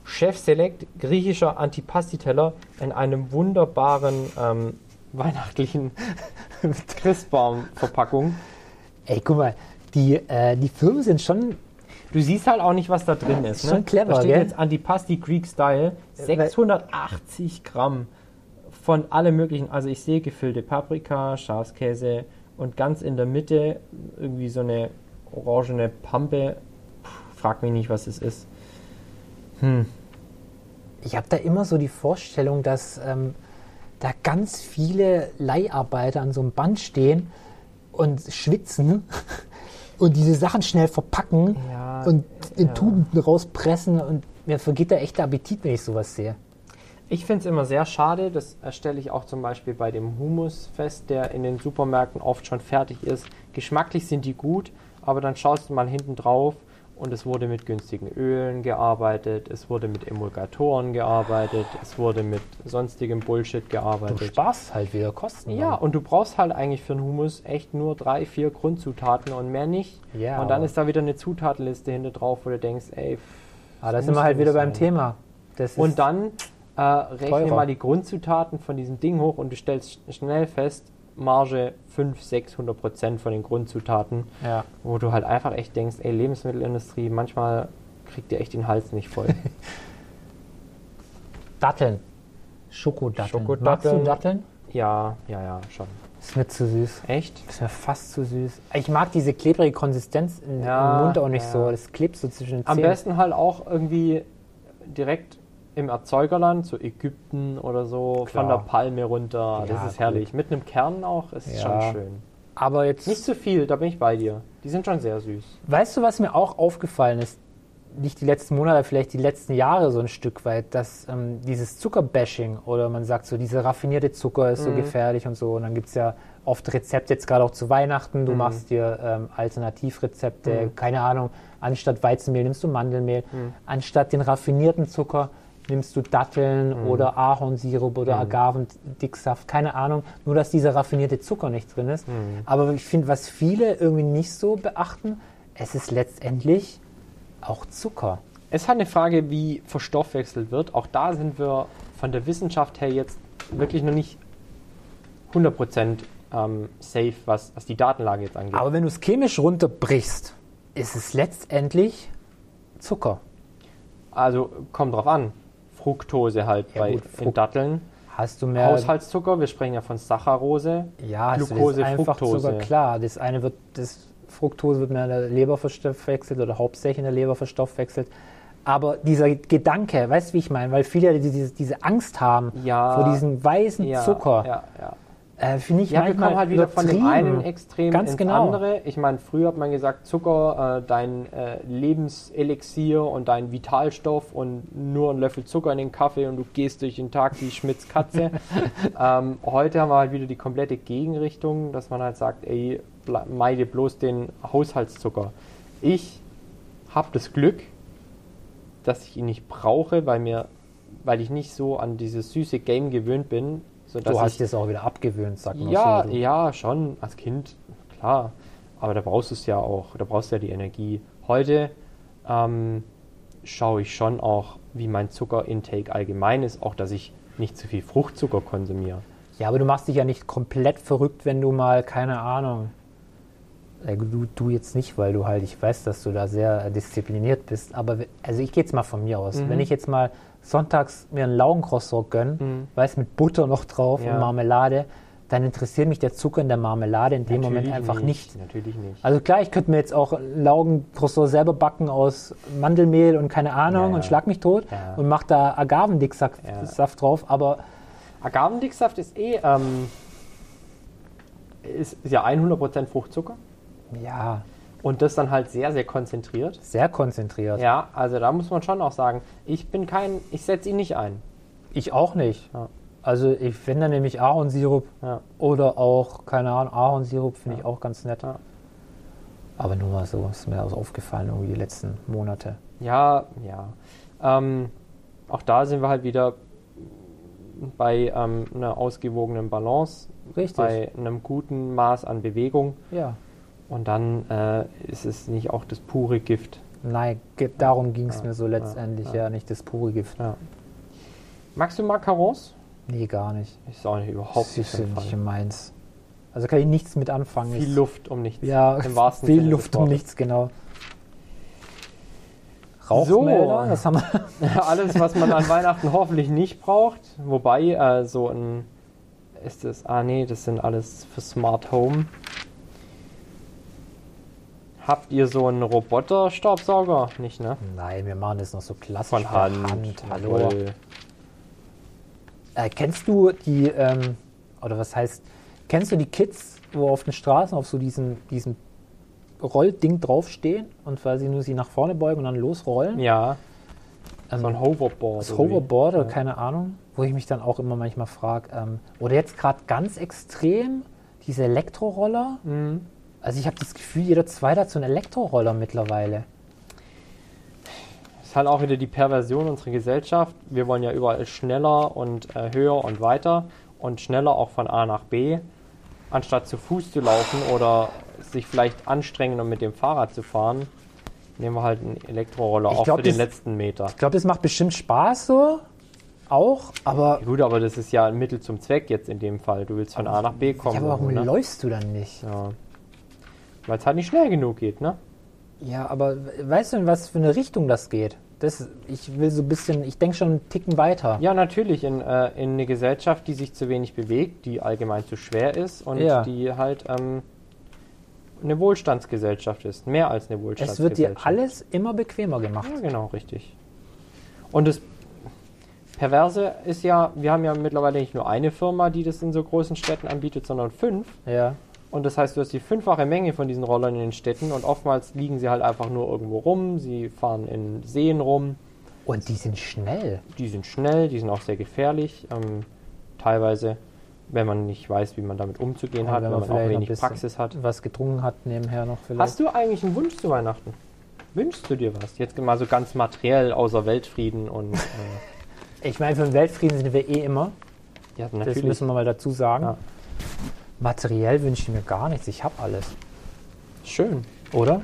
Chef Select, griechischer Antipasti-Teller in einem wunderbaren ähm, weihnachtlichen Christbaum-Verpackung.
Ey, guck mal, die, äh, die Firmen sind schon.
Du siehst halt auch nicht, was da drin ist.
Schon
Ne?
clever,
da steht
gell? Äh,
jetzt Antipasti Greek Style, 680 Gramm von allem möglichen. Also ich sehe gefüllte Paprika, Schafskäse und ganz in der Mitte irgendwie so eine orangene Pampe. Puh, frag mich nicht, was es ist.
Ich habe da immer so die Vorstellung, dass ähm, da ganz viele Leiharbeiter an so einem Band stehen und schwitzen (laughs) und diese Sachen schnell verpacken
Ja,
und in
ja.
Tuben rauspressen und mir vergeht da echt der Appetit, wenn ich sowas sehe.
Ich finde es immer sehr schade, das erstelle ich auch zum Beispiel bei dem Hummus fest, der in den Supermärkten oft schon fertig ist. Geschmacklich sind die gut, aber dann schaust du mal hinten drauf und es wurde mit günstigen Ölen gearbeitet, es wurde mit Emulgatoren gearbeitet, es wurde mit sonstigem Bullshit
Du
gearbeitet.
sparst halt wieder Kosten.
Ja, und du brauchst halt eigentlich für einen Hummus echt nur drei, vier Grundzutaten und mehr nicht.
Ja,
und dann
aber-
ist da wieder eine Zutatenliste hinter drauf, wo du denkst, ey, pff,
Aber da
das
sind wir
muss
halt
doch
wieder
nicht
beim
sein.
Thema. Das ist
Und dann äh, rechne
Teurer.
mal die Grundzutaten von diesem Ding hoch und du stellst sch- schnell fest, Marge 5, 600 Prozent von den Grundzutaten,
Ja.
wo du halt einfach echt denkst, ey, Lebensmittelindustrie, manchmal kriegt ihr echt den Hals nicht
(laughs)
voll.
Datteln. Schokodatteln.
Schokodatteln.
Magst du Datteln?
ja, ja, ja, schon.
Ist mir zu süß.
Echt?
Ist mir fast zu süß. Ich mag diese klebrige Konsistenz in,
Ja,
im Mund auch nicht
ja.
so. Das klebt so zwischen den
Am
Zähnen.
besten halt auch irgendwie direkt im Erzeugerland, so Ägypten oder so,
Klar.
von der Palme runter.
Ja,
das ist
gut.
herrlich. Mit einem Kern auch, ist
Ja.
schon schön.
Aber jetzt,
Nicht zu viel, da bin ich bei dir. Die sind schon sehr süß.
weißt du, was mir auch aufgefallen ist? Nicht die letzten Monate, vielleicht die letzten Jahre so ein Stück weit, dass ähm, dieses Zuckerbashing oder man sagt so, dieser raffinierte Zucker ist so gefährlich und so. Und dann gibt es ja oft Rezepte, jetzt gerade auch zu Weihnachten. Du machst dir ähm, Alternativrezepte, keine Ahnung. Anstatt Weizenmehl nimmst du Mandelmehl. Anstatt den raffinierten Zucker nimmst du Datteln oder Ahornsirup oder Agavendicksaft, keine Ahnung. Nur, dass dieser raffinierte Zucker nicht drin ist. Aber ich finde, was viele irgendwie nicht so beachten, es ist letztendlich auch Zucker.
Es hat eine Frage, wie verstoffwechselt wird. Auch da sind wir von der Wissenschaft her jetzt wirklich noch nicht 100% ähm, safe, was, was die Datenlage jetzt angeht.
Aber wenn du es chemisch runterbrichst, ist es letztendlich Zucker.
also kommt drauf an. Fructose halt
Ja,
bei
gut,
in
Fruc-
Datteln.
Hast du mehr
Haushaltszucker, wir sprechen ja von Saccharose.
ja, hast
Glucose,
du das einfach
Fructose.
Zucker, klar. Das eine wird, das Fructose wird mehr in der Leber verstoffwechselt oder hauptsächlich in der Leber verstoffwechselt. Aber dieser Gedanke, weißt du, wie ich meine? Weil viele diese, diese Angst haben
Ja.
vor diesem weißen
ja,
Zucker.
Ja, ja.
Äh, Finde ich
Ja, wir
manchmal
kommen halt wieder von dem
übertrieben.
einen Extrem
Ganz
ins
genau.
andere. Ich meine, früher hat man gesagt, Zucker, äh, dein äh, Lebenselixier und dein Vitalstoff und nur ein Löffel Zucker in den Kaffee und du gehst durch den Tag wie Schmitz
(laughs)
Katze. ähm, heute haben wir halt wieder die komplette Gegenrichtung, dass man halt sagt, ey, ble- meide bloß den Haushaltszucker. Ich habe das Glück, dass ich ihn nicht brauche, weil mir weil ich nicht so an dieses süße Game gewöhnt bin, sodass
Du
ich
hast das auch wieder abgewöhnt, sag mal
ja,
so. Du-
ja, schon, als Kind, klar. Aber da brauchst du es ja auch, da brauchst du ja die Energie. Heute ähm, schaue ich schon auch, wie mein Zuckerintake allgemein ist, auch dass ich nicht zu viel Fruchtzucker konsumiere.
Ja, aber du machst dich ja nicht komplett verrückt, wenn du mal, keine Ahnung. Äh, Du, du jetzt nicht, weil du halt, ich weiß, dass du da sehr äh, diszipliniert bist, aber we- also ich gehe jetzt mal von mir aus.
Mhm.
Wenn ich jetzt mal sonntags mir einen Laugencroissant gönne, weiß mit Butter noch drauf
Mhm. Ja.
und Marmelade, dann interessiert mich der Zucker in der Marmelade in dem Moment
Natürlich
einfach nicht.
Natürlich nicht.
Also klar, ich könnte mir jetzt auch einen Laugencroissant selber backen aus Mandelmehl und keine Ahnung
Ja, ja.
und schlag mich tot
Ja.
und mach da Agavendicksaft
Ja.
Saft drauf, aber
Also Agavendicksaft ist eh, ähm, ist, ist ja 100% Fruchtzucker
ja,
und das dann halt sehr, sehr konzentriert.
sehr konzentriert.
Ja, also da muss man schon auch sagen, ich bin kein, ich setze ihn nicht ein.
Ich auch nicht.
Ja.
Also ich wenn dann nämlich Ahornsirup
Ja.
oder auch, keine Ahnung, Ahornsirup finde ich auch ganz nett.
Ja.
Aber nur mal so, ist mir also aufgefallen irgendwie die letzten Monate.
Ja, ja. Ähm, auch da sind wir halt wieder bei ähm, einer ausgewogenen Balance,
Richtig.
bei einem guten Maß an Bewegung
ja.
und dann äh, ist es nicht auch das pure Gift.
Nein, ge- darum ging es
Ja,
mir so letztendlich ja, nicht das pure Gift.
Ja. Magst du Macarons?
Nee, gar nicht.
Ist auch nicht überhaupt nicht
ist
so
nicht
Fall.
meins. Also kann ich nichts mit anfangen.
Viel
Ist-
Luft um nichts.
Ja,
im wahrsten
viel
Sinne des
Luft um
Wortes.
nichts, genau. Rauchmelder,
So.
das haben
(laughs)
wir.
Alles, was man an Weihnachten hoffentlich nicht braucht. Wobei, äh, so ein. Ist das. Ah, nee, das sind alles für Smart Home. Habt ihr so einen Roboter-Staubsauger? Nicht, ne?
Nein, wir machen das noch so klassisch
Von
per
Hand.
Hallo.
Jawohl.
Äh, kennst du die, ähm, oder was heißt, kennst du die Kids, wo auf den Straßen auf so diesem, diesem Rollding draufstehen und quasi nur sie nach vorne beugen und dann losrollen?
Ja, so
also
ein Hoverboard.
das
irgendwie.
Hoverboard oder keine Ahnung, wo ich mich dann auch immer manchmal frage. Ähm, oder jetzt gerade ganz extrem diese Elektroroller.
Mhm.
Also ich habe das Gefühl, jeder Zweite hat so einen Elektroroller mittlerweile.
Ist halt auch wieder die Perversion unserer Gesellschaft. Wir wollen ja überall schneller und äh, höher und weiter und schneller auch von A nach B, anstatt zu Fuß zu laufen oder sich vielleicht anstrengen, um mit dem Fahrrad zu fahren. Nehmen wir halt einen Elektroroller,
Ich
auch
glaub,
für den
das-
letzten Meter.
Ich glaube, das macht bestimmt Spaß so, auch, aber
Ja, gut, aber das ist ja ein Mittel zum Zweck jetzt in dem Fall. Du willst von A nach B kommen.
ja, aber warum
irgendwo, ne?
läufst du dann nicht?
ja. Weil es halt nicht schnell genug geht, ne?
Ja, aber we- weißt du, in was für eine Richtung das geht? Das, ich will so ein bisschen, ich denke schon einen Ticken weiter.
Ja, natürlich. In, äh, in eine Gesellschaft, die sich zu wenig bewegt, die allgemein zu schwer ist und
Ja.
die halt ähm, eine Wohlstandsgesellschaft ist. Mehr als eine
es
Wohlstandsgesellschaft.
wird dir alles immer bequemer gemacht.
Ja, genau, richtig. Und das Perverse ist ja, wir haben ja mittlerweile nicht nur eine Firma, die das in so großen Städten anbietet, sondern fünf.
Ja.
Und das heißt, du hast die fünffache Menge von diesen Rollern in den Städten und oftmals liegen sie halt einfach nur irgendwo rum. Sie fahren in Seen rum.
Und die sind schnell.
Die sind schnell, die sind auch sehr gefährlich. Ähm, teilweise, wenn man nicht weiß, wie man damit umzugehen hat, wenn man auch
noch ein
wenig
bisschen
Praxis hat.
Was getrunken hat nebenher noch vielleicht.
Hast du eigentlich einen Wunsch zu Weihnachten? Wünschst du dir was? Jetzt mal so ganz materiell außer Weltfrieden (laughs) und äh,
ich meine, für den Weltfrieden sind wir eh immer.
ja,
Das
natürlich.
müssen wir mal dazu sagen.
Ja.
Materiell wünsche ich mir gar nichts. Ich habe alles,
Schön.
oder?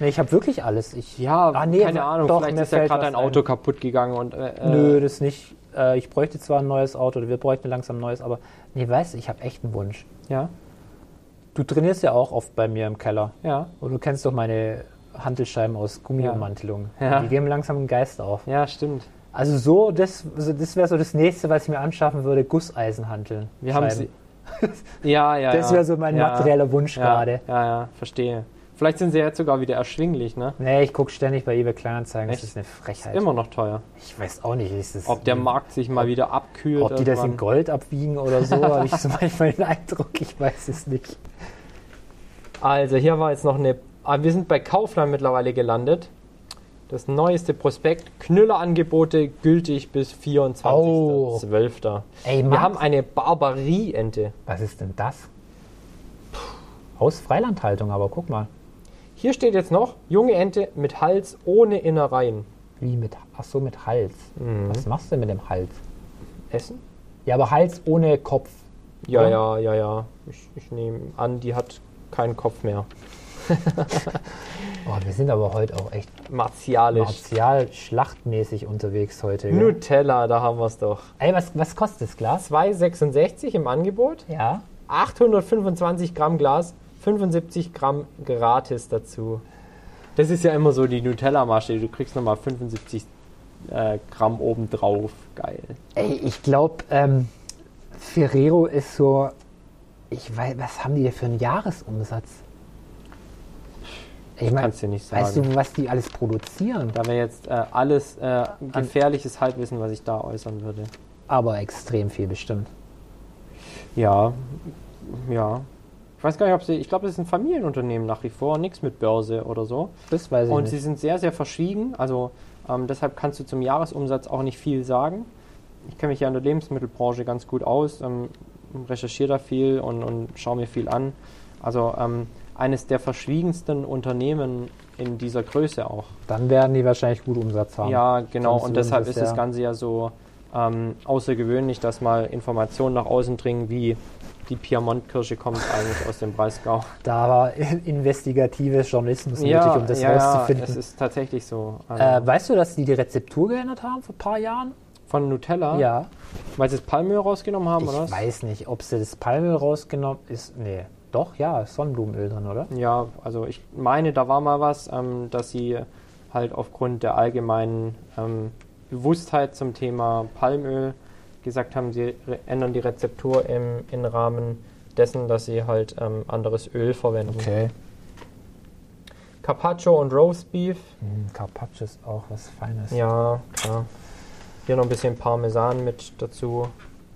Nee, ich habe wirklich alles. Ich,
Ja,
Ah, nee,
keine Ahnung,
doch,
vielleicht
mir
ist ja
fällt
gerade
was
ein
ein.
Auto kaputt gegangen und äh, äh,
Nö, das nicht. Äh, ich bräuchte zwar ein neues Auto oder wir bräuchten langsam ein neues, aber nee, weißt du, ich habe echt einen Wunsch.
ja,
Du trainierst ja auch oft bei mir im Keller.
ja,
Und du kennst doch meine Hantelscheiben aus Gummiummantelung.
Ja.
Die geben langsam den Geist auf.
ja, stimmt.
Also so, das, also das wäre so das nächste, was ich mir anschaffen würde, Gusseisenhanteln.
Wir haben
Scheiben.
sie. ja, ja.
Das
ja.
wäre so mein
ja.
materieller Wunsch
ja,
gerade.
Ja, ja, verstehe. Vielleicht sind sie jetzt sogar wieder erschwinglich, ne?
Nee, ich gucke ständig bei eBay Kleinanzeigen.
Echt?
Das ist eine Frechheit.
Immer noch teuer.
Ich weiß auch nicht, ist das,
Ob der Markt sich mal wieder abkühlt.
ob die das in
irgendwann.
Gold abwiegen
(laughs)
oder so, habe ich so manchmal den Eindruck, ich weiß es nicht.
Also hier war jetzt noch eine. Ah, wir sind bei Kaufland mittlerweile gelandet. Das neueste Prospekt. Knüller-Angebote gültig bis 24.12.
Ey,
Wir
Max,
haben eine Barbarie-Ente.
was ist denn das? Aus Freilandhaltung, aber guck mal.
Hier steht jetzt noch junge Ente mit Hals ohne Innereien.
Wie mit, ach so, mit Hals. Was machst du denn mit dem Hals?
Essen?
Ja, aber Hals ohne Kopf.
Ja,
Oder?
ja, ja, ja. Ich, ich nehme an, die hat keinen Kopf mehr.
Oh, wir sind aber heute auch echt
Martialisch.
martial schlachtmäßig unterwegs heute. gell?
Nutella, da haben wir es doch.
Ey, was, was kostet das Glas?
2,66 im Angebot.
Ja.
825 Gramm Glas, 75 Gramm gratis dazu. Das ist ja immer so die Nutella-Masche. Du kriegst nochmal 75 äh, Gramm obendrauf. Geil.
Ey, ich glaube, ähm, Ferrero ist so. Ich weiß, was haben die denn für einen Jahresumsatz? Ich mein,
kann's dir nicht
Weißt
sagen.
du, was die alles produzieren?
Da wäre jetzt äh, alles äh, gefährliches Halbwissen, was ich da äußern würde.
Aber extrem viel bestimmt.
Ja, ja. Ich weiß gar nicht, ob sie. Ich glaube, das ist ein Familienunternehmen nach wie vor, nichts mit Börse oder so.
Das weiß ich
Und sie
nicht.
sind sehr, sehr verschwiegen. Also ähm, deshalb kannst du zum Jahresumsatz auch nicht viel sagen. Ich kenne mich ja in der Lebensmittelbranche ganz gut aus, ähm, recherchiere da viel und, und schaue mir viel an. Also ähm, eines der verschwiegensten Unternehmen in dieser Größe auch.
Dann werden die wahrscheinlich gut Umsatz haben.
Ja, genau.
Sonst
Und
würden
deshalb
sie es
ist das
ja-
Ganze ja so ähm, außergewöhnlich, dass mal Informationen nach außen dringen, wie die Piemont-Kirsche kommt eigentlich aus dem Breisgau.
Da war (laughs) investigatives Journalismus
Ja,
nötig, um das
ja, ja, es
rauszufinden.
ist tatsächlich so. Also
äh, weißt du, dass die die Rezeptur geändert haben vor ein paar Jahren?
von Nutella,
Ja.
weil sie das Palmöl rausgenommen haben,
Ich
oder? was?
weiß nicht, ob sie das Palmöl rausgenommen ist. Nee, doch, ja, ist Sonnenblumenöl drin, oder?
Ja, also ich meine, da war mal was, ähm, dass sie halt aufgrund der allgemeinen ähm, Bewusstheit zum Thema Palmöl gesagt haben, sie re- ändern die Rezeptur im, im Rahmen dessen, dass sie halt ähm, anderes Öl verwenden.
Okay.
Carpaccio und Roastbeef.
Mm, Carpaccio ist auch was Feines.
Ja, klar. Hier noch ein bisschen Parmesan mit dazu.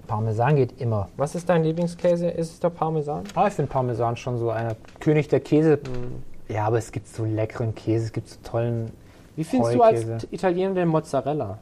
Parmesan geht immer.
Was ist dein Lieblingskäse? Ist es der Parmesan?
Ah, ich finde Parmesan schon so einer König der Käse.
Mhm.
Ja, aber es gibt so leckeren Käse, es gibt so tollen.
Wie findest du als
Heukäse.
Italiener den Mozzarella?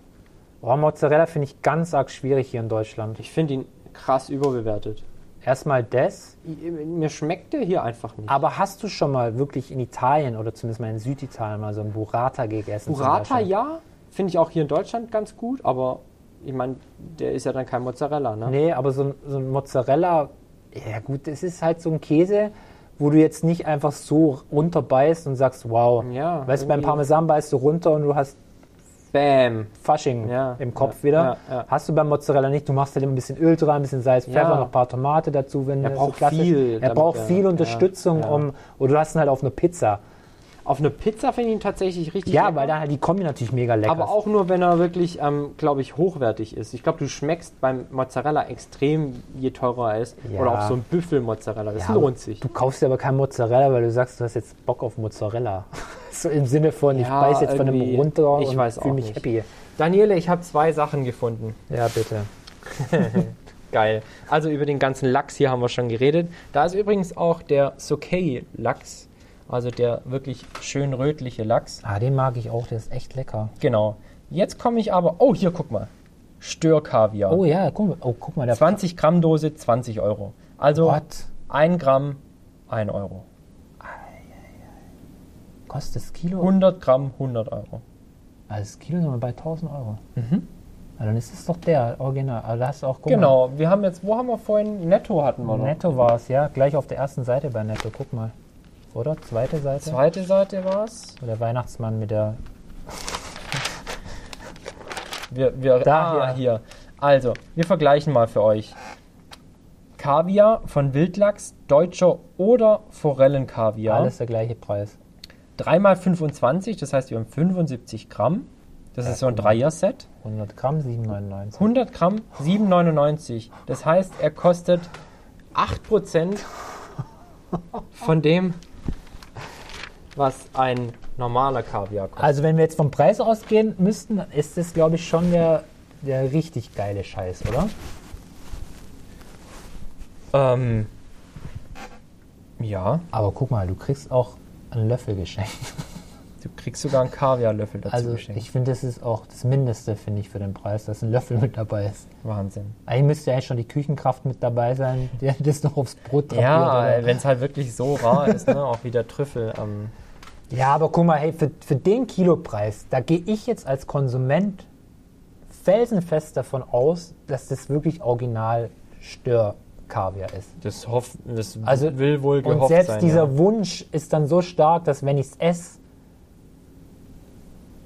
Oh, Mozzarella finde ich ganz arg schwierig hier in Deutschland.
Ich finde ihn krass überbewertet.
Erstmal das,
I- Mir schmeckt der hier einfach nicht.
aber hast du schon mal wirklich in Italien oder zumindest mal in Süditalien mal so ein Burrata gegessen? zum
Burrata,
Beispiel?
ja, finde ich auch hier in Deutschland ganz gut, aber ich meine, der ist ja dann kein Mozzarella, ne?
Nee, aber so ein, so ein Mozzarella, ja gut, es ist halt so ein Käse, wo du jetzt nicht einfach so runterbeißt und sagst, wow.
Ja,
weißt du, beim
irgendwie-
Parmesan beißt du runter und du hast
Bam.
Fasching
Ja,
im Kopf
ja,
wieder.
ja, ja.
Hast du beim Mozzarella nicht. Du machst halt immer ein bisschen Öl dran, ein bisschen Salz, Pfeffer,
Ja.
noch ein paar Tomate dazu. Wenn
Er
das
braucht
klassisch-
viel,
Er
damit
braucht
er-
viel
ja,
Unterstützung,
ja.
um. Oder du hast ihn halt auf eine Pizza.
Auf eine Pizza finde ich ihn tatsächlich richtig
Ja,
lecker,
weil dann halt die Kombi natürlich mega lecker
aber
ist.
auch nur, wenn er wirklich, ähm, glaube ich, hochwertig ist. Ich glaube, du schmeckst beim Mozzarella extrem, je teurer er ist.
Ja.
Oder auch so ein Büffelmozzarella. Das
Ja,
lohnt sich.
Du kaufst dir aber kein Mozzarella, weil du sagst, du hast jetzt Bock auf Mozzarella. (laughs) so im Sinne von, ich
Ja,
beiß jetzt von dem
irgendwie,
runter
ich
und
weiß
fühle
auch
mich
nicht.
happy.
Daniele, ich habe zwei Sachen gefunden.
Ja, bitte.
Geil. Also über den ganzen Lachs hier haben wir schon geredet. Da ist übrigens auch der Sokei-Lachs. Also der wirklich schön rötliche Lachs.
Ah, den mag ich auch, der ist echt lecker.
Genau. Jetzt komme ich aber. Oh, hier, guck mal. Störkaviar.
Oh ja, guck mal, oh, guck mal der
20 Gramm Dose, 20 Euro. Also
What?
1 Gramm, 1 Euro.
kostet das Kilo.
100 Gramm, 100 Euro.
Also das Kilo sind wir bei 1000 Euro. Ja, dann ist es doch der Original. Aber da hast du auch guck
Mhm. Genau. Wir haben jetzt, wo haben wir vorhin? Netto hatten wir
Mal,
noch.
Netto war es, ja. Gleich auf der ersten Seite bei Netto. Guck mal. Oder? Zweite Seite?
Zweite Seite war's.
Wo der Weihnachtsmann mit der.
Wir, wir,
Da,
ah,
ja.
hier. Also, wir vergleichen mal für euch. Kaviar von Wildlachs, deutscher oder Forellenkaviar.
Alles der gleiche Preis.
3 mal 25, das heißt, wir haben 75 Gramm. Das ist so ein Dreier-Set.
100 Gramm, 7,99.
100 Gramm, 7,99. Das heißt, er kostet 8% von dem, was ein normaler Kaviar kostet.
Also wenn wir jetzt vom Preis ausgehen müssten, dann ist das, glaube ich, schon der, der richtig geile Scheiß, oder?
Ähm, ja,
Aber guck mal, du kriegst auch einen Löffel geschenkt.
du kriegst sogar einen Kaviarlöffel dazu
Also
geschenkt.
ich finde, das ist auch das Mindeste, finde ich, für den Preis, dass ein Löffel mit dabei ist.
Wahnsinn.
Eigentlich müsste ja eigentlich schon die Küchenkraft mit dabei sein, die (laughs) das noch aufs Brot drapiert.
Ja,
oder?
wenn es halt wirklich so rar ist, ne? auch wie der Trüffel. Ähm,
ja aber guck mal, hey, für, für den Kilopreis, da gehe ich jetzt als Konsument felsenfest davon aus, dass das wirklich original Störkaviar ist.
das hoff, das
Also,
will wohl gehofft
Und selbst
sein.
dieser
ja.
Wunsch ist dann so stark, dass wenn ich es esse,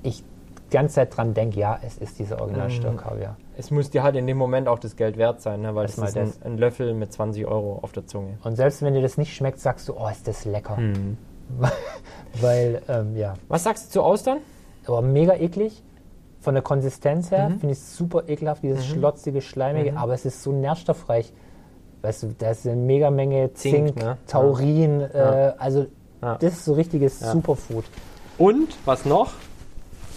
ich die ganze Zeit dran denke, ja, es ist dieser original Störkaviar.
Es muss dir halt in dem Moment auch das Geld wert sein, ne? weil es
mal
ist
das.
ein, ein Löffel mit 20 Euro auf der Zunge.
Und selbst wenn dir das nicht schmeckt, sagst du, oh, ist das lecker. (laughs) Weil, ähm, ja,
Was sagst du zu Austern?
aber mega eklig. Von der Konsistenz her finde ich es super ekelhaft, dieses schlotzige, schleimige, aber es ist so nährstoffreich. Weißt du, da ist eine mega Menge Zink,
Zink, ne?
Taurin, äh, also
Ja.
das ist so richtiges Superfood.
Und was noch?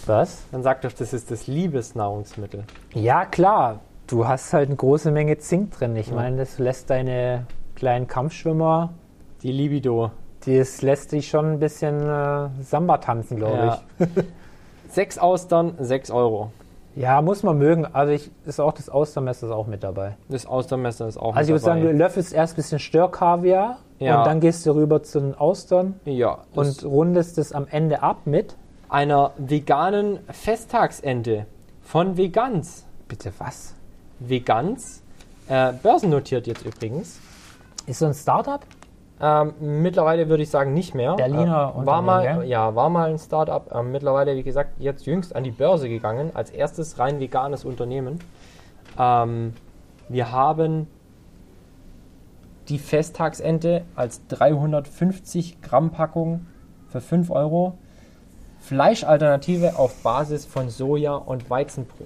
Was?
Dann sagt doch, das ist das Liebesnahrungsmittel.
Ja, klar. Du hast halt eine große Menge Zink drin. Ich meine, das lässt deine kleinen Kampfschwimmer,
Die Libido.
das lässt dich schon ein bisschen äh, Samba tanzen, glaube ich.
Ja. (laughs) sechs Austern, sechs Euro.
Ja, muss man mögen. Also ich, ist auch das Austermesser ist auch mit dabei.
Das Austernmesser ist auch
Also ich
mit
würde sagen, du
dabei.
löffelst erst ein bisschen Störkaviar
Ja.
und dann gehst du rüber zu den Austern
ja, das
und rundest es am Ende ab mit.
einer veganen Festtagsente von Veganz.
Bitte was?
Veganz, äh, börsennotiert jetzt übrigens.
Ist so ein Startup?
Ähm, mittlerweile würde ich sagen nicht mehr.
Berliner
äh, war
Unternehmen,
mal,
gell?
ja, war mal ein Startup. Ähm, mittlerweile, wie gesagt, jetzt jüngst an die Börse gegangen. Als erstes rein veganes Unternehmen.
Ähm, wir haben die Festtagsente als 350 Gramm Packung für 5 Euro. Fleischalternative auf Basis von Soja und Weizenpro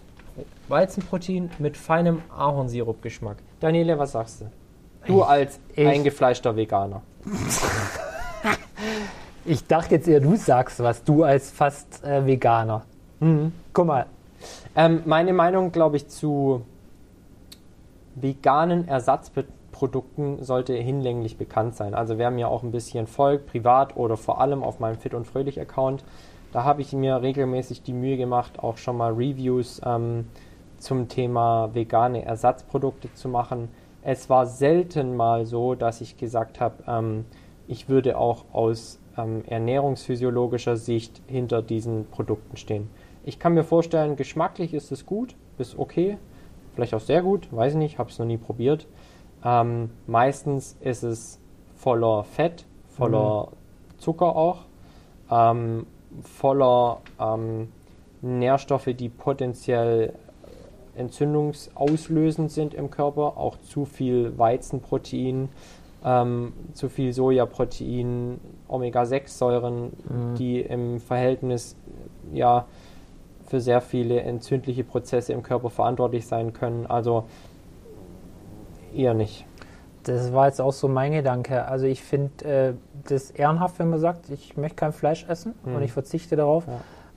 Weizenprotein mit feinem Ahornsirupgeschmack. Daniele, was sagst du? Du als
ich-
eingefleischter Veganer.
Ich dachte jetzt eher, du sagst was, du als fast äh, Veganer.
Mhm.
Guck mal,
Ähm, meine Meinung, glaube ich, zu veganen Ersatzprodukten sollte hinlänglich bekannt sein. Also wer mir auch ein bisschen folgt, privat oder vor allem auf meinem Fit und Fröhlich Account, da habe ich mir regelmäßig die Mühe gemacht, auch schon mal Reviews ähm, zum Thema vegane Ersatzprodukte zu machen. Es war selten mal so, dass ich gesagt habe, ähm, ich würde auch aus ähm, ernährungsphysiologischer Sicht hinter diesen Produkten stehen. Ich kann mir vorstellen, geschmacklich ist es gut, ist okay, vielleicht auch sehr gut, weiß ich nicht, habe es noch nie probiert. Ähm, meistens ist es voller Fett, voller Zucker auch, ähm, voller ähm, Nährstoffe, die potenziell entzündungsauslösend sind im Körper, auch zu viel Weizenprotein, ähm, zu viel Sojaprotein, Omega-6-Säuren, die im Verhältnis äh, ja für sehr viele entzündliche Prozesse im Körper verantwortlich sein können. Also eher nicht.
Das war jetzt auch so mein Gedanke. Also ich finde äh, das ehrenhaft, wenn man sagt, ich möchte kein Fleisch essen
Mhm.
und ich verzichte darauf.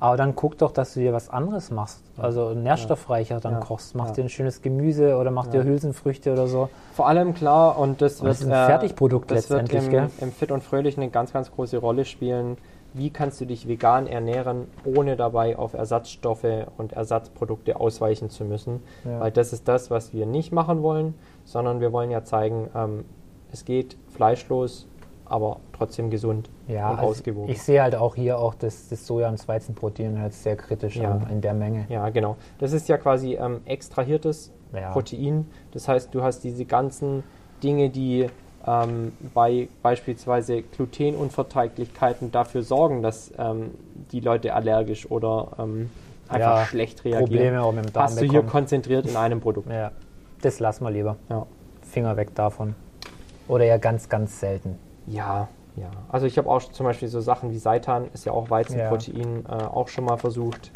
Aber dann guck doch, dass du dir was anderes machst. Also nährstoffreicher dann
Ja.
kochst. Mach
Ja.
dir ein schönes Gemüse oder mach dir Hülsenfrüchte oder so.
Vor allem klar, und das
Und
wird äh,
das ist ein Fertigprodukt
das wird
letztendlich,
im,
gell?
im Fit und Fröhlich eine ganz, ganz große Rolle spielen. Wie kannst du dich vegan ernähren, ohne dabei auf Ersatzstoffe und Ersatzprodukte ausweichen zu müssen? Weil das ist das, was wir nicht machen wollen, sondern wir wollen ja zeigen, ähm, es geht fleischlos, aber trotzdem gesund
Ja,
und
also
ausgewogen.
ich sehe halt auch hier auch das, das Soja- und das Weizenprotein halt sehr kritisch
Ja.
an, in der Menge.
Ja, genau. Das ist ja quasi ähm, extrahiertes
Ja.
Protein. Das heißt, du hast diese ganzen Dinge, die ähm, bei beispielsweise Glutenunverträglichkeiten dafür sorgen, dass ähm, die Leute allergisch oder ähm, einfach
Ja,
schlecht reagieren.
Probleme auch mit dem Darm
hast du hier
bekommen.
konzentriert in einem Produkt.
Ja, das lassen wir lieber.
Ja.
Finger weg davon. Oder ja ganz, ganz selten.
Ja, ja. Also ich habe auch zum Beispiel so Sachen wie Seitan, ist ja auch Weizenprotein, äh, auch schon mal versucht.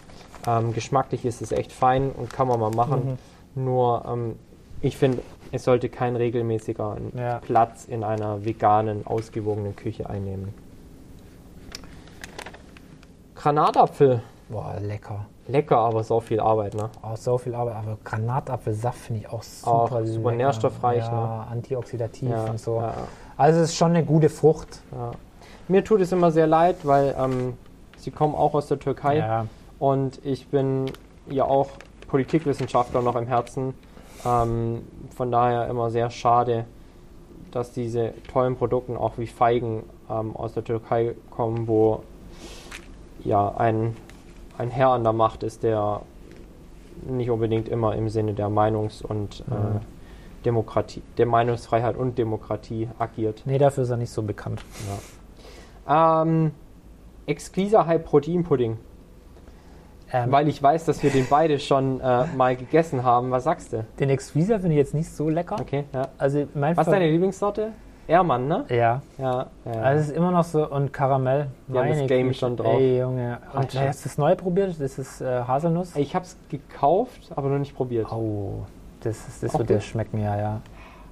Ähm, geschmacklich ist es echt fein und kann man mal machen.
Mhm.
Nur ähm, ich finde, es sollte kein regelmäßiger
Ja.
Platz in einer veganen, ausgewogenen Küche einnehmen. Granatapfel.
Boah, lecker.
Lecker, aber so viel Arbeit, ne?
Auch so viel Arbeit, aber Granatapfelsaft finde ich auch super
Auch super
lecker.
nährstoffreich, ne?
ja, antioxidativ
Ja,
und so.
ja, ja.
Also es ist schon eine gute Frucht.
Mir tut es immer sehr leid, weil ähm, sie kommen auch aus der Türkei
Ja.
und ich bin ja auch Politikwissenschaftler noch im Herzen. Ähm, von daher immer sehr schade, dass diese tollen Produkte auch wie Feigen ähm, aus der Türkei kommen, wo ja ein, ein Herr an der Macht ist, der nicht unbedingt immer im Sinne der Meinungs- und
Mhm.
äh, Demokratie, der Meinungsfreiheit und Demokratie agiert.
Nee, dafür ist er nicht so bekannt.
Ähm, exquiser High Protein Pudding,
Ähm,
weil ich weiß, dass wir den beide schon äh, mal gegessen haben. Was sagst du?
den Exquisite finde ich jetzt nicht so lecker.
Okay, ja.
Also mein
Was ist
Ver-
deine Lieblingssorte? Ermann, ne?
Ja,
Ja, ja.
also es ist immer noch so und Karamell.
Wir haben das Game schon drauf.
Ey, Junge.
Und
Alter, hast du es neu probiert? Das ist äh, Haselnuss.
ich hab's gekauft, aber noch nicht probiert.
Oh, das, ist, das
Auch
wird
gut.
dir schmecken, ja, ja.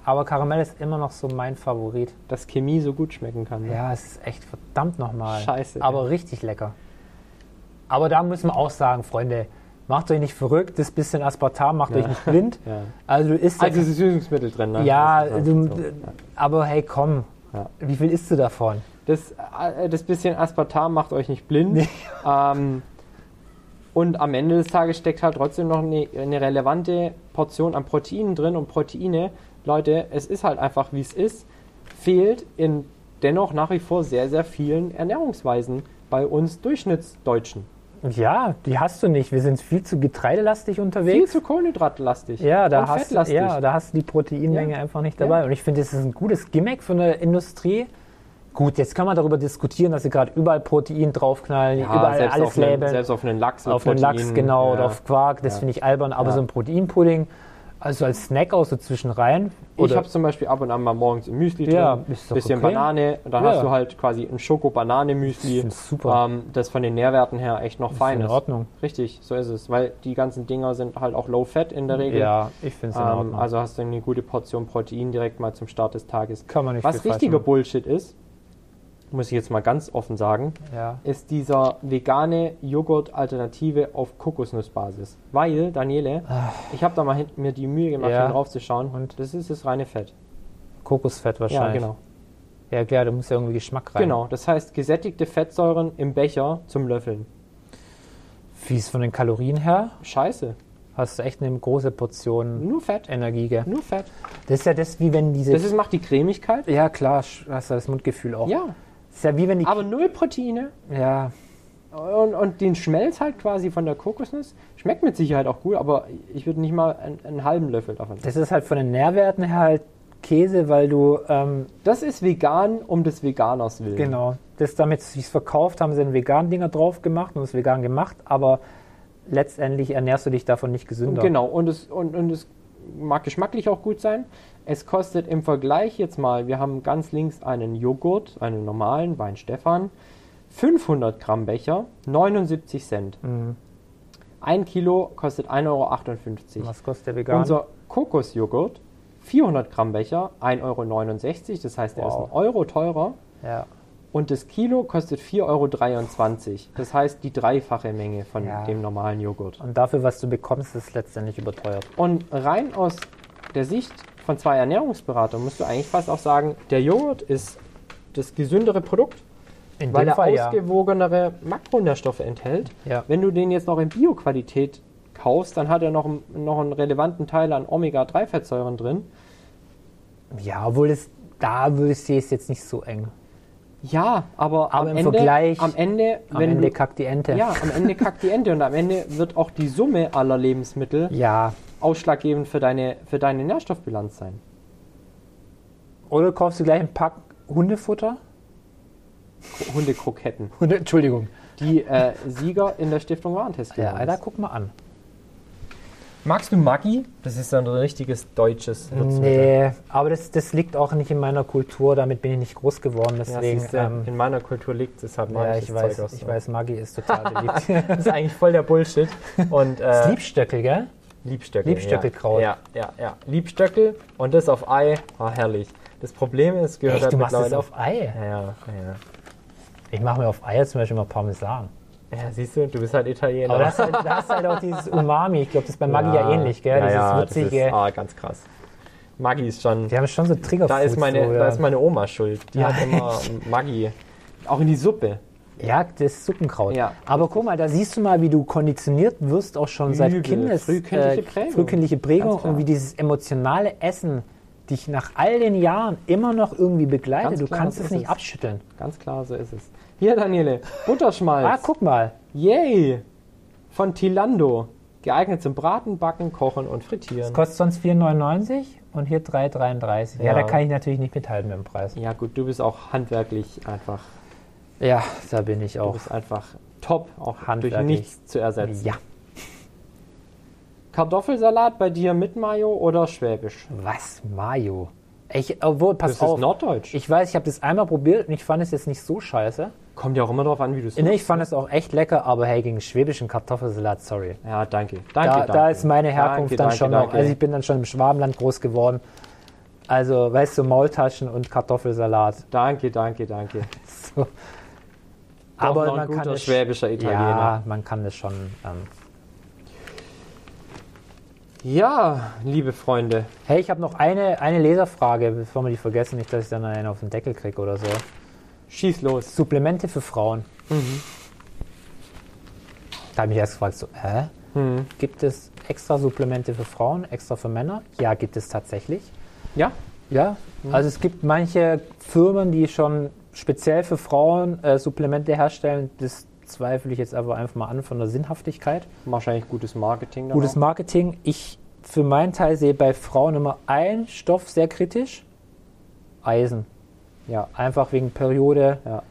Aber Karamell ist immer noch so mein Favorit.
Dass Chemie so gut schmecken kann. Ne?
Ja, es ist echt verdammt nochmal.
Scheiße, ey.
Aber richtig lecker. Aber da müssen wir auch sagen, Freunde, macht euch nicht verrückt, das bisschen Aspartam macht euch
(laughs)
nicht blind.
Ja.
Also du isst
Also
ja,
es ist Süßungsmittel drin, ne?
ja,
Das ist
du, äh,
so.
aber hey, komm.
Ja.
Wie viel isst du davon?
Das, äh, das bisschen Aspartam macht euch nicht blind. (laughs) Ähm, und am Ende des Tages steckt halt trotzdem noch eine, eine relevante Portion an Proteinen drin. Und Proteine, Leute, es ist halt einfach, wie es ist, fehlt in dennoch nach wie vor sehr, sehr vielen Ernährungsweisen bei uns Durchschnittsdeutschen.
Ja, die hast du nicht. Wir sind viel zu getreidelastig
Viel
unterwegs.
zu kohlenhydratlastig
Ja da,
und
hast, du-
fettlastig.
ja, da hast du die Proteinmenge
Ja.
einfach nicht dabei. Und ich finde, das ist ein gutes Gimmick von der Industrie. Gut, jetzt kann man darüber diskutieren, dass sie gerade überall Protein draufknallen,
Ja,
überall
selbst,
alles
auf einen,
labeln.
selbst auf einen Lachs. wird
auf den Lachs,
Protein,
genau,
ja.
oder auf Quark, das
Ja.
finde ich albern. Aber
Ja.
so ein Proteinpudding, also als Snack auch so zwischenrein.
Ich
oder-
habe zum Beispiel ab und an mal morgens im Müsli drin,
Ja, ist doch
bisschen
okay.
Banane, und dann
Ja.
hast du halt quasi ein Schoko-Banane-Müsli,
Ich find's super.
Ähm, das von den Nährwerten her echt noch
ist
fein
in
ist.
Ordnung.
Richtig, so ist es, weil die ganzen Dinger sind halt auch low-fat in der Regel.
Ja, ich finde es in
ähm,
Ordnung.
also hast du eine gute Portion Protein direkt mal zum Start des Tages.
Kann man nicht
Was
viel falsch
richtiger
machen.
Bullshit ist, muss ich jetzt mal ganz offen sagen,
ja.
ist dieser vegane Joghurt-Alternative auf Kokosnussbasis. Weil, Daniele, ich habe da mal hin- mir die Mühe gemacht,
Ah. Ja.
hier drauf zu schauen,
Und?
das ist das reine Fett.
Kokosfett
Ja,
wahrscheinlich.
genau.
Ja, klar, da muss ja irgendwie Geschmack rein.
Genau, das heißt gesättigte Fettsäuren im Becher zum Löffeln.
Wie ist von den Kalorien her?
Scheiße,
Hast du echt eine große Portion
nur Fett.
Energie, gell?
Nur Fett.
Das ist ja das, wie wenn diese.
Das ist, macht die Cremigkeit.
ja, klar, sch- hast du das Mundgefühl auch.
Ja,
Das ist ja wie wenn die.
aber null Proteine
ja,
und, und den Schmelz halt quasi von der Kokosnuss. Schmeckt mit Sicherheit auch gut, aber ich würde nicht mal einen, einen halben Löffel davon.
das ist halt von den Nährwerten her halt Käse, weil du. Ähm,
Das ist vegan um des Veganers willen.
Genau. Das, damit sie es verkauft, haben sie einen veganen Dinger drauf gemacht und es vegan gemacht, aber letztendlich ernährst du dich davon nicht
Und
gesünder.
Genau, und es, und, und es mag geschmacklich auch gut sein. Es kostet im Vergleich jetzt mal, wir haben ganz links einen Joghurt, einen normalen Weinstefan, 500 Gramm Becher, 79 Cent.
Mhm.
Ein Kilo kostet 1,58 Euro.
Was kostet der vegan?
Unser Kokosjoghurt, 400 Gramm Becher, 1,69 Euro, das heißt, der
Wow.
ist ein Euro teurer.
ja.
Und das Kilo kostet 4,23 Euro, das heißt die dreifache Menge von
Ja.
dem normalen Joghurt.
Und dafür, was du bekommst, ist letztendlich überteuert.
Und rein aus der Sicht von zwei Ernährungsberatern musst du eigentlich fast auch sagen, der Joghurt ist das gesündere Produkt,
In
weil
dem
er
Fall ja.
ausgewogenere Makronährstoffe enthält.
Ja.
Wenn du den jetzt noch in Bio-Qualität kaufst, dann hat er noch, einen- noch einen relevanten Teil an Omega-3-Fettsäuren drin.
ja, obwohl es da würde ich sehe ich es jetzt nicht so eng.
Ja, aber, am,
Aber im
Ende,
Vergleich-
am Ende,
Am
wenn
Ende
du,
kackt die Ente.
ja, am Ende kackt die Ente und am Ende wird auch die Summe aller Lebensmittel
ja.
ausschlaggebend für deine, für deine Nährstoffbilanz sein.
Oder du kaufst du gleich einen Pack Hundefutter?
Hundekroketten.
Hunde, Entschuldigung.
die äh, Sieger in der Stiftung Warentest
Ja,
geworden
Alter,
ist.
guck mal an.
Magst du Maggi? Das ist ein richtiges deutsches
Nee, aber das, das liegt auch nicht in meiner Kultur, damit bin ich nicht groß geworden. Deswegen, ähm,
in meiner Kultur liegt es, deshalb mag
ja,
ich,
ich weiß,
Zeug aus.
ich weiß, Maggi
(laughs)
ist total beliebt.
Das ist eigentlich voll der Bullshit. Und
(laughs) Das
äh,
Liebstöckel, gell?
Liebstöckel.
Liebstöckelkraut.
Ja. ja, ja, ja. Liebstöckel und das auf Ei. Ah, herrlich. Das Problem ist, gehört
Echt,
halt
du machst es
mittlerweile-
auf Ei?
Ja, ja, ja.
Ich mache mir auf Eier zum Beispiel mal Parmesan.
Ja, siehst du, du bist halt Italiener.
Aber das, halt, da hast du halt auch dieses Umami. Ich glaube, das ist bei Maggi ja, ähnlich, gell?
Ja, ja,
dieses witzige.
Das ist, ah, ganz krass. Maggi ist schon.
die haben schon so Trigger
Da ist, meine,
so,
da
ja.
ist meine Oma schuld. Die
Ja.
hat immer Maggi.
Auch in die Suppe.
ja, das ist Suppenkraut.
Ja.
Aber guck mal, da siehst du mal, wie du konditioniert wirst, auch schon seit
Übel.
Kindes. äh,
Frühkindliche Prägung.
Frühkindliche Prägung
Ganz klar.
und wie dieses emotionale Essen dich nach all den Jahren immer noch irgendwie begleitet.
Ganz
Du
klar,
kannst
das
es
ist
nicht
es.
abschütteln.
Ganz klar, so ist es. Hier, Daniele, Butterschmalz.
Ah, guck mal.
Yay! Von Tilando. Geeignet zum Braten, Backen, Kochen und Frittieren.
Kostet sonst 4,99 und hier 3,33. Ja.
Ja.
da kann ich natürlich nicht mithalten mit dem Preis.
Ja gut, du bist auch handwerklich einfach.
Ja, da bin ich
Du
auch.
bist einfach top, auch durch
Handwerklich.
nichts zu ersetzen.
Ja,
Kartoffelsalat bei dir mit Mayo oder Schwäbisch?
was? Mayo? Ich, obwohl, pass
Das
auf.
ist Norddeutsch.
Ich weiß, ich habe das einmal probiert und ich fand es jetzt nicht so scheiße.
Kommt ja auch immer drauf an, wie du es
Nee, ich fand es auch echt lecker, aber hey, gegen schwäbischen Kartoffelsalat, sorry.
Ja, danke. Danke,
Da,
danke.
da ist meine
Danke,
Herkunft dann
danke,
schon noch.
danke.
Also ich bin dann schon im Schwabenland groß geworden. Also, weißt du, Maultaschen und Kartoffelsalat. (laughs)
danke, danke, danke.
So.
Doch
Aber
noch ein
man
guter
kann, es,
schwäbischer Italiener.
ja, man kann es schon. Ähm,
Ja. liebe Freunde.
Hey, ich habe noch eine, eine Leserfrage, bevor wir die vergessen, nicht, dass ich dann einen auf den Deckel kriege oder so.
Schieß los.
Supplemente für Frauen. Da habe ich erst gefragt, so, hä? Gibt es extra Supplemente für Frauen, extra für Männer? Ja, gibt es tatsächlich.
Ja?
Ja, also es gibt manche Firmen, die schon speziell für Frauen äh, Supplemente herstellen. Das zweifle ich jetzt aber einfach mal an von der Sinnhaftigkeit.
Wahrscheinlich gutes Marketing. dann
Gutes
auch.
Marketing. Ich für meinen Teil sehe bei Frauen immer einen Stoff sehr kritisch. Eisen. Ja, einfach wegen Periode.
Ja.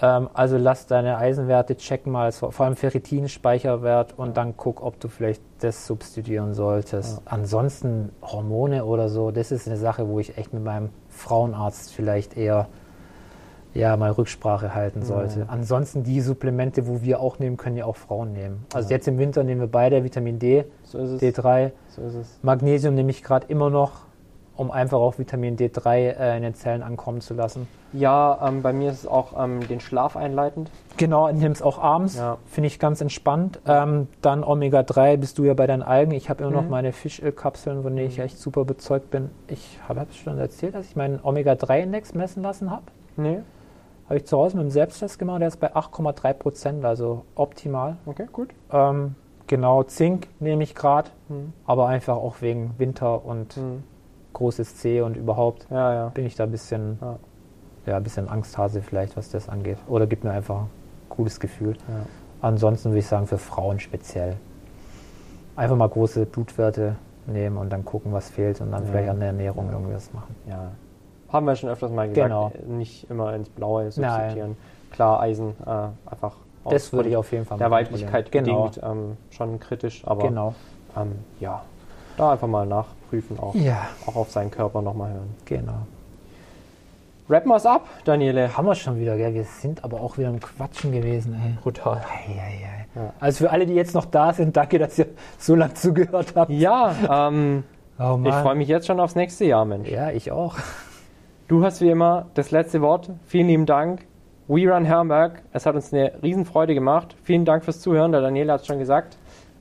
Ähm, also lass deine Eisenwerte checken mal, so- vor allem Ferritinspeicherwert und dann guck, ob du vielleicht das substituieren solltest. Ansonsten Hormone oder so, das ist eine Sache, wo ich echt mit meinem Frauenarzt vielleicht eher ja, mal Rücksprache halten sollte. Ansonsten die Supplemente, wo wir auch nehmen, können ja auch Frauen nehmen. Also jetzt im Winter nehmen wir beide Vitamin D,
So ist es.
D3.
So ist es.
Magnesium nehme ich gerade immer noch, um einfach auch Vitamin D3 äh, in den Zellen ankommen zu lassen.
Ja, ähm, bei mir ist es auch ähm, den Schlaf einleitend.
Genau, nimm es auch abends.
Ja.
Finde ich ganz entspannt. Ähm, dann Omega-3 bist du ja bei deinen Algen. Ich habe immer noch meine Fischölkapseln, von denen ich echt super bezeugt bin. Ich habe es schon erzählt, dass ich meinen Omega-3-Index messen lassen habe.
Nee,
Habe ich zu Hause mit dem Selbsttest gemacht. Der ist bei 8,3 Prozent, also optimal.
okay, gut.
Ähm, genau, Zink nehme ich gerade,
Hm.
aber einfach auch wegen Winter und großes C und überhaupt
Ja, ja.
bin ich da ein bisschen,
Ja.
ja. ein bisschen Angsthase vielleicht, was das angeht. Oder gibt mir einfach ein gutes Gefühl.
Ja.
Ansonsten würde ich sagen, für Frauen speziell. Einfach mal große Blutwerte nehmen und dann gucken, was fehlt und dann vielleicht an der Ernährung irgendwas machen.
Ja. Haben wir schon öfters mal gesagt,
Genau.
äh, nicht immer ins Blaue substituieren. Klar, Eisen äh, einfach aus
Das würde ich
Grund
auf jeden Fall
der
machen.
Weiblichkeit
genau.
bedingt ähm, schon kritisch, aber
Genau.
ähm, ja, da einfach mal nachprüfen, auch,
Ja,
auch auf seinen Körper nochmal hören.
genau.
Rappen wir's ab, Daniele.
Haben wir schon wieder, gell? Wir sind aber auch wieder im Quatschen gewesen, ey.
Brutal.
Eieiei.
Ja.
Also für alle, die jetzt noch da sind, danke, dass ihr so lange zugehört habt.
Ja, ähm,
Oh
ich freue mich jetzt schon aufs nächste Jahr, Mensch.
Ja, ich auch.
Du hast wie immer das letzte Wort. Vielen lieben Dank. We Run Herrenberg. Es hat uns eine Riesenfreude gemacht. Vielen Dank fürs Zuhören. Der Daniel hat es schon gesagt.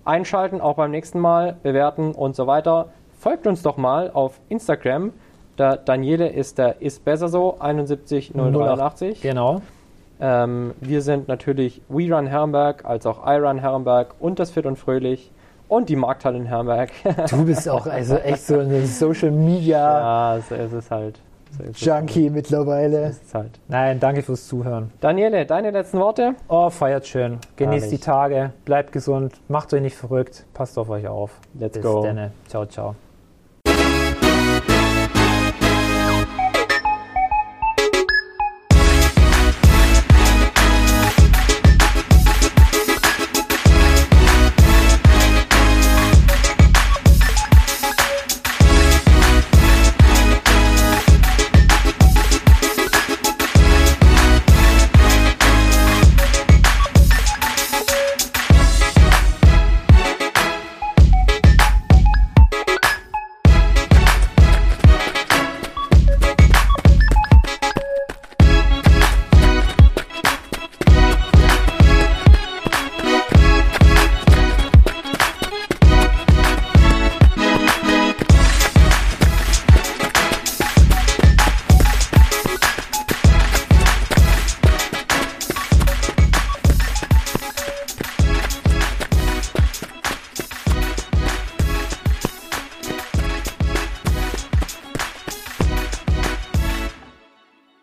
Einschalten, auch beim nächsten Mal, bewerten und so weiter. Folgt uns doch mal auf Instagram. Der Daniele ist der ist besser so 71083.
Genau.
Ähm, wir sind natürlich We Run Herrenberg, als auch I Run Herrenberg und das Fit und Fröhlich und die Markthalle in Herrenberg. (laughs)
Du bist auch also echt so ein Social Media
ja, so ist es halt. So ist es halt.
Junkie mittlerweile.
So ist es halt.
Nein, danke fürs Zuhören.
Daniele, deine letzten Worte?
Oh, feiert schön. Genießt
Herrlich.
die Tage. Bleibt gesund. Macht euch nicht verrückt. Passt auf euch auf.
Let's
Bis
go.
Denne. Ciao, ciao.